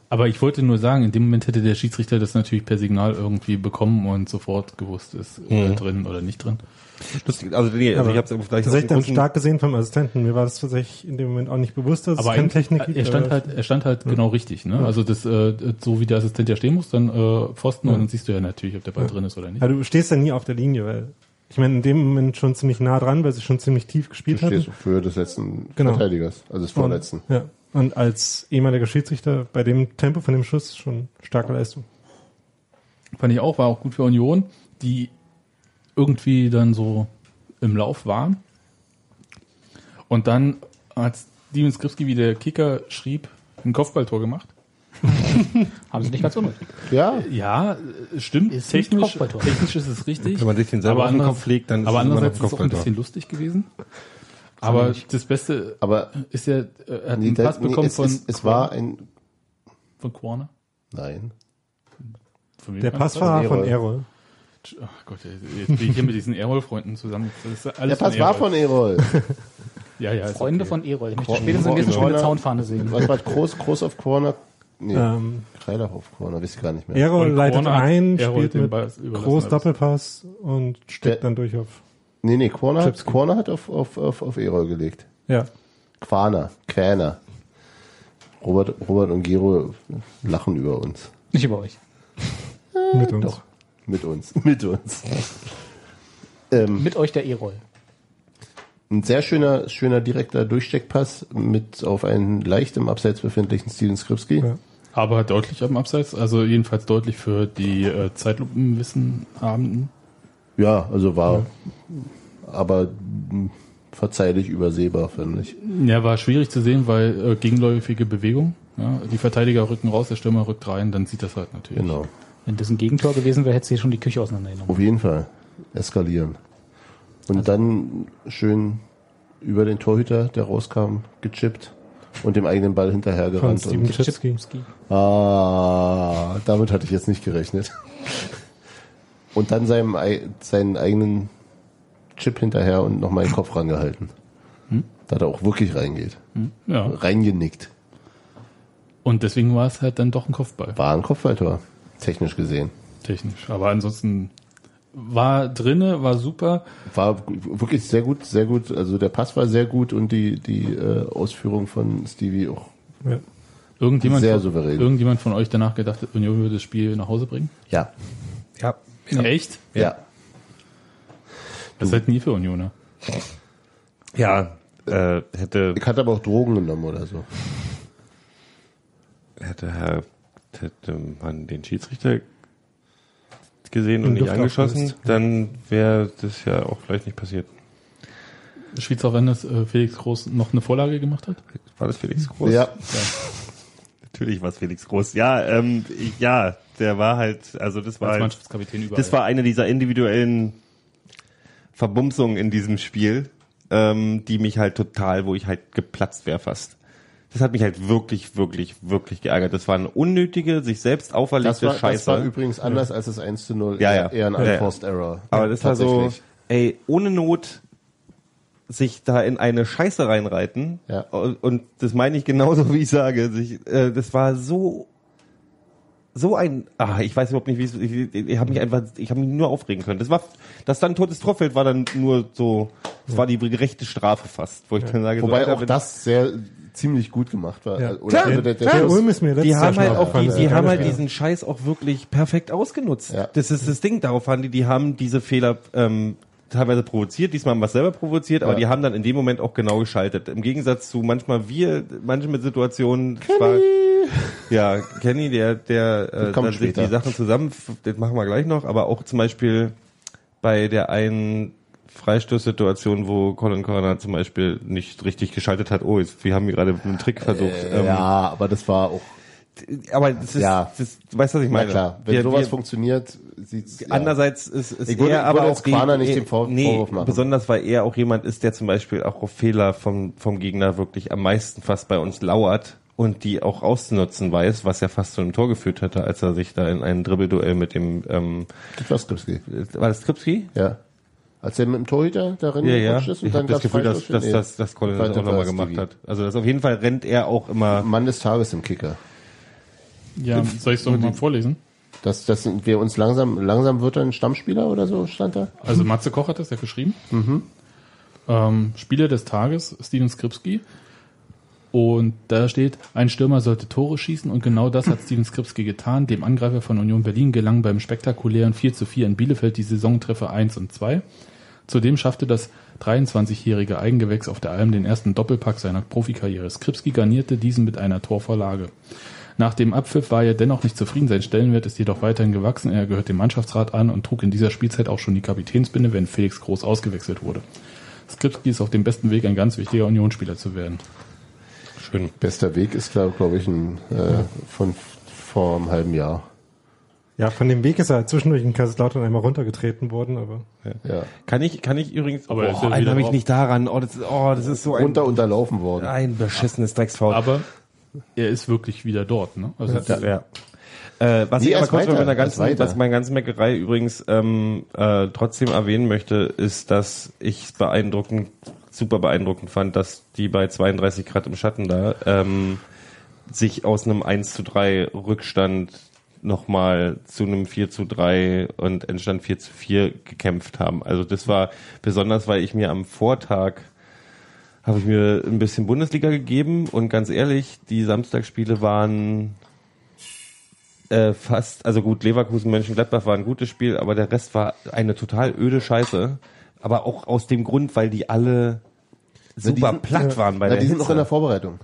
Speaker 1: Aber ich wollte nur sagen, in dem Moment hätte der Schiedsrichter das natürlich per Signal irgendwie bekommen und sofort gewusst ist,
Speaker 3: Mhm.
Speaker 1: äh, drin oder nicht drin.
Speaker 3: Lustig, also nee, also
Speaker 5: Aber
Speaker 3: ich habe es vielleicht
Speaker 5: Tatsächlich dann
Speaker 3: aus dem Grund-
Speaker 5: stark gesehen vom Assistenten. Mir war das tatsächlich in dem Moment auch nicht bewusst, dass
Speaker 1: Aber
Speaker 5: es keine
Speaker 1: eigentlich-
Speaker 5: Technik
Speaker 1: er stand
Speaker 5: aber-
Speaker 1: halt, er stand halt genau richtig, ne? Also das, äh, so wie der Assistent ja stehen muss, dann äh, Pfosten und dann siehst du ja natürlich, ob der Ball drin ist oder nicht.
Speaker 5: Ja, du stehst ja nie auf der Linie, weil ich meine, in dem Moment schon ziemlich nah dran, weil sie schon ziemlich tief
Speaker 2: Du
Speaker 5: gespielt
Speaker 2: stehst
Speaker 5: hatten.
Speaker 2: für des letzten
Speaker 5: Genau.
Speaker 2: Verteidigers, also des vorletzten.
Speaker 5: Und, ja. Und als ehemaliger Schiedsrichter bei dem Tempo von dem Schuss schon starke Leistung.
Speaker 1: Fand ich auch, war auch gut für Union, die irgendwie dann so im Lauf waren. Und dann hat Steven Skripski, wie der Kicker schrieb, ein Kopfballtor gemacht.
Speaker 4: Haben sie nicht ganz unrecht.
Speaker 2: Ja,
Speaker 1: Ja, äh, stimmt.
Speaker 4: Ist ein
Speaker 1: technisch,
Speaker 4: Kopfballtor.
Speaker 1: technisch ist es richtig.
Speaker 3: Wenn man sich den selber auf den
Speaker 1: andererseits-
Speaker 3: Kopf legt, dann ist
Speaker 1: aber
Speaker 3: es immer noch
Speaker 1: andererseits ist
Speaker 3: ein
Speaker 1: es auch ein
Speaker 3: Kopfballtor.
Speaker 1: bisschen lustig gewesen. Aber das Beste
Speaker 2: aber
Speaker 1: ist ja, äh, er hat
Speaker 2: nee,
Speaker 1: einen
Speaker 2: das,
Speaker 1: Pass
Speaker 2: nee,
Speaker 1: bekommen
Speaker 2: es,
Speaker 1: von,
Speaker 2: es, es war ein.
Speaker 1: von Corner.
Speaker 2: Nein.
Speaker 1: Von wem
Speaker 5: Der
Speaker 1: war
Speaker 5: Pass
Speaker 1: das?
Speaker 5: war
Speaker 2: Erol.
Speaker 5: von Erol.
Speaker 1: Ach Gott, jetzt bin ich hier mit diesen Errol-Freunden zusammen. Das ist
Speaker 2: Der
Speaker 1: alles
Speaker 2: Pass war
Speaker 1: Errol.
Speaker 2: von Erol.
Speaker 1: ja, ja, ist
Speaker 4: Freunde
Speaker 1: okay.
Speaker 4: von Erol. Ich möchte
Speaker 2: Cor-
Speaker 4: spätestens in
Speaker 2: Cor-
Speaker 4: diesem Spiel eine
Speaker 2: Corner-
Speaker 4: Zaunfahne sehen.
Speaker 2: Was war groß, groß auf Corner? Nee,
Speaker 5: Ähm,
Speaker 2: Kreilach auf Corner, weiß ich gar nicht mehr.
Speaker 5: Erol
Speaker 1: Und
Speaker 5: leitet
Speaker 1: Corner hat
Speaker 5: ein,
Speaker 1: Erol
Speaker 5: spielt
Speaker 1: den
Speaker 5: mit
Speaker 1: Ball überlassen
Speaker 5: groß
Speaker 1: alles.
Speaker 5: Doppelpass und steckt
Speaker 2: Der-
Speaker 5: dann durch auf.
Speaker 2: Nee, nee, Corner hat,
Speaker 5: Klipski.
Speaker 2: Corner hat auf, auf, auf, auf Erol gelegt.
Speaker 5: Ja.
Speaker 2: Quaner, Quäner. Robert, Robert und Gero lachen über uns.
Speaker 4: Nicht über euch.
Speaker 5: Mit uns.
Speaker 4: doch.
Speaker 2: Mit uns. Mit uns. ähm,
Speaker 4: Mit euch der Erol.
Speaker 2: ein sehr schöner, schöner direkter Durchsteckpass mit auf einen leicht im Abseits befindlichen Steven Skripski.
Speaker 5: Ja.
Speaker 1: Aber deutlich am Abseits, also jedenfalls deutlich für die äh, Zeitlupenwissen-Abenden.
Speaker 2: Ja, also war, aber mh, verzeihlich übersehbar, finde ich.
Speaker 1: Ja, war schwierig zu sehen, weil äh, gegenläufige Bewegung. Ja, die Verteidiger rücken raus, der Stürmer rückt rein, dann sieht das halt natürlich.
Speaker 2: Genau.
Speaker 4: Wenn das ein Gegentor gewesen wäre, hätte sie schon die Küche auseinandergenommen.
Speaker 2: Auf jeden Fall. Eskalieren. Und
Speaker 5: Also
Speaker 2: dann schön über den Torhüter, der rauskam, gechippt und dem eigenen Ball
Speaker 5: Von
Speaker 2: hinterhergerannt.
Speaker 5: Steven
Speaker 2: Und,
Speaker 5: Chipski.
Speaker 2: ah, damit hatte ich jetzt nicht gerechnet. Und dann seinem, ei- seinen eigenen Chip hinterher und nochmal den Kopf rangehalten.
Speaker 5: Hm?
Speaker 2: Da er auch wirklich reingeht.
Speaker 1: Ja.
Speaker 2: Reingenickt.
Speaker 1: Und deswegen war es halt dann doch ein Kopfball,
Speaker 2: War ein Kopfballtor, technisch gesehen.
Speaker 1: technisch. Aber ansonsten war drinne, war super.
Speaker 2: War wirklich sehr gut, sehr gut. Also der Pass war sehr gut und die, die äh, Ausführung von Stevie auch
Speaker 5: Ja.
Speaker 1: Irgendjemand,
Speaker 2: Sehr
Speaker 1: von-
Speaker 2: souverän.
Speaker 1: irgendjemand von euch danach gedacht, Union würde das Spiel nach Hause bringen?
Speaker 2: Ja.
Speaker 3: Ja.
Speaker 1: Echt?
Speaker 2: Ja.
Speaker 1: Das ist halt nie für Unioner.
Speaker 3: Ja, äh, hätte,
Speaker 2: Ich hatte aber auch Drogen genommen oder so.
Speaker 3: hätte Herr, hätte man den Schiedsrichter gesehen und
Speaker 5: In
Speaker 3: nicht
Speaker 5: Luft
Speaker 3: angeschossen,
Speaker 5: aufgelöst.
Speaker 3: dann wäre das ja auch vielleicht nicht passiert.
Speaker 1: Spielt auch wenn das äh, Felix Groß noch eine Vorlage gemacht hat?
Speaker 3: War das Felix Groß?
Speaker 2: Ja.
Speaker 3: Natürlich war es Felix Groß. Ja, ähm, ich, ja, der war halt, also das war
Speaker 1: Als
Speaker 3: halt,
Speaker 1: Mannschaftskapitän überall.
Speaker 3: das war eine dieser individuellen Verbumsungen in diesem Spiel, ähm, die mich halt total, wo ich halt geplatzt wäre fast. Das hat mich halt wirklich, wirklich, wirklich geärgert. Das war eine unnötige, sich selbst
Speaker 2: Das
Speaker 3: auferlegte
Speaker 2: war, das
Speaker 3: Scheiße.
Speaker 2: war übrigens anders als das 1 zu 0.
Speaker 3: Ja, ja.
Speaker 2: Eher ein
Speaker 3: Ja, ja.
Speaker 2: Unforced Error.
Speaker 3: Aber das war so,
Speaker 2: Tatsächlich.
Speaker 3: ey, ohne Not sich da in eine Scheiße reinreiten.
Speaker 2: Ja.
Speaker 3: Und das meine ich genauso, wie ich sage. Sich, äh, das war so, so ein, ah, ich weiß überhaupt nicht, wie es, ich, ich habe mich einfach, ich habe mich nur aufregen können. Das war, das dann totes Torfeld war dann nur so, das war die gerechte Strafe fast, wo ich dann sage, so,
Speaker 2: Wobei
Speaker 3: Alter,
Speaker 2: auch
Speaker 3: wenn-
Speaker 2: das sehr ziemlich gut gemacht war.
Speaker 5: Ja.
Speaker 2: Oder also der, der
Speaker 5: Der
Speaker 2: Schuss-
Speaker 5: Ulm ist mir letztes
Speaker 3: die
Speaker 5: Jahr
Speaker 3: haben
Speaker 5: schon
Speaker 3: halt auch die,
Speaker 5: aufgefallen.
Speaker 3: die
Speaker 5: Ja,
Speaker 3: haben halt
Speaker 5: ja.
Speaker 3: diesen Scheiß auch wirklich perfekt ausgenutzt.
Speaker 2: Ja.
Speaker 3: Das ist das Ding. Darauf haben die, die haben diese Fehler ähm, teilweise provoziert. Diesmal haben wir es selber provoziert, aber
Speaker 2: Ja.
Speaker 3: die haben dann in dem Moment auch genau geschaltet. Im Gegensatz zu manchmal wir, manche mit Situationen. es War, ja, Kenny, der, der äh,
Speaker 2: kommt
Speaker 3: dann sich
Speaker 2: später.
Speaker 3: die Sachen zusammen. Das machen wir gleich noch. Aber auch zum Beispiel bei der einen Freistoßsituation, wo Colin Corner zum Beispiel nicht richtig geschaltet hat. Oh, jetzt, wir haben hier gerade einen Trick versucht. Ähm,
Speaker 2: Äh, ja, aber das war auch,
Speaker 3: aber das ist,
Speaker 2: Ja.
Speaker 3: das, du weißt, was ich
Speaker 2: na
Speaker 3: meine.
Speaker 2: klar, wenn
Speaker 3: Wir-
Speaker 2: sowas
Speaker 3: wir-
Speaker 2: funktioniert, sieht's, ja.
Speaker 3: Andererseits ist, ist
Speaker 2: Ich würde-
Speaker 3: er
Speaker 2: ich
Speaker 3: aber
Speaker 2: würde
Speaker 3: auch
Speaker 2: jetzt Quaner nicht
Speaker 3: eh,
Speaker 2: den Vor-
Speaker 3: nee,
Speaker 2: Vorwurf machen.
Speaker 3: Besonders weil er auch jemand ist, der zum Beispiel auch auf Fehler vom, vom Gegner wirklich am meisten fast bei uns lauert und die auch auszunutzen weiß, was ja fast zu einem Tor geführt hätte, als er sich da in ein Dribbelduell mit dem ähm,
Speaker 2: das war Skripski.
Speaker 3: war das Kripski?
Speaker 2: Ja. Als er mit dem Torhüter darin
Speaker 3: Ja, ja.
Speaker 2: gerutscht ist und
Speaker 3: Ich
Speaker 2: dann
Speaker 3: habe das
Speaker 2: gab's
Speaker 3: Gefühl, dass,
Speaker 2: Freistoß?
Speaker 3: dass,
Speaker 2: Nee.
Speaker 3: dass, dass Colin das
Speaker 2: Weiter
Speaker 3: auch nochmal
Speaker 2: war's,
Speaker 3: gemacht
Speaker 2: Stevie.
Speaker 3: hat. Also das auf jeden Fall rennt er auch immer.
Speaker 2: Mann des Tages im Kicker.
Speaker 1: ja, soll ich es nochmal vorlesen?
Speaker 2: Dass, dass wir uns langsam, langsam wird er ein Stammspieler oder so, stand da?
Speaker 1: Also Matze Koch hat das ja geschrieben. Ähm, Spieler des Tages, Steven Skripski. Und da steht, ein Stürmer sollte Tore schießen und genau das hat Steven Skripski getan. Dem Angreifer von Union Berlin gelangen beim spektakulären 4 zu 4 in Bielefeld die Saisontreffer 1 und 2. Zudem schaffte das 23-jährige Eigengewächs auf der Alm den ersten Doppelpack seiner Profikarriere. Skripski garnierte diesen mit einer Torvorlage. Nach dem Abpfiff war er dennoch nicht zufrieden. Sein Stellenwert ist jedoch weiterhin gewachsen. Er gehört dem Mannschaftsrat an und trug in dieser Spielzeit auch schon die Kapitänsbinde, wenn Felix Groß ausgewechselt wurde. Skripski ist auf dem besten Weg, ein ganz wichtiger Unionsspieler zu werden.
Speaker 3: Schön.
Speaker 2: Bester Weg ist, glaube glaub ich, ein, äh, von vor einem halben Jahr.
Speaker 5: ja, von dem Weg ist er halt zwischendurch in Kaiserslautern einmal runtergetreten worden, aber
Speaker 2: Ja.
Speaker 3: Kann ich, kann ich übrigens.
Speaker 1: Aber er ist
Speaker 3: oh,
Speaker 1: ja wieder
Speaker 3: erinnere mich
Speaker 1: drauf.
Speaker 3: nicht daran. Oh, das ist, oh, das ist so ein,
Speaker 2: Runter unterlaufen worden.
Speaker 3: ein beschissenes Drecksfaul.
Speaker 1: Aber er ist wirklich wieder dort. Ne? Also
Speaker 3: Ja. Äh, was
Speaker 2: Nee,
Speaker 3: ich aber
Speaker 2: erst
Speaker 3: kurz
Speaker 2: weiter,
Speaker 3: bei meiner
Speaker 2: erst
Speaker 3: ganzen,
Speaker 2: weiter.
Speaker 3: was meine ganze Meckerei übrigens ähm, äh, trotzdem erwähnen möchte, ist, dass ich es beeindruckend, super beeindruckend fand, dass die bei 32 Grad im Schatten da ähm, sich aus einem 1 zu 3 Rückstand nochmal zu einem 4 zu 3 und Endstand 4 zu 4 gekämpft haben. Also das war besonders, weil ich mir am Vortag habe ich mir ein bisschen Bundesliga gegeben und ganz ehrlich, die Samstagsspiele waren äh, fast, also gut, Leverkusen, Mönchengladbach war ein gutes Spiel, aber der Rest war eine total öde Scheiße. Aber auch aus dem Grund, weil die alle
Speaker 2: die
Speaker 3: super
Speaker 2: sind- äh,
Speaker 3: platt waren bei
Speaker 2: Na,
Speaker 3: der
Speaker 2: die sind noch
Speaker 3: Hitze.
Speaker 2: in der Vorbereitung.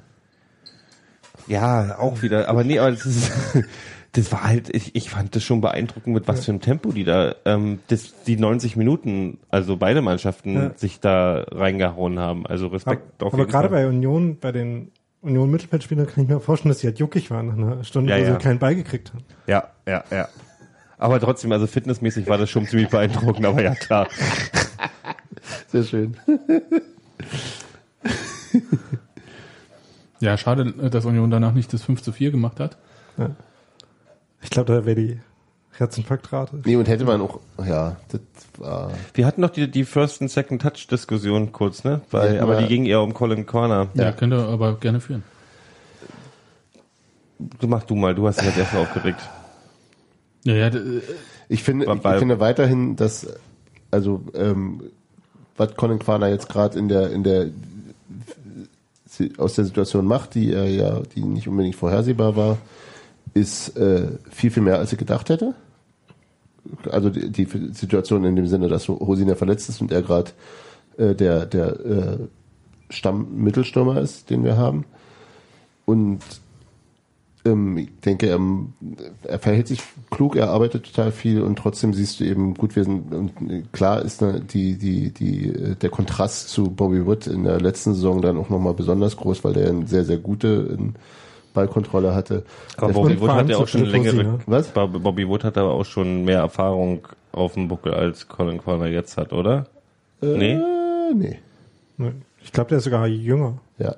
Speaker 3: Ja, auch wieder. Aber nee, aber das ist. Das war halt, ich, ich fand das schon beeindruckend, mit was für einem Tempo die da, ähm, das, die 90 Minuten, also beide Mannschaften
Speaker 5: Ja.
Speaker 3: sich da reingehauen haben. Also
Speaker 5: Aber,
Speaker 3: Respekt auf
Speaker 5: aber
Speaker 3: jeden
Speaker 5: gerade
Speaker 3: Fall.
Speaker 5: bei Union, bei den Union Mittelfeldspielern kann ich mir vorstellen, dass sie halt juckig waren nach einer Stunde,
Speaker 3: Ja,
Speaker 5: wo
Speaker 3: ja.
Speaker 5: sie keinen Ball gekriegt haben.
Speaker 3: Ja, ja, ja. Aber trotzdem, also fitnessmäßig war das schon ziemlich beeindruckend, aber ja klar.
Speaker 2: Sehr schön.
Speaker 1: ja, schade, dass Union danach nicht das 5 zu 4 gemacht hat.
Speaker 5: Ich glaube, da wäre die Herzinfarktrate.
Speaker 2: Nee, und hätte man auch, ja, das war,
Speaker 3: Wir hatten noch die, die First and Second Touch Diskussion kurz, ne? Weil,
Speaker 2: Ja,
Speaker 3: aber die
Speaker 2: aber-
Speaker 3: ging eher um Colin Corner.
Speaker 1: Ja,
Speaker 2: Ja.
Speaker 1: könnt ihr aber gerne führen.
Speaker 3: Du mach du mal, du hast dich als erster aufgeregt.
Speaker 1: Ja, ja, d-
Speaker 2: ich finde, ich,
Speaker 3: Weil-
Speaker 2: ich finde weiterhin, dass, also, ähm, was Colin Quaner jetzt gerade in der, in der, aus der Situation macht, die er ja, die nicht unbedingt vorhersehbar war, ist äh, viel, viel mehr, als ich gedacht hätte. Also die, die Situation in dem Sinne, dass Hosina verletzt ist und er gerade äh, der, der äh, Stammmittelstürmer ist, den wir haben. Und ähm, ich denke, ähm, er verhält sich klug, er arbeitet total viel und trotzdem siehst du eben gut, wir sind, und äh, klar ist ne, die, die, die, äh, der Kontrast zu Bobby Wood in der letzten Saison dann auch nochmal besonders groß, weil der eine sehr, sehr gute, in Ballkontrolle hatte.
Speaker 3: Aber
Speaker 2: Der
Speaker 3: Bobby
Speaker 5: und
Speaker 3: Wood
Speaker 5: vor
Speaker 3: hat
Speaker 5: allem
Speaker 3: ja
Speaker 5: zu
Speaker 3: auch schon
Speaker 5: Schluss
Speaker 3: längere.
Speaker 5: Rosi, ne?
Speaker 2: Was?
Speaker 3: Bob- Bobby Wood hat aber auch schon mehr Erfahrung auf dem Buckel als Colin Corner jetzt hat, oder? nee?
Speaker 2: Äh, nee.
Speaker 5: Ich glaube, der ist sogar jünger.
Speaker 2: Ja,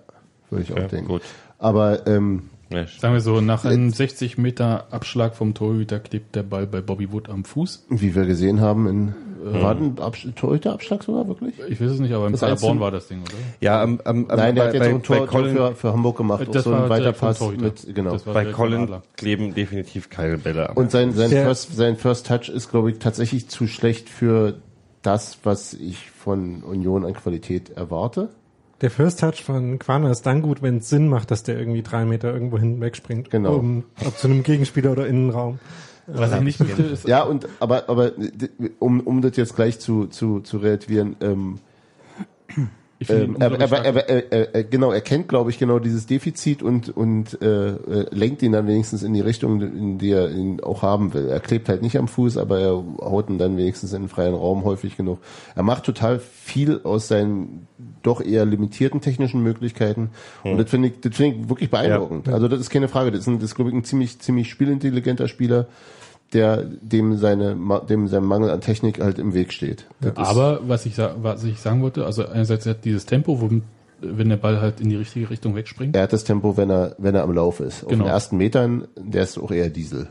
Speaker 2: würde ich auch
Speaker 3: Ja,
Speaker 2: denken.
Speaker 3: gut.
Speaker 2: Aber ähm,
Speaker 3: Ja,
Speaker 1: Sagen wir so, nach einem 60 Meter Abschlag vom Torhüter klebt der Ball bei Bobby Wood am Fuß.
Speaker 2: wie wir gesehen haben, in äh, war ein Absch- Torhüterabschlag sogar wirklich?
Speaker 1: Ich weiß es nicht, aber im
Speaker 2: Das
Speaker 1: Paderborn
Speaker 2: einzige-
Speaker 1: war das Ding, oder?
Speaker 3: ja am, am, am,
Speaker 2: Nein, der
Speaker 3: bei,
Speaker 2: hat jetzt
Speaker 3: bei,
Speaker 2: auch ein Tor,
Speaker 3: bei
Speaker 2: Tor
Speaker 3: Colin,
Speaker 2: für, für Hamburg gemacht, auch so ein
Speaker 1: war direkt vom
Speaker 2: Weiterpass
Speaker 1: Torhüter.
Speaker 2: mit, genau.
Speaker 1: Das war
Speaker 3: bei
Speaker 1: direkt vom
Speaker 3: Colin
Speaker 1: Adler.
Speaker 3: kleben definitiv keine Bälle ab.
Speaker 2: Und sein, sein,
Speaker 5: Der-
Speaker 2: First, sein First Touch ist, glaube ich, tatsächlich zu schlecht für das, was ich von Union an Qualität erwarte.
Speaker 5: Der First Touch von Quana ist dann gut, wenn es Sinn macht, dass der irgendwie drei Meter irgendwo hin wegspringt.
Speaker 2: Genau.
Speaker 5: Um, ob zu einem Gegenspieler oder Innenraum.
Speaker 1: Was ich nicht Also möchte, ist,
Speaker 2: Ja, und aber aber d- um, um das jetzt gleich zu, zu, zu relativieren, ähm,
Speaker 1: ich finde ihn
Speaker 2: ähm, er,
Speaker 1: unglaublich
Speaker 2: er,
Speaker 1: stark.
Speaker 2: er, er, er, er, genau, er kennt, glaube ich, genau dieses Defizit und und äh, äh, lenkt ihn dann wenigstens in die Richtung, in die er ihn auch haben will. Er klebt halt nicht am Fuß, aber er haut ihn dann wenigstens in den freien Raum häufig genug. Er macht total viel aus seinen doch eher limitierten technischen Möglichkeiten. Und das finde ich, das finde ich wirklich beeindruckend. Also das ist keine Frage. Das ist, ein, das ist glaube ich, ein ziemlich, ziemlich spielintelligenter Spieler, der dem seine, Ma- dem sein Mangel an Technik halt im Weg steht. Das ist-
Speaker 1: Aber was ich, sa- was ich sagen wollte, also einerseits hat dieses Tempo, womit, wenn der Ball halt in die richtige Richtung wegspringt.
Speaker 2: Er hat das Tempo, wenn er, wenn er am Lauf ist. Auf
Speaker 1: Genau.
Speaker 2: den ersten Metern, der ist auch eher Diesel.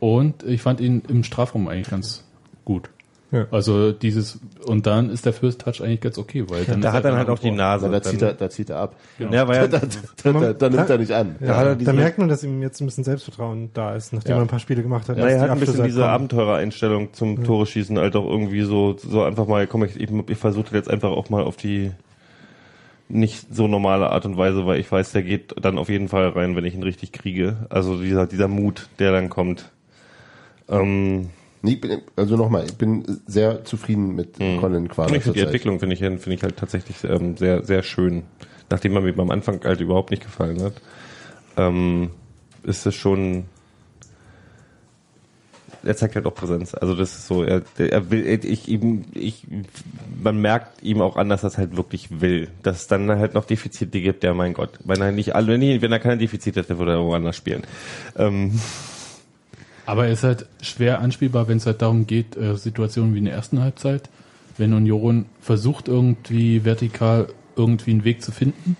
Speaker 1: Und ich fand ihn im Strafraum eigentlich ganz gut.
Speaker 5: Ja.
Speaker 1: Also dieses, und dann ist der First Touch eigentlich ganz okay, weil dann
Speaker 3: da
Speaker 1: ist
Speaker 3: hat dann halt
Speaker 1: genau
Speaker 3: auch die
Speaker 1: am Tor.
Speaker 3: Nase.
Speaker 2: Weil da, zieht er,
Speaker 3: dann-
Speaker 2: da zieht er ab.
Speaker 3: ja, weil
Speaker 2: Da, da,
Speaker 3: er,
Speaker 2: da, da nimmt er nicht an.
Speaker 5: Ne? Ja,
Speaker 3: hat er
Speaker 5: da
Speaker 3: diese-
Speaker 5: merkt man, dass ihm jetzt ein bisschen Selbstvertrauen da ist, nachdem
Speaker 2: Ja.
Speaker 5: er ein paar Spiele gemacht hat.
Speaker 3: Ja,
Speaker 5: dass
Speaker 3: er
Speaker 5: die
Speaker 3: hat ein bisschen
Speaker 5: Abschlüsse
Speaker 3: diese
Speaker 5: kommen.
Speaker 3: Abenteurer-Einstellung zum Tore schießen, halt auch irgendwie so, so einfach mal, komm, ich, ich, ich versuche jetzt einfach auch mal auf die nicht so normale Art und Weise, weil ich weiß, der geht dann auf jeden Fall rein, wenn ich ihn richtig kriege. Also dieser, dieser Mut, der dann kommt. Ähm,
Speaker 2: Nee, ich bin, also nochmal, ich bin sehr zufrieden mit Colin Quader.
Speaker 3: ich find Hm. die
Speaker 2: zurzeit.
Speaker 3: Entwicklung finde ich, finde ich halt tatsächlich ähm, sehr, sehr schön. Nachdem man mir am Anfang halt überhaupt nicht gefallen hat, ähm, ist es schon. Er zeigt halt auch Präsenz. Also das ist so, er, der- er will, ich, ich, ihm- ich, man merkt ihm auch an, dass er es halt wirklich will. Dass es dann halt noch Defizite gibt, ja mein Gott. Wenn er nicht alle, wenn, ich- wenn er keine Defizite hätte, würde er woanders spielen. Ähm,
Speaker 1: Aber er ist halt schwer anspielbar, wenn es halt darum geht, äh, Situationen wie in der ersten Halbzeit, wenn Union versucht, irgendwie vertikal irgendwie einen Weg zu finden.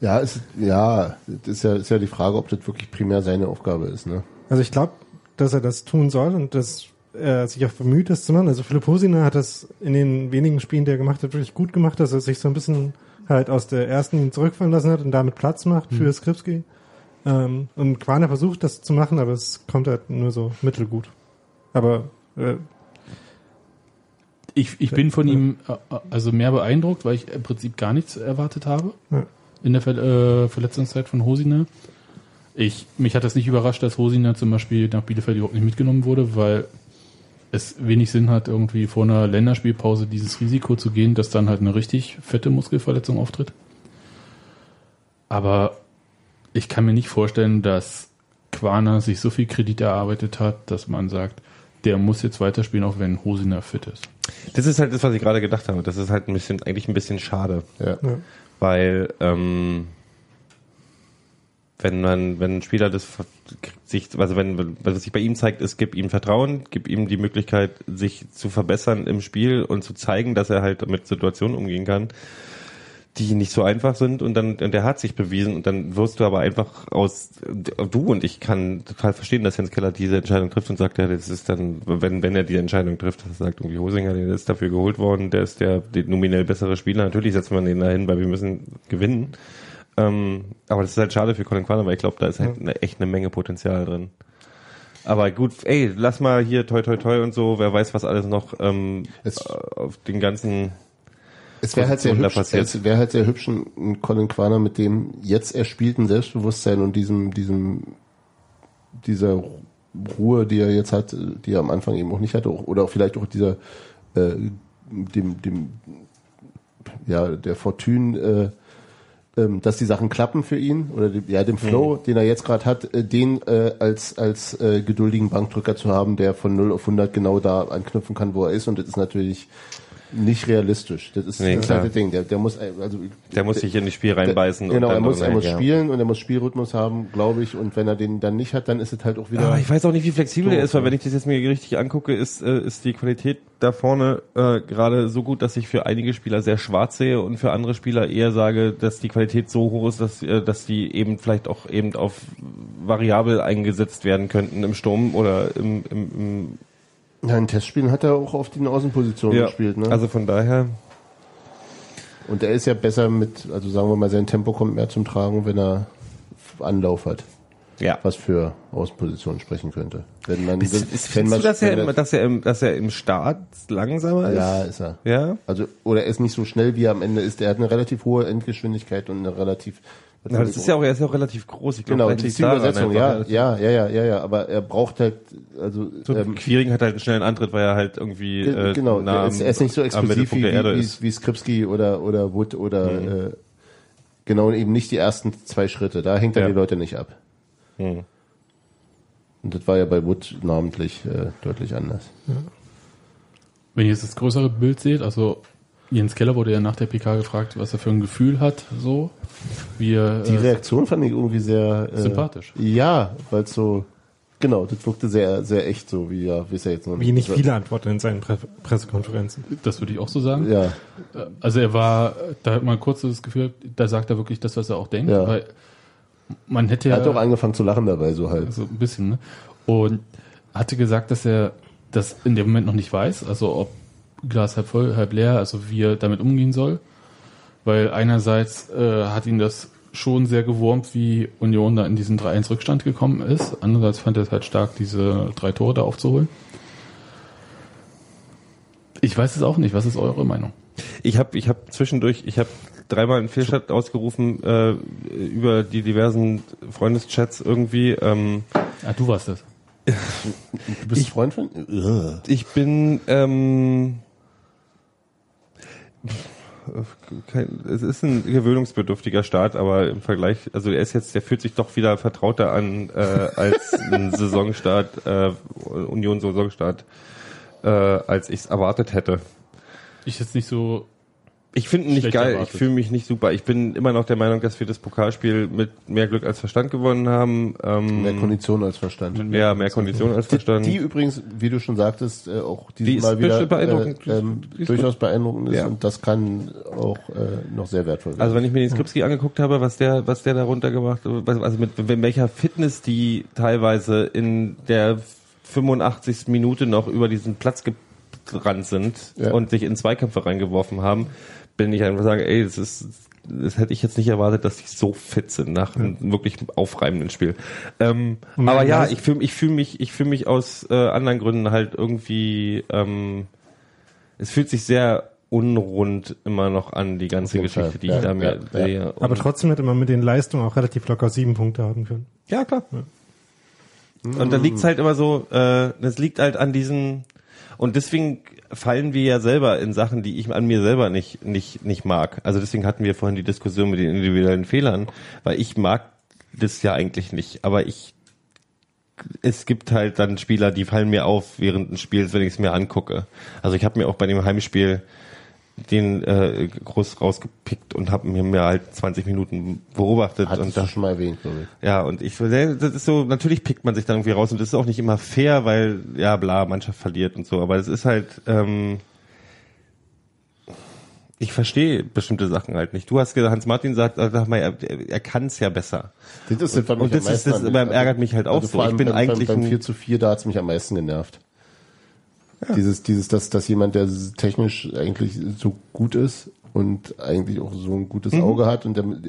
Speaker 2: Ja, ist, ja, das ist ja, ist ja die Frage, ob das wirklich primär seine Aufgabe ist, ne?
Speaker 5: Also ich glaube, dass er das tun soll und dass er sich auch bemüht, das zu machen. Also Philipp Hosina hat das in den wenigen Spielen, die er gemacht hat, wirklich gut gemacht, dass er sich so ein bisschen halt aus der ersten Linie zurückfallen lassen hat und damit Platz macht
Speaker 3: Hm.
Speaker 5: für Skripski. Ähm, und Quaner versucht das zu machen, aber es kommt halt nur so mittelgut. Aber äh,
Speaker 1: Ich, ich bin von ihm äh, äh, also mehr beeindruckt, weil ich im Prinzip gar nichts erwartet habe
Speaker 5: Ja.
Speaker 1: in der Ver äh, Verletzungszeit von Hosina. Ich, mich hat das nicht überrascht, dass Hosina zum Beispiel nach Bielefeld überhaupt nicht mitgenommen wurde, weil es wenig Sinn hat, irgendwie vor einer Länderspielpause dieses Risiko zu gehen, dass dann halt eine richtig fette Muskelverletzung auftritt. Aber ich kann mir nicht vorstellen, dass Quana sich so viel Kredit erarbeitet hat, dass man sagt, der muss jetzt weiterspielen, auch wenn Hosina fit ist.
Speaker 3: das ist halt das, was ich gerade gedacht habe. Das ist halt ein bisschen, eigentlich ein bisschen schade.
Speaker 2: Ja.
Speaker 3: weil ähm, wenn man, wenn ein Spieler das ver- kriegt sich, also wenn was sich bei ihm zeigt, ist, gib ihm Vertrauen, gib ihm die Möglichkeit, sich zu verbessern im Spiel und zu zeigen, dass er halt mit Situationen umgehen kann, die nicht so einfach sind und dann und der hat sich bewiesen und dann wirst du aber einfach aus du und ich kann total verstehen, dass Jens Keller diese Entscheidung trifft und sagt, ja, das ist dann, wenn wenn er die Entscheidung trifft, das sagt irgendwie Hosinger, der ist dafür geholt worden, der ist der, der nominell bessere Spieler. Natürlich setzt man den da hin, weil wir müssen gewinnen. Ähm, aber das ist halt schade für Colin Quaner, weil ich glaube, da ist halt eine, echt eine Menge Potenzial drin. Aber gut, ey, lass mal hier toi toi toi und so, wer weiß, was alles noch ähm,
Speaker 2: Es-
Speaker 3: auf den ganzen
Speaker 2: Es wäre halt sehr
Speaker 3: Position da
Speaker 2: hübsch,
Speaker 3: passiert.
Speaker 2: es wäre halt sehr hübsch, einen Colin Quaner mit dem jetzt erspielten Selbstbewusstsein und diesem, diesem, dieser Ruhe, die er jetzt hat, die er am Anfang eben auch nicht hatte, auch- oder auch vielleicht auch dieser, äh, dem, dem, ja, der Fortune, äh, ähm, dass die Sachen klappen für ihn oder dem, ja dem Flow,
Speaker 3: Mhm.
Speaker 2: den er jetzt gerade hat, äh, den äh, als als äh, geduldigen Bankdrücker zu haben, der von 0 auf 100 genau da anknüpfen kann, wo er ist und das ist natürlich nicht realistisch. Das ist,
Speaker 3: Nee,
Speaker 2: das, ist halt
Speaker 3: klar.
Speaker 2: das Ding. Der, der muss, also,
Speaker 3: Der muss sich in das Spiel reinbeißen.
Speaker 2: Genau, er muss, er muss
Speaker 3: ja.
Speaker 2: spielen und er muss Spielrhythmus haben, glaube ich. Und wenn er den dann nicht hat, dann ist es halt auch wieder.
Speaker 3: Aber Ah, ich weiß auch nicht, wie flexibel er ist, weil wenn ich das jetzt mir richtig angucke, ist, äh, ist die Qualität da vorne äh, gerade so gut, dass ich für einige Spieler sehr schwarz sehe und für andere Spieler eher sage, dass die Qualität so hoch ist, dass, äh, dass die eben vielleicht auch eben auf variabel eingesetzt werden könnten im Sturm oder im, im, im
Speaker 2: ja, in Testspielen hat er auch auf den Außenpositionen gespielt. Ne?
Speaker 3: Also von daher,
Speaker 2: und er ist ja besser mit, also sagen wir mal, sein Tempo kommt mehr zum Tragen, wenn er Anlauf hat.
Speaker 3: ja.
Speaker 2: was für Außenpositionen sprechen könnte. Wenn man,
Speaker 3: Bist,
Speaker 2: wenn,
Speaker 3: ist,
Speaker 2: wenn
Speaker 3: findest
Speaker 2: man,
Speaker 3: du, dass er,
Speaker 2: wenn
Speaker 3: im,
Speaker 2: man-
Speaker 3: dass, er im, dass er im Start langsamer ist?
Speaker 2: ja, ist er.
Speaker 3: Ja?
Speaker 2: Also, oder er ist nicht so schnell, wie er am Ende ist. Er hat eine relativ hohe Endgeschwindigkeit und eine relativ.
Speaker 3: Na, das ist ja auch, er ist ja auch relativ groß. Ich glaub,
Speaker 2: Genau,
Speaker 3: vielleicht
Speaker 2: die
Speaker 3: liegt's daran
Speaker 2: Zielübersetzung,
Speaker 3: einfach.
Speaker 2: ja, ja, ja, ja, ja, ja, aber er braucht halt, also,
Speaker 3: So,
Speaker 2: ähm,
Speaker 3: Quiring hat halt einen schnellen Antritt, weil er halt irgendwie
Speaker 2: ge- genau,
Speaker 3: nah
Speaker 2: er ist, er ist nicht so
Speaker 3: am
Speaker 2: explosiv
Speaker 3: Mittelpunkt
Speaker 2: wie,
Speaker 3: der Erde
Speaker 2: wie, wie,
Speaker 3: ist. Mhm.
Speaker 2: wie Skripski oder, oder Wood oder, äh, genau, und eben nicht die ersten zwei Schritte. Da hängt er
Speaker 3: Ja. Mhm.
Speaker 2: die Leute nicht ab. Und das war ja bei Wood namentlich äh, deutlich anders.
Speaker 1: Wenn ihr jetzt das größere Bild seht, also Jens Keller wurde ja nach der PK gefragt, was er für ein Gefühl hat, so wie er,
Speaker 2: Die
Speaker 1: äh,
Speaker 2: Reaktion fand ich irgendwie sehr äh,
Speaker 1: Sympathisch.
Speaker 2: Ja, weil es so genau, das wirkte sehr sehr echt so wie ja, wie es ja jetzt noch
Speaker 5: Wie nicht
Speaker 2: so-
Speaker 5: viele Antworten in seinen Pre Pressekonferenzen.
Speaker 1: das würde ich auch so sagen.
Speaker 2: Ja,
Speaker 1: Also er war, da hat man kurz so das Gefühl, da sagt er wirklich das, was er auch denkt.
Speaker 2: Ja.
Speaker 1: Weil man hätte ja
Speaker 2: er hat auch angefangen zu lachen dabei so halt.
Speaker 1: so ein bisschen, ne? Und hatte gesagt, dass er das in dem Moment noch nicht weiß, also ob Glas halb voll, halb leer, also wie er damit umgehen soll. Weil einerseits äh, hat ihn das schon sehr gewurmt, wie Union da in diesen 3-1 Rückstand gekommen ist. Andererseits fand er es halt stark, diese drei Tore da aufzuholen. Ich weiß es auch nicht. Was ist eure Meinung?
Speaker 3: Ich habe ich hab zwischendurch, ich habe dreimal einen Fehlschlag ausgerufen äh, über die diversen Freundeschats irgendwie. Ähm,
Speaker 1: Ah, du warst das.
Speaker 2: Du bist Freund von? Ugh.
Speaker 3: ich bin ähm, kein, es ist ein gewöhnungsbedürftiger Start, aber im Vergleich, also er ist jetzt, der fühlt sich doch wieder vertrauter an äh, als ein Saisonstart, äh, Union Saisonstart, äh, als ich es erwartet hätte.
Speaker 1: Ich jetzt nicht so.
Speaker 3: Ich finde ihn nicht
Speaker 1: Schlecht
Speaker 3: geil,
Speaker 1: erwartet.
Speaker 3: ich fühle mich nicht super. Ich bin immer noch der Meinung, dass wir das Pokalspiel mit mehr Glück als Verstand gewonnen haben. Ähm,
Speaker 2: Mehr Kondition als Verstand.
Speaker 3: ja, mehr Kondition als Verstand.
Speaker 2: Die übrigens, wie du schon sagtest, äh, auch dieses
Speaker 3: Die ist
Speaker 2: Mal wieder
Speaker 3: beeindruckend.
Speaker 2: Äh, ähm,
Speaker 3: Die ist
Speaker 2: durchaus beeindruckend ist
Speaker 3: Ja.
Speaker 2: und das kann auch äh, noch sehr wertvoll werden.
Speaker 3: Also wenn ich mir den Skripski angeguckt habe, was der, was der da runtergemacht, also mit, mit welcher Fitness die teilweise in der 85. Minute noch über diesen Platz gerannt sind
Speaker 2: Ja.
Speaker 3: und sich in Zweikämpfe reingeworfen haben, bin ich einfach sagen, ey, das ist, das hätte ich jetzt nicht erwartet, dass die so fit sind nach einem wirklich aufreibenden Spiel. Ähm,
Speaker 5: Und
Speaker 3: aber
Speaker 5: man
Speaker 3: ja,
Speaker 5: weiß-
Speaker 3: ich fühle ich fühl mich, ich fühle mich aus äh, anderen Gründen halt irgendwie, ähm, es fühlt sich sehr unrund immer noch an, die ganze
Speaker 2: jeden
Speaker 3: Geschichte,
Speaker 2: Fall.
Speaker 3: die
Speaker 2: Ja,
Speaker 3: ich da mir
Speaker 2: ja, ja.
Speaker 3: sehe. Und-
Speaker 5: Aber trotzdem hätte man mit den Leistungen auch relativ locker sieben Punkte haben können.
Speaker 3: ja, klar. Und da liegt's halt immer so, äh, das liegt halt an diesen, und deswegen fallen wir ja selber in Sachen, die ich an mir selber nicht, nicht, nicht mag. Also deswegen hatten wir vorhin die Diskussion mit den individuellen Fehlern, weil ich mag das ja eigentlich nicht, aber ich, es gibt halt dann Spieler, die fallen mir auf während des Spiels, wenn ich es mir angucke. Also ich habe mir auch bei dem Heimspiel den äh, groß rausgepickt und habe mir mir halt 20 Minuten beobachtet und
Speaker 2: Hattest du
Speaker 3: da
Speaker 2: schon mal erwähnt, glaube ich.
Speaker 3: ja, und ich, das ist so, natürlich pickt man sich dann irgendwie raus und das ist auch nicht immer fair, weil, ja, bla, Mannschaft verliert und so, aber es ist halt, ähm, ich verstehe bestimmte Sachen halt nicht. Du hast gesagt, Hans-Martin sagt, äh, sag mal, er, er kann es ja besser.
Speaker 2: Das ist das, was mich
Speaker 3: Und das
Speaker 2: am
Speaker 3: ist-
Speaker 2: meisten
Speaker 3: das
Speaker 2: angeht.
Speaker 3: beim- ärgert mich halt auch so.
Speaker 2: vor
Speaker 3: Ich
Speaker 2: allem
Speaker 3: bin
Speaker 2: beim,
Speaker 3: eigentlich
Speaker 2: beim,
Speaker 3: ein-
Speaker 2: beim 4 zu 4, da hat's mich am meisten genervt. Dieses, dieses, dass, dass jemand, der s- technisch eigentlich so gut ist und eigentlich auch so ein gutes
Speaker 3: Mhm.
Speaker 2: Auge hat und der,
Speaker 3: Und,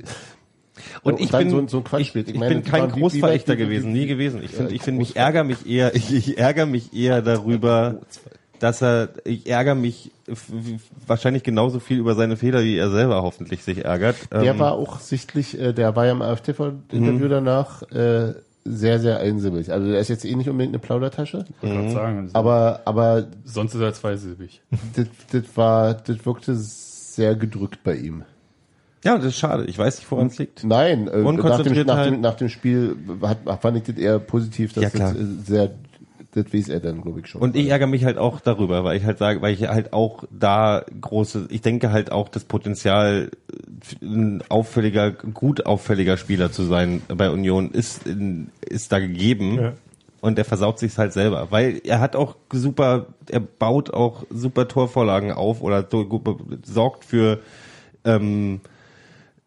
Speaker 2: Und
Speaker 3: ich
Speaker 2: dann
Speaker 3: bin,
Speaker 2: so ein- so ein Quatsch
Speaker 3: ich,
Speaker 2: spielt. Ich
Speaker 3: ich
Speaker 2: meine,
Speaker 3: bin kein
Speaker 2: wie- wie-
Speaker 3: Großverächter
Speaker 2: wie- wie- wie-
Speaker 3: gewesen, nie gewesen. Ich finde, ich finde, ich
Speaker 2: Großverächter.
Speaker 3: ärgere mich eher, ich, ich ärgere mich eher darüber, dass er, ich ärgere mich f- wahrscheinlich genauso viel über seine Fehler, wie er selber hoffentlich sich ärgert.
Speaker 2: der
Speaker 3: Ähm, Mhm.
Speaker 2: war auch sichtlich, äh, der war ja im AfD-Interview danach äh, sehr, sehr einsilbig. Also der ist jetzt eh nicht unbedingt eine Plaudertasche,
Speaker 1: Sagen,
Speaker 2: aber, aber
Speaker 1: sonst ist er zweisilbig.
Speaker 2: das, das war, das wirkte sehr gedrückt bei ihm.
Speaker 3: Ja, das ist schade. Ich weiß nicht, woran es liegt.
Speaker 2: Nein, äh, nach dem,
Speaker 3: Unkonzentriert
Speaker 2: nach,
Speaker 3: halt.
Speaker 2: dem, nach dem Spiel hat, fand ich das eher positiv, dass
Speaker 3: Ja, klar.
Speaker 2: das äh, sehr das weiß er dann, glaube ich, schon.
Speaker 3: Und ich ärgere mich halt auch darüber, weil ich halt sage, weil ich halt auch da große, ich denke halt auch das Potenzial, ein auffälliger, gut auffälliger Spieler zu sein bei Union ist, in, ist da gegeben.
Speaker 5: Ja.
Speaker 3: Und der versaut sich halt selber, weil er hat auch super, er baut auch super Torvorlagen auf oder so- sorgt für ähm,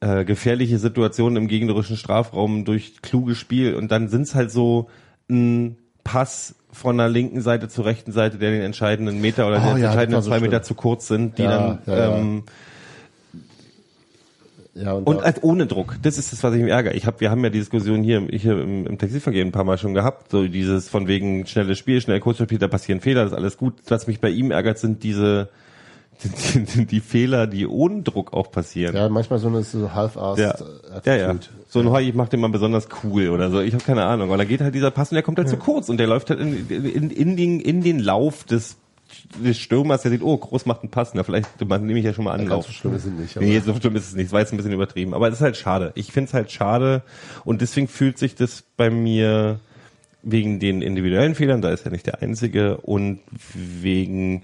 Speaker 3: äh, gefährliche Situationen im gegnerischen Strafraum durch kluges Spiel und dann sind's halt so ein Pass von der linken Seite zur rechten Seite, der den entscheidenden Meter
Speaker 2: Oh
Speaker 3: oder
Speaker 2: ja,
Speaker 3: den
Speaker 2: das
Speaker 3: entscheidenden
Speaker 2: war so
Speaker 3: zwei
Speaker 2: schlimm.
Speaker 3: Meter zu kurz sind, die
Speaker 2: Ja,
Speaker 3: dann
Speaker 2: ja, ja.
Speaker 3: ähm,
Speaker 2: ja, und,
Speaker 3: und
Speaker 2: da-
Speaker 3: als ohne Druck. Das ist das, was ich mir ärgere. Ich hab, wir haben ja die Diskussion hier, im- hier im, im Taxivergehen ein paar Mal schon gehabt. So dieses von wegen schnelles Spiel, schnell Kurzspiel, da passieren Fehler, das ist alles gut. Was mich bei ihm ärgert, sind diese die, die, die Fehler, die ohne Druck auch passieren.
Speaker 2: ja, äh, manchmal so eine so half-assed
Speaker 3: Ja. ja, ja.
Speaker 2: Attitude.
Speaker 3: So ein Heu, ich mach den mal besonders cool oder so. Ich habe keine Ahnung. Und da geht halt dieser Pass und der kommt halt zu kurz und der läuft halt in, in, in, den, in den Lauf des, des Stürmers, der sieht, oh, Groß macht einen Pass. Na, vielleicht man, nehme ich ja schon mal
Speaker 2: Ganz
Speaker 3: Anlauf.
Speaker 2: so schlimm ist es nicht. aber-
Speaker 3: Nee, so schlimm ist es nicht. Das war jetzt ein bisschen übertrieben. Aber es ist halt schade. Ich finde es halt schade. Und deswegen fühlt sich das bei mir wegen den individuellen Fehlern, da ist er nicht der einzige, und wegen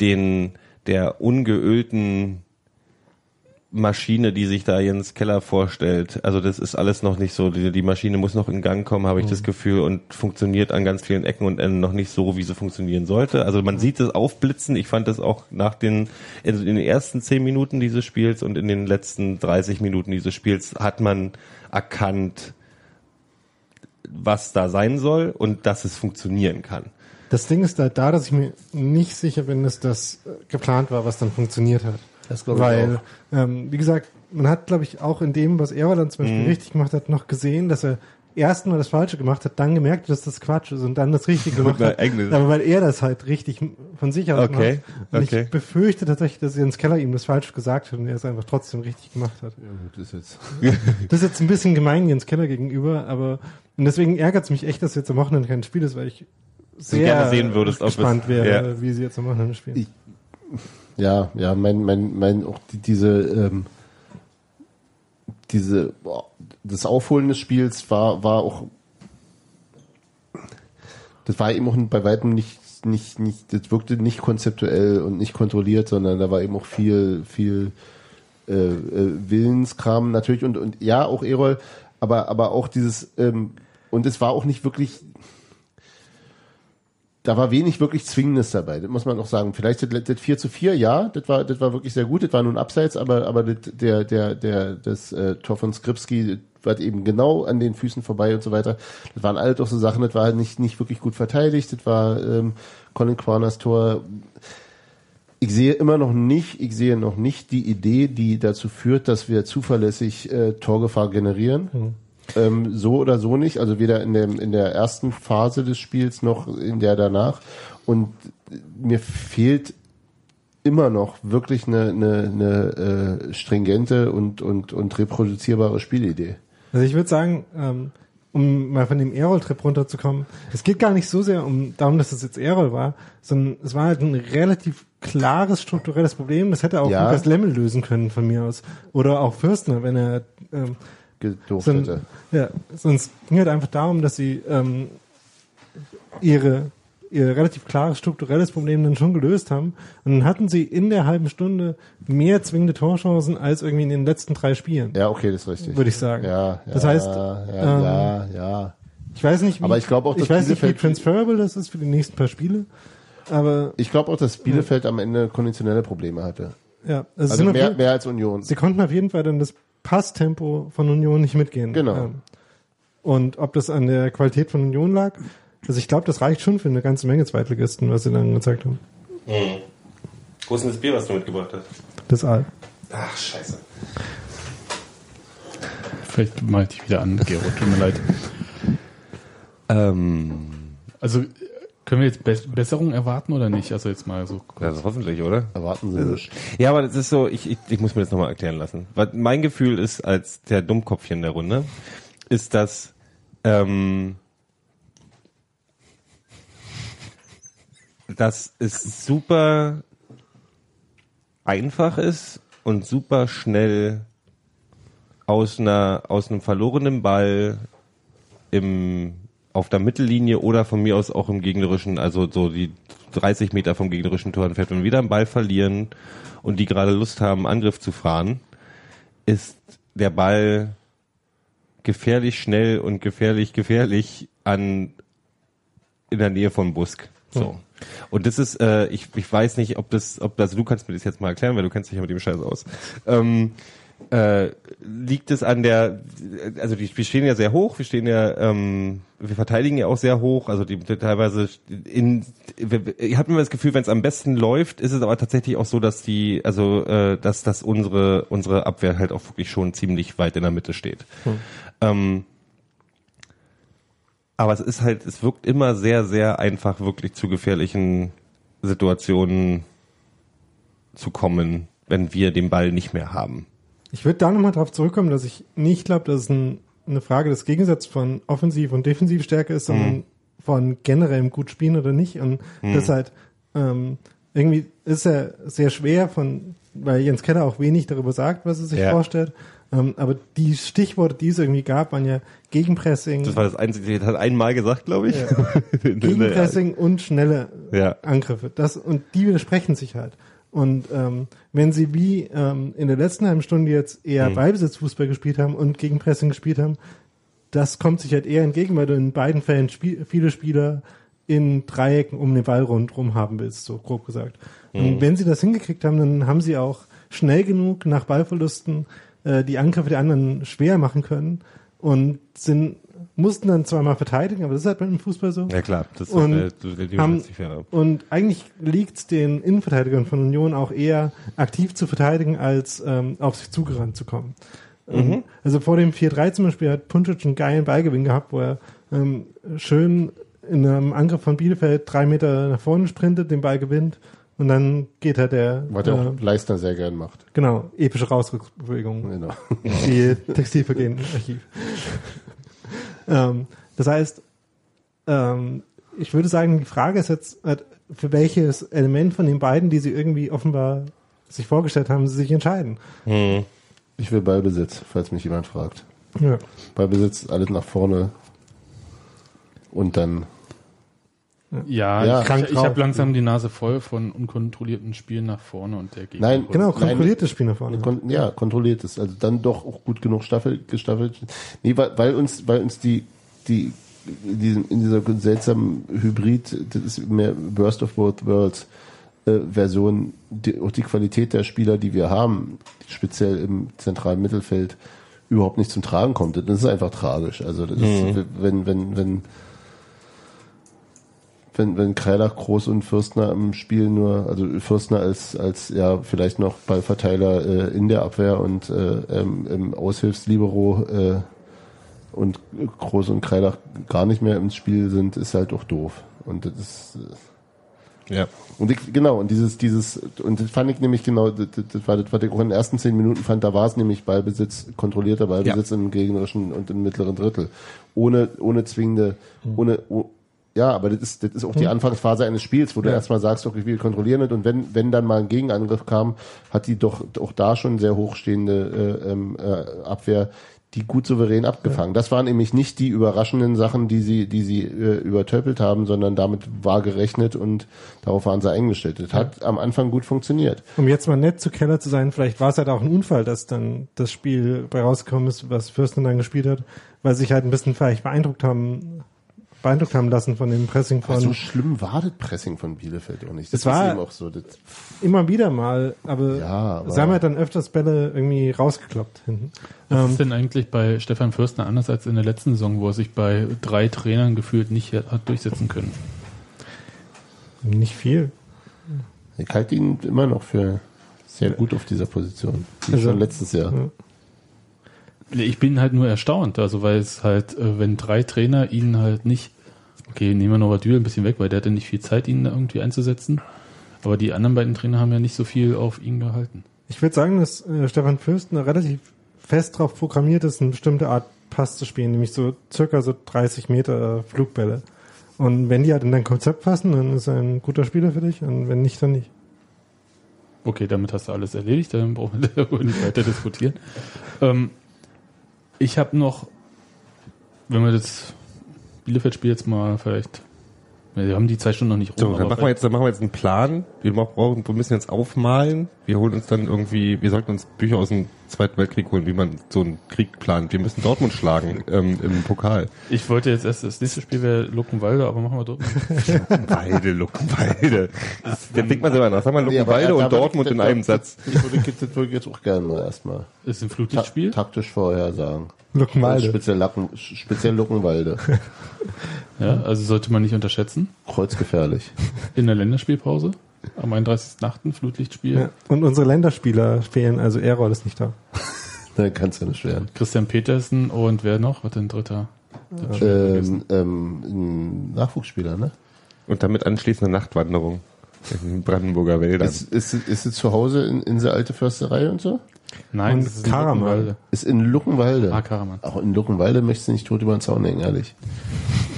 Speaker 3: den, der ungeölten Maschine, die sich da Jens Keller vorstellt. Also das ist alles noch nicht so. Die, die Maschine muss noch in Gang kommen, habe ich das Gefühl, und funktioniert an ganz vielen Ecken und Enden noch nicht so, wie sie funktionieren sollte. Also man sieht es aufblitzen. Ich fand das auch nach den, also in den ersten zehn Minuten dieses Spiels und in den letzten 30 Minuten dieses Spiels hat man erkannt, was da sein soll und dass es funktionieren kann.
Speaker 5: Das Ding ist halt da, dass ich mir nicht sicher bin, dass das äh, geplant war, was dann funktioniert hat.
Speaker 8: Das glaube ich
Speaker 5: Weil, ähm, wie gesagt, man hat, glaube ich, auch in dem, was Erwalan zum Beispiel richtig gemacht hat, noch gesehen, dass er erstmal das Falsche gemacht hat, dann gemerkt, dass das Quatsch ist und dann das Richtige gemacht
Speaker 3: mein
Speaker 5: hat.
Speaker 3: eigenes.
Speaker 5: Aber weil er das halt richtig m- von sich aus
Speaker 3: Okay,
Speaker 5: macht. Und
Speaker 3: okay.
Speaker 5: ich befürchte tatsächlich, dass Jens Keller ihm das falsch gesagt hat und er es einfach trotzdem richtig gemacht hat.
Speaker 2: Ja, gut, ist jetzt.
Speaker 5: Das ist jetzt ein bisschen gemein Jens Keller gegenüber, aber und deswegen ärgert es mich echt, dass jetzt am Wochenende kein Spiel ist, weil ich sehr
Speaker 3: gerne sehen würdest, ob es-
Speaker 5: gespannt wäre,
Speaker 3: ja.
Speaker 5: wie sie jetzt am Wochenende spielen.
Speaker 2: Ich- Ja, ja, mein, mein, mein, auch die, diese, ähm, diese, boah, das Aufholen des Spiels war, war auch, das war eben auch bei weitem nicht, nicht, nicht, das wirkte nicht konzeptuell und nicht kontrolliert, sondern da war eben auch viel, viel, äh, äh, Willenskram natürlich und, und ja, auch Erol, aber, aber auch dieses, ähm, und es war auch nicht wirklich, da war wenig wirklich Zwingendes dabei, das muss man auch sagen. Vielleicht das, das 4 zu 4, ja, das war, das war wirklich sehr gut, das war nun abseits, aber, aber das, der, der, der, das äh, Tor von Skripski war eben genau an den Füßen vorbei und so weiter. Das waren alle doch so Sachen, das war halt nicht, nicht wirklich gut verteidigt, das war ähm, Colin Quarners Tor. Ich sehe immer noch nicht, ich sehe noch nicht die Idee, die dazu führt, dass wir zuverlässig äh, Torgefahr generieren. Ähm, so oder so nicht, also weder in, dem, in der ersten Phase des Spiels noch in der danach. Und mir fehlt immer noch wirklich eine, eine, eine äh, stringente und, und, und reproduzierbare Spielidee.
Speaker 5: Also ich würde sagen, ähm, um mal von dem Errol-Trip runterzukommen, es geht gar nicht so sehr um darum, dass es jetzt Errol war, sondern es war halt ein relativ klares strukturelles Problem. Das hätte auch
Speaker 2: Ja.
Speaker 5: Lukas Lemmel lösen können von mir aus. Oder auch Fürstner, wenn er ähm,
Speaker 2: Gedurft
Speaker 5: Son-
Speaker 2: hätte.
Speaker 5: ja, sonst ging halt einfach darum, dass sie ähm, ihre ihr relativ klares strukturelles Problem dann schon gelöst haben. Und dann hatten sie in der halben Stunde mehr zwingende Torchancen als irgendwie in den letzten drei Spielen,
Speaker 2: Ja, okay, das ist richtig.
Speaker 5: würde ich sagen.
Speaker 2: Ja, ja,
Speaker 5: das heißt,
Speaker 2: ja,
Speaker 5: ähm,
Speaker 2: ja, ja.
Speaker 5: ich weiß nicht, wie,
Speaker 2: Aber ich glaube auch, dass
Speaker 5: ich weiß
Speaker 2: diese
Speaker 5: nicht, wie
Speaker 2: Feld-
Speaker 5: transferable das ist für die nächsten paar Spiele. Aber
Speaker 2: Ich glaube auch, dass Bielefeld am Ende konditionelle Probleme hatte.
Speaker 5: ja, also,
Speaker 2: Also
Speaker 5: sind auf
Speaker 2: mehr,
Speaker 5: jeden,
Speaker 2: mehr als Union.
Speaker 5: sie konnten auf jeden Fall dann das Passtempo von Union nicht mitgehen.
Speaker 2: Genau.
Speaker 5: Ähm, Und ob das an der Qualität von Union lag, also ich glaube, das reicht schon für eine ganze Menge Zweitligisten, was sie dann gezeigt haben.
Speaker 3: Wo ist denn das Bier, was du mitgebracht hast?
Speaker 5: Das All.
Speaker 3: Ach, scheiße.
Speaker 1: Vielleicht mal ich wieder an, Gero, tut mir leid.
Speaker 3: Ähm,
Speaker 1: Also äh, können wir jetzt Be Besserung erwarten oder nicht? Also jetzt mal so kurz.
Speaker 3: also hoffentlich, oder?
Speaker 2: Erwarten
Speaker 5: Äh,
Speaker 2: Sie nicht.
Speaker 3: Ja, aber das ist so, ich, ich, ich muss mir das nochmal erklären lassen. Was mein Gefühl ist, als der Dummkopf hier in der Runde, ist, dass ähm, dass es super einfach ist und super schnell aus einer aus einem verlorenen Ball im auf der Mittellinie oder von mir aus auch im gegnerischen, also so die 30 Meter vom gegnerischen Tor entfernt, wenn wir da einen Ball verlieren und die gerade Lust haben, Angriff zu fahren, ist der Ball gefährlich schnell und gefährlich gefährlich an in der Nähe von Busk. So. Und das ist, äh, ich, ich weiß nicht, ob das, ob das, du kannst mir das jetzt mal erklären, weil du kennst dich ja mit dem Scheiß aus. Ähm, äh, liegt es an der, also die, wir stehen ja sehr hoch, wir stehen ja, ähm, wir verteidigen ja auch sehr hoch, also die, die teilweise in, ich habe immer das Gefühl, wenn es am besten läuft, ist es aber tatsächlich auch so, dass die, also äh, dass, dass unsere unsere Abwehr halt auch wirklich schon ziemlich weit in der Mitte steht. Ähm, aber es ist halt, es wirkt immer sehr, sehr einfach, wirklich zu gefährlichen Situationen zu kommen, wenn wir den Ball nicht mehr haben.
Speaker 5: Ich würde da nochmal drauf zurückkommen, dass ich nicht glaube, dass es ein, eine Frage des Gegensatzes von Offensiv- und Defensivstärke ist, sondern
Speaker 3: Mhm.
Speaker 5: von generellem gut spielen oder nicht. Und das halt ähm, irgendwie ist ja sehr schwer von, weil Jens Keller auch wenig darüber sagt, was er sich
Speaker 3: Ja.
Speaker 5: vorstellt. Ähm, aber die Stichworte, die es irgendwie gab, waren ja Gegenpressing,
Speaker 3: Das war das einzige, das hat einmal gesagt, glaube ich. In der-
Speaker 5: Gegenpressing und schnelle
Speaker 3: Ja.
Speaker 5: Angriffe. Das, und die widersprechen sich halt. Und ähm, wenn sie wie ähm, in der letzten halben Stunde jetzt eher
Speaker 3: Mhm.
Speaker 5: Ballbesitzfußball gespielt haben und Gegenpressing gespielt haben, das kommt sich halt eher entgegen, weil du in beiden Fällen spiel viele Spieler in Dreiecken um den Ball rundherum haben willst, so grob gesagt. Und
Speaker 3: Mhm.
Speaker 5: wenn sie das hingekriegt haben, dann haben sie auch schnell genug nach Ballverlusten äh, die Angriffe der anderen schwer machen können und sind, mussten dann zweimal verteidigen, aber das ist halt beim Fußball so.
Speaker 3: Ja klar, das ist
Speaker 5: Und
Speaker 3: äh, die- die
Speaker 5: haben,
Speaker 3: 50 Jahre.
Speaker 5: und eigentlich liegt es den Innenverteidigern von Union auch eher aktiv zu verteidigen, als ähm, auf sich zugerannt zu kommen. Ähm, Also vor dem 4-3 zum Beispiel hat Puncic einen geilen Ballgewinn gehabt, wo er ähm, schön in einem Angriff von Bielefeld drei Meter nach vorne sprintet, den Ball gewinnt und dann geht halt der
Speaker 2: Was ja
Speaker 5: äh,
Speaker 2: auch Leistner sehr gern macht.
Speaker 5: genau epische Rausrückbewegung
Speaker 2: Genau.
Speaker 5: die Textilvergehen-Archiv. ähm, das heißt, ähm, ich würde sagen, die Frage ist jetzt, äh, für welches Element von den beiden, die sie irgendwie offenbar sich vorgestellt haben, sie sich entscheiden.
Speaker 2: Ich will Ballbesitz, falls mich jemand fragt.
Speaker 5: Ja.
Speaker 2: Ballbesitz, alles nach vorne. Und dann
Speaker 1: Ja,
Speaker 2: Ja,
Speaker 1: ich,
Speaker 5: krank
Speaker 1: ich habe
Speaker 5: drauf.
Speaker 1: langsam die Nase voll von unkontrollierten Spielen nach vorne und der Gegner.
Speaker 2: Nein,
Speaker 5: Genau,
Speaker 2: nein,
Speaker 5: kontrolliertes Spiel nach vorne.
Speaker 2: Kon ja, kontrolliert ist. Also dann doch auch gut genug Staffel, gestaffelt. Nee, weil, weil uns, weil uns die, die, in diesem, in dieser seltsamen Hybrid, das ist mehr Worst of Both Worlds äh, Version, die, auch die Qualität der Spieler, die wir haben, speziell im zentralen Mittelfeld, überhaupt nicht zum Tragen kommt. Das ist einfach tragisch. Also das ist, wenn, wenn, wenn, wenn, wenn Kreilach, Groß und Fürstner im Spiel nur, also Fürstner als, als ja vielleicht noch Ballverteiler äh, in der Abwehr und äh, ähm, im Aushilfslibero äh, und Groß und Kreilach gar nicht mehr ins Spiel sind, ist halt auch doof. Und das ist, äh,
Speaker 3: Ja.
Speaker 2: und ich, genau, und dieses, dieses, und das fand ich nämlich genau, das, das- das war das, was ich auch in den ersten zehn Minuten fand, da war es nämlich Ballbesitz, kontrollierter Ballbesitz im gegnerischen und im mittleren Drittel. Ohne, ohne zwingende, ohne, oh, ja, aber das ist, das ist auch die Anfangsphase eines Spiels, wo du erstmal sagst, okay, wir kontrollieren das und wenn, wenn dann mal ein Gegenangriff kam, hat die doch auch da schon sehr hochstehende äh, ähm, äh, Abwehr die gut souverän abgefangen. Das waren nämlich nicht die überraschenden Sachen, die sie, die sie äh, übertöpelt haben, sondern damit war gerechnet und darauf waren sie eingestellt. Das hat am Anfang gut funktioniert.
Speaker 5: Um jetzt mal nett zu Keller zu sein, vielleicht war es halt auch ein Unfall, dass dann das Spiel bei rausgekommen ist, was Fürsten dann gespielt hat, weil sie sich halt ein bisschen vielleicht beeindruckt haben, beeindruckt haben lassen von dem Pressing von
Speaker 2: Aber so schlimm war das Pressing von Bielefeld auch nicht.
Speaker 5: Es war-
Speaker 2: ist eben auch so. Das,
Speaker 5: Immer wieder mal, aber,
Speaker 2: Ja, aber-
Speaker 5: sie haben halt dann öfters Bälle irgendwie rausgekloppt hinten.
Speaker 1: Was ist denn eigentlich bei Stefan Fürstner anders als in der letzten Saison, wo er sich bei drei Trainern gefühlt nicht hat durchsetzen können?
Speaker 5: Nicht viel.
Speaker 2: ich halte ihn immer noch für sehr gut auf dieser Position. Wie
Speaker 5: Also-
Speaker 2: schon letztes Jahr.
Speaker 1: Nee, Ich bin halt nur erstaunt, also weil es halt, äh, wenn drei Trainer ihn halt nicht, okay, nehmen wir Norbert Dühl ein bisschen weg, weil der hatte nicht viel Zeit, ihn da irgendwie einzusetzen. Aber die anderen beiden Trainer haben ja nicht so viel auf ihn gehalten.
Speaker 5: Ich würde sagen, dass äh, Stefan Fürsten relativ fest darauf programmiert ist, eine bestimmte Art Pass zu spielen, nämlich so circa so 30 Meter äh, Flugbälle. Und wenn die halt in dein Konzept passen, dann ist er ein guter Spieler für dich und wenn nicht, dann nicht.
Speaker 1: Okay, damit hast du alles erledigt, dann brauchen wir darüber nicht weiter diskutieren. Ähm, ich habe noch, wenn wir das Bielefeld-Spiel jetzt mal vielleicht. Ja, Wir haben die zwei Stunden noch nicht rum.
Speaker 9: So, dann
Speaker 1: aber
Speaker 9: machen, wir jetzt, dann machen wir jetzt einen Plan. Wir brauch- brauchen, wir müssen jetzt aufmalen. Wir holen uns dann irgendwie, wir sollten uns Bücher aus dem Zweiten Weltkrieg holen, wie man so einen Krieg plant. Wir müssen Dortmund schlagen ähm, im Pokal.
Speaker 1: vielleicht- ich wollte jetzt erst, das nächste Spiel wäre Luckenwalde, aber machen wir dort.
Speaker 9: Beide, Luckenwalde. Dann denkt man selber nach. Sag mal
Speaker 2: Nee, aber da-
Speaker 9: Luckenwalde
Speaker 2: da
Speaker 9: und
Speaker 2: würde-
Speaker 9: Dortmund
Speaker 2: da-
Speaker 9: in
Speaker 2: da-
Speaker 9: einem Satz.
Speaker 2: Ich würde Kitzel wirklich jetzt auch gerne mal erstmal
Speaker 1: Ist ein
Speaker 2: ta
Speaker 1: Flutlichtspiel.
Speaker 2: taktisch vorher sagen.
Speaker 5: Luckenwalde.
Speaker 2: Speziell, Lacken, speziell Luckenwalde.
Speaker 1: Ja, also sollte man nicht unterschätzen.
Speaker 2: Kreuzgefährlich.
Speaker 1: In der Länderspielpause. Am 31.8. Flutlichtspiel.
Speaker 5: Ja. Und unsere Länderspieler fehlen, also Erol ist nicht da.
Speaker 2: Dann kannst du nicht werden.
Speaker 1: Christian Petersen und wer noch? Was denn dritter?
Speaker 2: Ähm, ähm, ein Nachwuchsspieler, ne?
Speaker 9: Und damit anschließend eine Nachtwanderung in den Brandenburger Wäldern.
Speaker 2: Ist, ist, ist sie zu Hause in, in der alte Försterei und so?
Speaker 1: Nein,
Speaker 5: Und
Speaker 1: das ist in
Speaker 5: Karaman.
Speaker 1: Luckenwalde.
Speaker 2: Ist in Luckenwalde.
Speaker 1: Ah, Karaman.
Speaker 2: Auch in Luckenwalde möchtest du nicht tot über den Zaun hängen, ehrlich.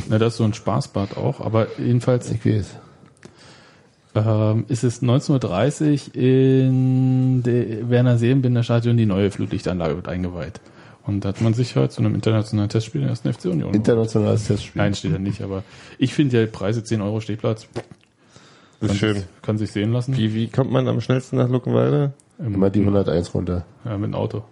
Speaker 1: Na, das ist so ein Spaßbad auch, aber jedenfalls
Speaker 2: Ich weiß.
Speaker 1: ähm, ist es 19.30 Uhr in der Werner Seelenbinder Stadion die neue Flutlichtanlage wird eingeweiht. Und da hat man sich halt zu einem internationalen Testspiel in der ersten FC Union.
Speaker 2: Internationales Testspiel.
Speaker 1: Nein, steht da nicht, aber ich finde ja Preise 10 Euro Stehplatz.
Speaker 9: Das ist
Speaker 1: Kann
Speaker 9: schön.
Speaker 1: sich- Kann sich sehen lassen.
Speaker 9: Wie, wie kommt man am schnellsten nach Luckenwalde?
Speaker 2: Immer die 101 runter.
Speaker 1: Ja, äh, mit dem Auto.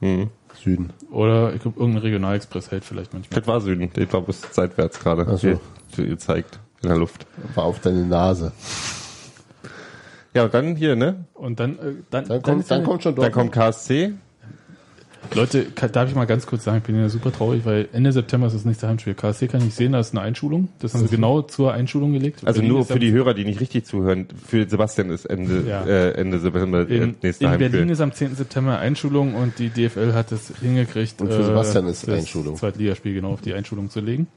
Speaker 1: Mhm.
Speaker 2: Süden.
Speaker 1: Oder ich glaub, irgendein Regionalexpress hält vielleicht manchmal.
Speaker 9: Das war Süden. Ich war bis seitwärts gerade.
Speaker 2: Ach so.
Speaker 9: Ihr- Ihr zeigt in der Luft.
Speaker 2: War auf deine Nase.
Speaker 9: Ja, und dann hier, ne?
Speaker 1: Und dann, äh, dann,
Speaker 2: Dann kommt,
Speaker 1: ist ja-
Speaker 2: dann kommt schon
Speaker 9: Dann
Speaker 2: Dortmund.
Speaker 9: kommt KSC.
Speaker 1: Leute, kann, darf ich mal ganz kurz sagen, ich bin ja super traurig, weil Ende September ist das nächste Heimspiel. KSC kann ich sehen, da ist eine Einschulung. Das haben sie genau zur Einschulung gelegt.
Speaker 9: Also
Speaker 1: Berlin
Speaker 9: nur
Speaker 1: ist
Speaker 9: für
Speaker 1: am-
Speaker 9: die Hörer, die nicht richtig zuhören. Für Sebastian ist Ende,
Speaker 1: Ja.
Speaker 9: äh, Ende September
Speaker 1: In,
Speaker 9: das nächste
Speaker 1: in
Speaker 9: Heimspiel.
Speaker 1: Berlin ist am 10. September Einschulung und die DFL hat es hingekriegt. äh,
Speaker 2: Und für Sebastian ist
Speaker 1: das
Speaker 2: Einschulung.
Speaker 1: Zweitligaspiel genau auf die Einschulung zu legen.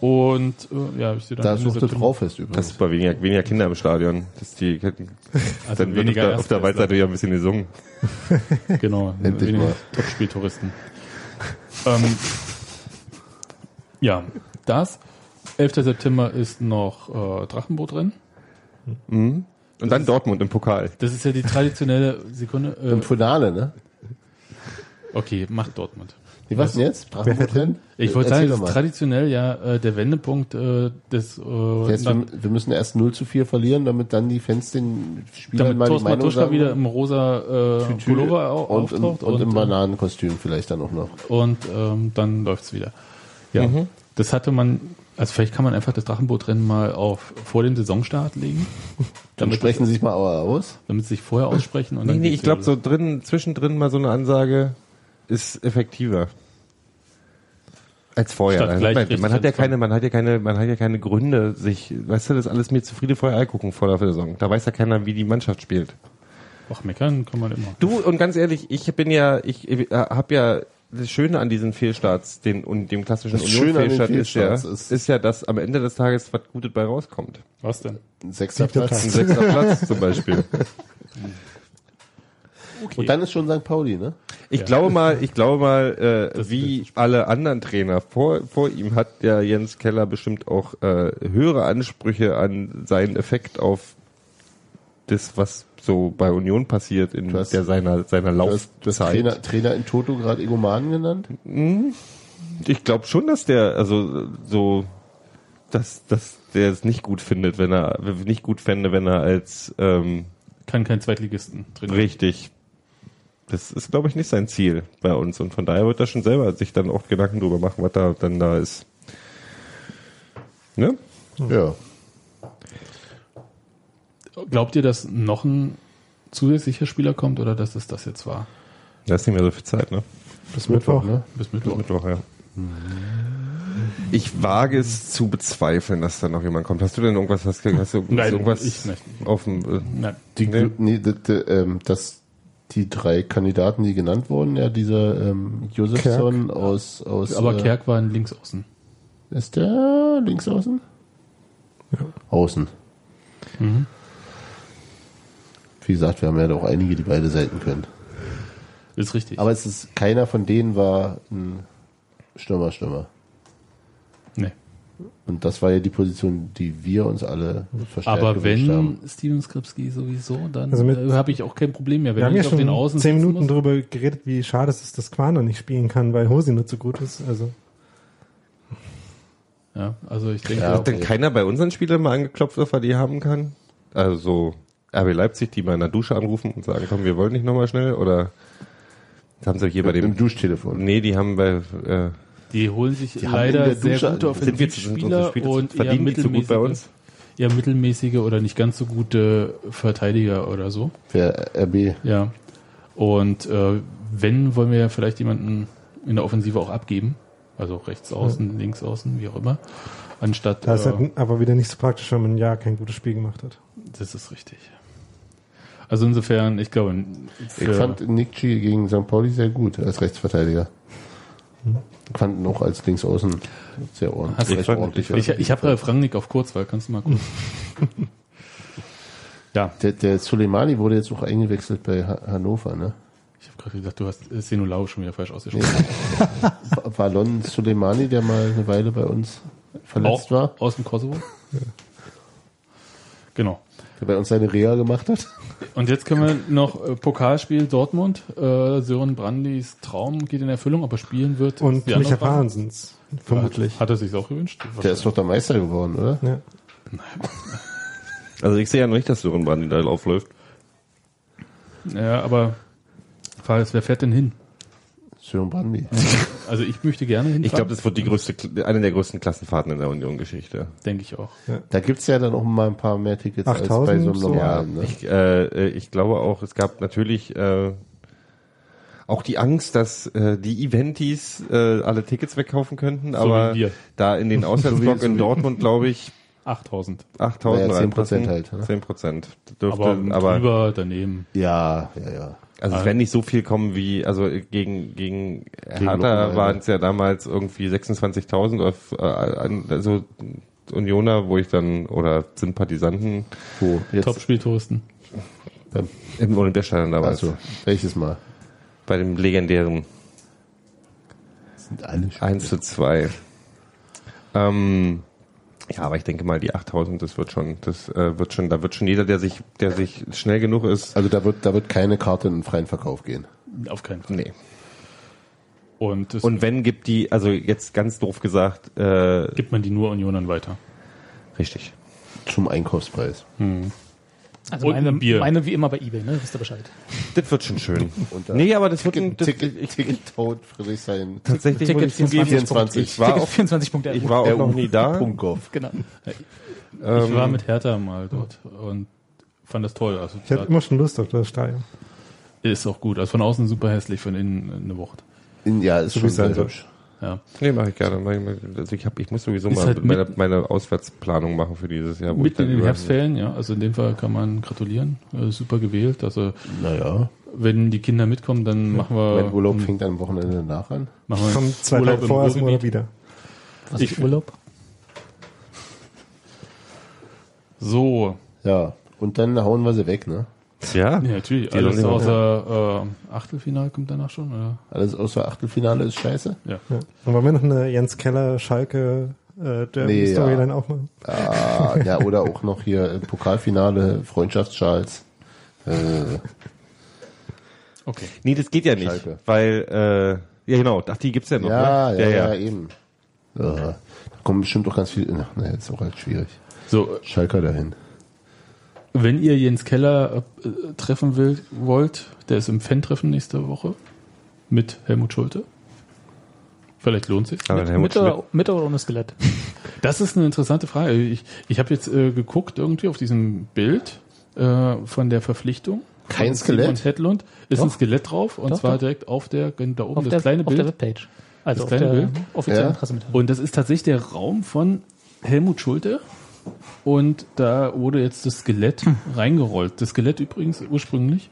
Speaker 1: Und äh, ja, ich sehe dann
Speaker 2: Da ist
Speaker 1: Ende
Speaker 2: noch das
Speaker 1: September-
Speaker 2: drauf ist
Speaker 9: das ist
Speaker 2: übrigens.
Speaker 9: super, weniger, weniger Kinder im Stadion. Das die,
Speaker 1: also ne?
Speaker 9: dann wird auf der, auf der
Speaker 1: Erstplässler.
Speaker 9: Waldseite ja ein bisschen gesungen.
Speaker 1: Genau,
Speaker 2: Endlich
Speaker 1: weniger
Speaker 2: mal.
Speaker 1: Topspieltouristen. ähm, ja, das. 11. September ist noch äh, Drachenbootrennen.
Speaker 9: Und dann Dortmund im Pokal.
Speaker 1: Das ist ja die traditionelle Sekunde.
Speaker 2: Im
Speaker 1: Äh,
Speaker 2: Finale, ne?
Speaker 1: okay, macht Dortmund.
Speaker 2: Wie war's denn jetzt? Drachenboot rennen?
Speaker 1: Ich wollte
Speaker 2: Äh, Erzähl
Speaker 1: sagen, das
Speaker 2: doch
Speaker 1: ist
Speaker 2: mal.
Speaker 1: traditionell ja äh, der Wendepunkt äh, des. Äh,
Speaker 2: Jetzt,
Speaker 1: na-
Speaker 2: wir, wir müssen erst 0 zu 4 verlieren, damit dann die Fans den Spielern
Speaker 1: damit
Speaker 2: mal die
Speaker 1: Thorsten
Speaker 2: Meinung
Speaker 1: Matuschka
Speaker 2: sagen.
Speaker 1: wieder im rosa äh,
Speaker 2: Tütü
Speaker 1: Pullover au-
Speaker 2: und, im,
Speaker 1: auftaucht
Speaker 2: und,
Speaker 1: und,
Speaker 2: im
Speaker 1: äh,
Speaker 2: Bananenkostüm vielleicht dann auch noch.
Speaker 1: und ähm, dann läuft's wieder. Ja,
Speaker 2: Mhm.
Speaker 1: das hatte man, also vielleicht kann man einfach das Drachenbootrennen mal auf vor dem Saisonstart legen,
Speaker 2: Dann
Speaker 1: damit-
Speaker 2: sprechen sie sich mal aus.
Speaker 1: damit sie sich vorher aussprechen. Und
Speaker 9: Nee,
Speaker 1: dann
Speaker 9: nee,
Speaker 1: geht's
Speaker 9: ich glaube,
Speaker 1: wieder
Speaker 9: so drin, zwischendrin mal so eine Ansage ist effektiver. Als vorher.
Speaker 1: Statt
Speaker 9: Man,
Speaker 1: gleich
Speaker 9: man,
Speaker 1: richtig
Speaker 9: man hat ja
Speaker 1: anfangen.
Speaker 9: keine, man hat ja keine, man hat ja keine Gründe, sich, weißt du, das alles mir zufrieden vorher angucken vor der Saison. Da weiß ja keiner, wie die Mannschaft spielt.
Speaker 1: los. Ach, meckern kann man immer.
Speaker 9: Du, und ganz ehrlich, ich bin ja, ich äh, hab ja das Schöne an diesen Fehlstarts, den und dem klassischen
Speaker 2: Das Schöne an den
Speaker 9: Union-Fehlstart ist ja,
Speaker 2: Fehlstarts
Speaker 9: ist,
Speaker 2: ist-
Speaker 9: ja, dass am Ende des Tages was Gutes bei rauskommt.
Speaker 1: Was denn?
Speaker 2: Ein sechster
Speaker 5: Siebter
Speaker 2: Platz.
Speaker 9: Ein sechster Platz zum Beispiel.
Speaker 2: Und dann ist schon St. Pauli, ne?
Speaker 9: Ich glaube mal, ich glaube mal, äh,
Speaker 1: Das
Speaker 9: wie alle anderen Trainer vor, vor ihm hat ja Jens Keller bestimmt auch äh, höhere Ansprüche an seinen Effekt auf das, was so bei Union passiert in
Speaker 2: Du hast-
Speaker 9: der seiner seiner
Speaker 2: Du hast, du hast
Speaker 9: Laufzeit.
Speaker 2: Trainer, Trainer in Toto gerade Egomanen genannt.
Speaker 9: Ich glaube schon, dass der, also so, dass, dass der es nicht gut findet, wenn er nicht gut fände, wenn er als ähm,
Speaker 1: Kann kein Zweitligisten trainieren.
Speaker 9: richtig. Das ist, glaube ich, nicht sein Ziel bei uns. Und von daher wird er schon selber sich dann auch Gedanken drüber machen, was da dann da ist. Ne?
Speaker 2: Ja.
Speaker 1: Glaubt ihr, dass noch ein zusätzlicher Spieler kommt oder dass es das jetzt war?
Speaker 9: Da ist nicht mehr so viel Zeit, ne?
Speaker 2: Bis
Speaker 5: Mittwoch.
Speaker 2: ne?
Speaker 1: Bis
Speaker 9: Bis
Speaker 1: Mittwoch.
Speaker 9: Mittwoch, ja. Ich wage es zu bezweifeln, dass da noch jemand kommt. Hast du denn irgendwas, hast, du- hast du
Speaker 1: Nein,
Speaker 9: irgendwas
Speaker 1: ich nicht.
Speaker 9: auf dem, äh,
Speaker 1: Nein.
Speaker 2: Die,
Speaker 9: Nee.
Speaker 2: nee, das, äh, ähm, das, die drei Kandidaten, die genannt wurden, ja, dieser ähm, Josefsson aus, aus.
Speaker 1: Aber
Speaker 2: äh,
Speaker 1: Kerk war ein Linksaußen.
Speaker 2: Ist der links außen? Außen.
Speaker 1: Mhm.
Speaker 2: Wie gesagt, wir haben ja doch einige, die beide Seiten können.
Speaker 1: Ist richtig.
Speaker 2: Aber es ist, keiner von denen war ein Stürmer, Stürmer.
Speaker 1: nee.
Speaker 2: Und das war ja die Position, die wir uns alle verstärkt
Speaker 1: Äh, Aber
Speaker 2: gewünscht haben.
Speaker 1: wenn Steven Skripski sowieso, dann
Speaker 5: Also mit-
Speaker 1: äh, habe ich auch kein Problem mehr. Wenn
Speaker 5: Wir haben
Speaker 1: ich
Speaker 5: ja
Speaker 1: auf den
Speaker 5: schon
Speaker 1: Außen
Speaker 5: zehn
Speaker 1: sitzen
Speaker 5: Minuten
Speaker 1: muss,
Speaker 5: darüber geredet, wie schade es ist, dass Quaner nicht spielen kann, weil Hosi nur zu gut ist. Also
Speaker 1: Ja, also ich denke,
Speaker 2: Ja.
Speaker 1: ja.
Speaker 9: Hat denn keiner bei unseren Spielern mal angeklopft, ob er die haben kann? Also so RB Leipzig, die mal in der Dusche anrufen und sagen, komm, wir wollen nicht nochmal schnell? Oder das haben sie hier bei
Speaker 2: Mit dem
Speaker 9: dem...
Speaker 2: Duschtelefon.
Speaker 9: Nee, die haben bei... Äh,
Speaker 1: die holen sich
Speaker 2: haben in
Speaker 1: leider
Speaker 2: der Dusche
Speaker 1: sehr gute
Speaker 2: angerufen.
Speaker 9: sind wir sind unsere
Speaker 1: Offensivspieler
Speaker 9: Spieler,
Speaker 1: und eher
Speaker 9: verdienen die zu gut bei
Speaker 1: mittelmäßige-
Speaker 9: uns?
Speaker 1: eher mittelmäßige oder nicht ganz so gute Verteidiger oder so.
Speaker 2: Für RB.
Speaker 1: Ja. Und äh, wenn, wollen wir ja vielleicht jemanden in der Offensive auch abgeben. Also rechts außen, links außen, wie auch immer. Anstatt.
Speaker 5: Da ist
Speaker 1: äh,
Speaker 5: halt aber wieder nicht so praktisch, wenn man ein Jahr kein gutes Spiel gemacht hat.
Speaker 1: das ist richtig. Also insofern, ich glaube,
Speaker 2: Ich
Speaker 1: für,
Speaker 2: fand Nikci gegen St. Pauli sehr gut als Rechtsverteidiger. Fand ihn auch als Linksaußen sehr ordentlich.
Speaker 1: Hast du-
Speaker 2: recht
Speaker 1: ich-
Speaker 2: ordentlich.
Speaker 1: ich, ich habe Ralf Rangnick auf Kurzwahl, kannst du mal gucken. ja,
Speaker 2: der, der Soleimani wurde jetzt auch eingewechselt bei Ha- Hannover, ne?
Speaker 1: ich habe gerade gedacht, du hast äh, Senulau schon wieder falsch ausgesprochen.
Speaker 2: War- War Lon Soleimani, der mal eine Weile bei uns verletzt
Speaker 1: Auch
Speaker 2: war,
Speaker 1: Aus dem Kosovo? genau.
Speaker 2: der bei uns seine Reha gemacht hat.
Speaker 1: Und jetzt können wir noch äh, Pokalspiel Dortmund. Äh, Sören Brandys Traum geht in Erfüllung, ob er spielen wird.
Speaker 5: Und
Speaker 1: ist die
Speaker 5: Micha
Speaker 1: andere Frage.
Speaker 5: Pansens, vermutlich. ne?
Speaker 1: Hat er sich auch gewünscht?
Speaker 2: Der ist doch der Meister geworden, oder?
Speaker 5: Ja.
Speaker 9: Also ich sehe ja noch nicht, dass Sören Brandi da aufläuft.
Speaker 1: Ja, aber Frage ist, wer fährt denn hin?
Speaker 2: Sören Brandy.
Speaker 1: Also ich möchte gerne hin.
Speaker 9: Ich glaube, das wird die größte, eine der größten Klassenfahrten in der Union-Geschichte.
Speaker 1: denke ich auch.
Speaker 2: Da gibt's ja dann auch mal ein paar mehr Tickets als bei
Speaker 5: 8000
Speaker 2: so einem
Speaker 5: so?
Speaker 2: normalen. Ne?
Speaker 9: Ich, äh, ich glaube auch, es gab natürlich äh, auch die Angst, dass äh, die Eventis äh, alle Tickets wegkaufen könnten, aber
Speaker 1: wie wir.
Speaker 9: da in den Auswärtsblock in Dortmund, glaube ich,
Speaker 1: 8000.
Speaker 9: 8000
Speaker 2: Naja, 10%
Speaker 9: reinpassen.
Speaker 2: halt, ne?
Speaker 9: 10 Prozent. Dürfte,
Speaker 1: Aber, um
Speaker 9: aber,
Speaker 1: drüber, daneben.
Speaker 2: Ja, ja, ja.
Speaker 9: also
Speaker 1: Ah.
Speaker 9: es werden nicht so viel kommen wie, also gegen, gegen, Hertha
Speaker 2: Luckenwalde.
Speaker 9: waren es ja damals irgendwie 26.000 oder, f- äh, an- also Unioner, wo ich dann, oder Sympathisanten
Speaker 2: Wo? Jetzt
Speaker 1: Top-Spieltouristen.
Speaker 2: beim,
Speaker 9: im Olympiastadion damals,
Speaker 2: also, welches Mal?
Speaker 9: bei dem legendären
Speaker 2: Sind alle schon.
Speaker 9: 1 zu 2. Ähm, ja, aber ich denke mal, die 8000, das wird schon, das äh, wird schon, da wird schon jeder, der sich, der sich schnell genug ist.
Speaker 2: Also da wird, da wird keine Karte in den freien Verkauf gehen.
Speaker 1: Auf keinen Fall.
Speaker 9: Nee.
Speaker 1: Und, es
Speaker 9: Und wenn gibt die, also jetzt ganz doof gesagt, äh,
Speaker 1: gibt man die nur Unionern weiter.
Speaker 9: richtig.
Speaker 2: Zum Einkaufspreis.
Speaker 4: Also
Speaker 1: Und
Speaker 4: meine,
Speaker 1: ein Bier.
Speaker 4: meine wie immer bei Ebay, ne? Wisst ihr Bescheid.
Speaker 9: Das wird schon schön.
Speaker 2: Und da-
Speaker 9: Nee, aber das wird ein,
Speaker 2: Ticket,
Speaker 9: das,
Speaker 2: Ticket, Ticket, Tod, Friedrichshain.
Speaker 9: tatsächlich muss ich zugeben,
Speaker 2: 24.
Speaker 9: ich war, auch,
Speaker 4: 24 Punkte.
Speaker 9: ich war auch noch nie da.
Speaker 2: Punkow.
Speaker 4: genau.
Speaker 1: Ich
Speaker 9: Ähm,
Speaker 1: war mit Hertha mal dort und fand das toll. Also
Speaker 5: Ich hatte
Speaker 1: da-
Speaker 5: immer schon Lust auf das Stadion.
Speaker 1: ist auch gut. Also von außen super hässlich, von innen eine Wucht.
Speaker 2: In, ja, ist schon
Speaker 5: wie sein
Speaker 2: sehr
Speaker 9: also-
Speaker 5: soll.
Speaker 2: hübsch.
Speaker 1: Ja.
Speaker 9: Nee, mache ich gerne. Mach ich mal- Also ich, hab, ich muss sowieso
Speaker 1: Ist
Speaker 9: mal
Speaker 1: halt
Speaker 9: meine,
Speaker 1: mitten-
Speaker 9: meine Auswärtsplanung machen für dieses Jahr. wo ich
Speaker 1: Mitten
Speaker 9: dann
Speaker 1: in den
Speaker 9: über-
Speaker 1: Herbstferien, ja. Also in dem Fall kann man gratulieren. Äh, super gewählt. Also
Speaker 2: Naja.
Speaker 1: wenn die Kinder mitkommen, dann machen wir,
Speaker 9: Äh,
Speaker 2: Mein
Speaker 9: hm.
Speaker 2: Urlaub fängt am Wochenende nach an.
Speaker 1: machen wir
Speaker 5: Kommt zwei
Speaker 1: Urlaub
Speaker 5: Tage
Speaker 1: im
Speaker 5: vorher oder
Speaker 1: Ruhrgebiet.
Speaker 5: wieder.
Speaker 4: Was ist Urlaub?
Speaker 1: So,
Speaker 2: Ja. Und dann hauen wir sie weg, ne?
Speaker 9: Ja?
Speaker 1: ja, natürlich.
Speaker 9: Die
Speaker 1: Alles
Speaker 9: Sonne-
Speaker 1: außer äh, Achtelfinal kommt danach schon, oder?
Speaker 2: Alles außer Achtelfinale ist scheiße.
Speaker 1: Ja.
Speaker 5: Ja. Und wollen wir noch eine Jens Keller Schalke äh, Derby
Speaker 2: Nee,
Speaker 5: Story
Speaker 2: ja.
Speaker 5: dann auch machen?
Speaker 2: Ah, ja, oder auch noch hier äh, Pokalfinale, Freundschaftsschals. Äh,
Speaker 1: Okay.
Speaker 9: Nee, das geht ja nicht,
Speaker 2: Schalke.
Speaker 9: weil äh, ja genau, ach die gibt's ja noch.
Speaker 2: ja, ja,
Speaker 9: ne?
Speaker 2: ja, eben. Ja. Da kommen bestimmt auch ganz viele. Na, na, ist auch halt schwierig.
Speaker 1: So,
Speaker 2: Schalker dahin.
Speaker 1: wenn ihr Jens Keller äh, äh, treffen will, wollt, der ist im Fan-Treffen nächste Woche mit Helmut Schulte. Vielleicht lohnt sich.
Speaker 9: Aber Helmut
Speaker 4: mit,
Speaker 9: Schmidt,
Speaker 4: oder, mit oder ohne Skelett?
Speaker 1: Das ist eine interessante Frage. Ich, ich habe jetzt äh, geguckt irgendwie auf diesem Bild äh, von der Verpflichtung.
Speaker 2: Kein
Speaker 1: Von
Speaker 2: Skelett?
Speaker 1: Simon Hedlund ist ein
Speaker 4: Doch.
Speaker 1: Skelett drauf und
Speaker 4: Doch,
Speaker 1: zwar
Speaker 4: doch.
Speaker 1: direkt auf der, da oben,
Speaker 4: Auf,
Speaker 1: das
Speaker 4: der,
Speaker 1: kleine
Speaker 4: auf der
Speaker 1: Bild.
Speaker 4: Webpage. Also
Speaker 1: Das kleine
Speaker 4: auf der
Speaker 1: Bild?
Speaker 4: offiziellen
Speaker 2: Ja.
Speaker 4: Pressemitteilung.
Speaker 1: Und das ist tatsächlich der Raum von Helmut Schulte. Und da wurde jetzt das Skelett reingerollt. Das Skelett übrigens ursprünglich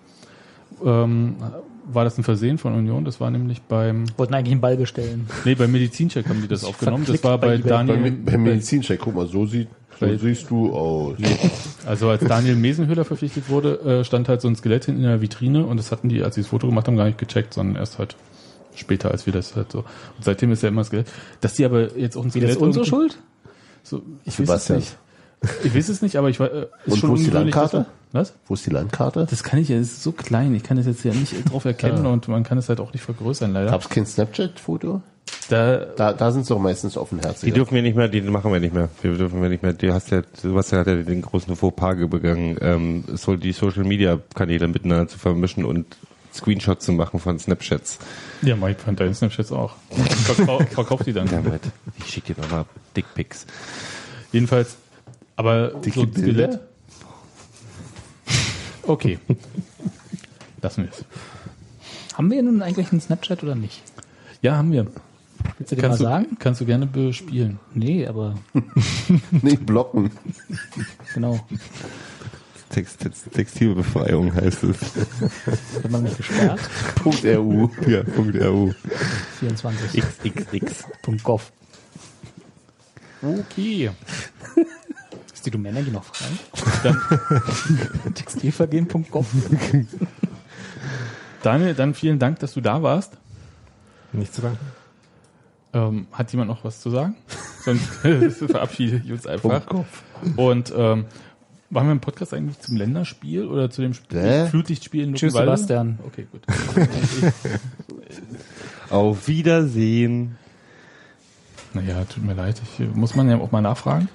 Speaker 1: ähm, war das ein Versehen von Union. Das war nämlich beim,
Speaker 4: Wollten eigentlich einen Ball bestellen.
Speaker 1: nee, beim Medizincheck haben die das aufgenommen. Das
Speaker 4: verklickt
Speaker 1: war bei
Speaker 4: bei eBay.
Speaker 1: Daniel,
Speaker 2: Beim, beim Medizincheck, guck mal, so, sieht, so
Speaker 1: Weil-
Speaker 2: siehst du aus.
Speaker 1: Also als Daniel Mesenhöhler verpflichtet wurde, äh, stand halt so ein Skelett hinten in der Vitrine und das hatten die, als sie das Foto gemacht haben, gar nicht gecheckt, sondern erst halt später, als wir das halt so. Und seitdem ist ja immer Skelett. Dass die aber jetzt auch ein
Speaker 4: Wie,
Speaker 1: Skelett
Speaker 4: das ist unsere
Speaker 1: irgendwie-
Speaker 4: Schuld?
Speaker 1: So, ich
Speaker 2: Sebastian.
Speaker 1: weiß es nicht. Ich weiß es nicht, aber ich war. Äh, ist
Speaker 2: Und
Speaker 1: schon
Speaker 2: wo ist die
Speaker 1: ungewöhnlich, dass
Speaker 2: Landkarte?
Speaker 1: man- Was?
Speaker 2: Wo ist die Landkarte?
Speaker 1: Das kann ich ja, es ist so klein. Ich kann das jetzt ja nicht drauf erkennen und man kann es halt auch nicht vergrößern, leider.
Speaker 2: Gab's kein Snapchat-Foto?
Speaker 1: Da,
Speaker 2: Da, da sind sie doch meistens offenherzig.
Speaker 9: Die dürfen wir nicht mehr, die machen wir nicht mehr. Wir dürfen wir nicht mehr. Du hast ja, Sebastian hat ja den großen Fauxpas begangen, ähm, so die Social Media Kanäle miteinander zu vermischen und Screenshots zu machen von Snapchats.
Speaker 1: ja, Mike fand deinen Snapchats auch. Verkau verkauft die dann.
Speaker 9: Damit. Ich schicke dir nochmal Dickpics.
Speaker 1: Jedenfalls, aber so ein Skelett. Okay. Lassen wir es.
Speaker 4: Haben wir nun eigentlich einen Snapchat oder nicht?
Speaker 1: Ja, haben wir.
Speaker 4: Willst du dir mal
Speaker 1: Kannst du,
Speaker 4: sagen?
Speaker 1: kannst du gerne bespielen.
Speaker 4: Nee, aber
Speaker 2: Nicht blocken.
Speaker 4: genau.
Speaker 9: Text, Text, Textilbefreiung heißt es.
Speaker 4: Wird man nicht gesperrt?
Speaker 2: Punkt EU.
Speaker 9: ja, Punkt RU.
Speaker 4: 24.
Speaker 9: XXX.
Speaker 4: Punkt Gov.
Speaker 1: Okay.
Speaker 4: Ist die Domain eigentlich noch frei? Textilvergehen.gov.
Speaker 1: Daniel, dann vielen Dank, dass du da warst.
Speaker 5: Nicht zu danken.
Speaker 1: Ähm, hat jemand noch was zu sagen? Sonst verabschiede ich uns einfach. Und ähm, waren wir im Podcast eigentlich zum Länderspiel oder zu dem Spiel,
Speaker 2: Hä?
Speaker 1: Flutlichtspiel in
Speaker 4: Tschüss,
Speaker 1: Luckenwalde?
Speaker 4: Sebastian.
Speaker 1: Okay, gut.
Speaker 9: Auf Wiedersehen.
Speaker 1: Naja, tut mir leid. Ich, äh, muss man ja auch mal nachfragen.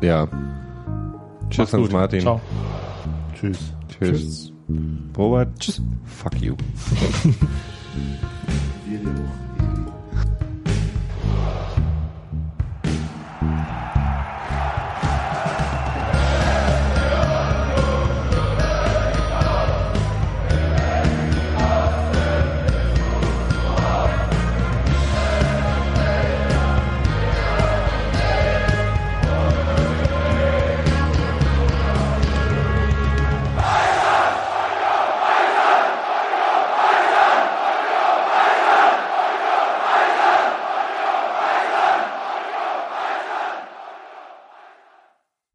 Speaker 9: Ja. Tschüss, Hans Martin.
Speaker 1: Ciao.
Speaker 2: Tschüss.
Speaker 9: Tschüss. Robert. Tschüss. Fuck you.
Speaker 2: Wir dir auch.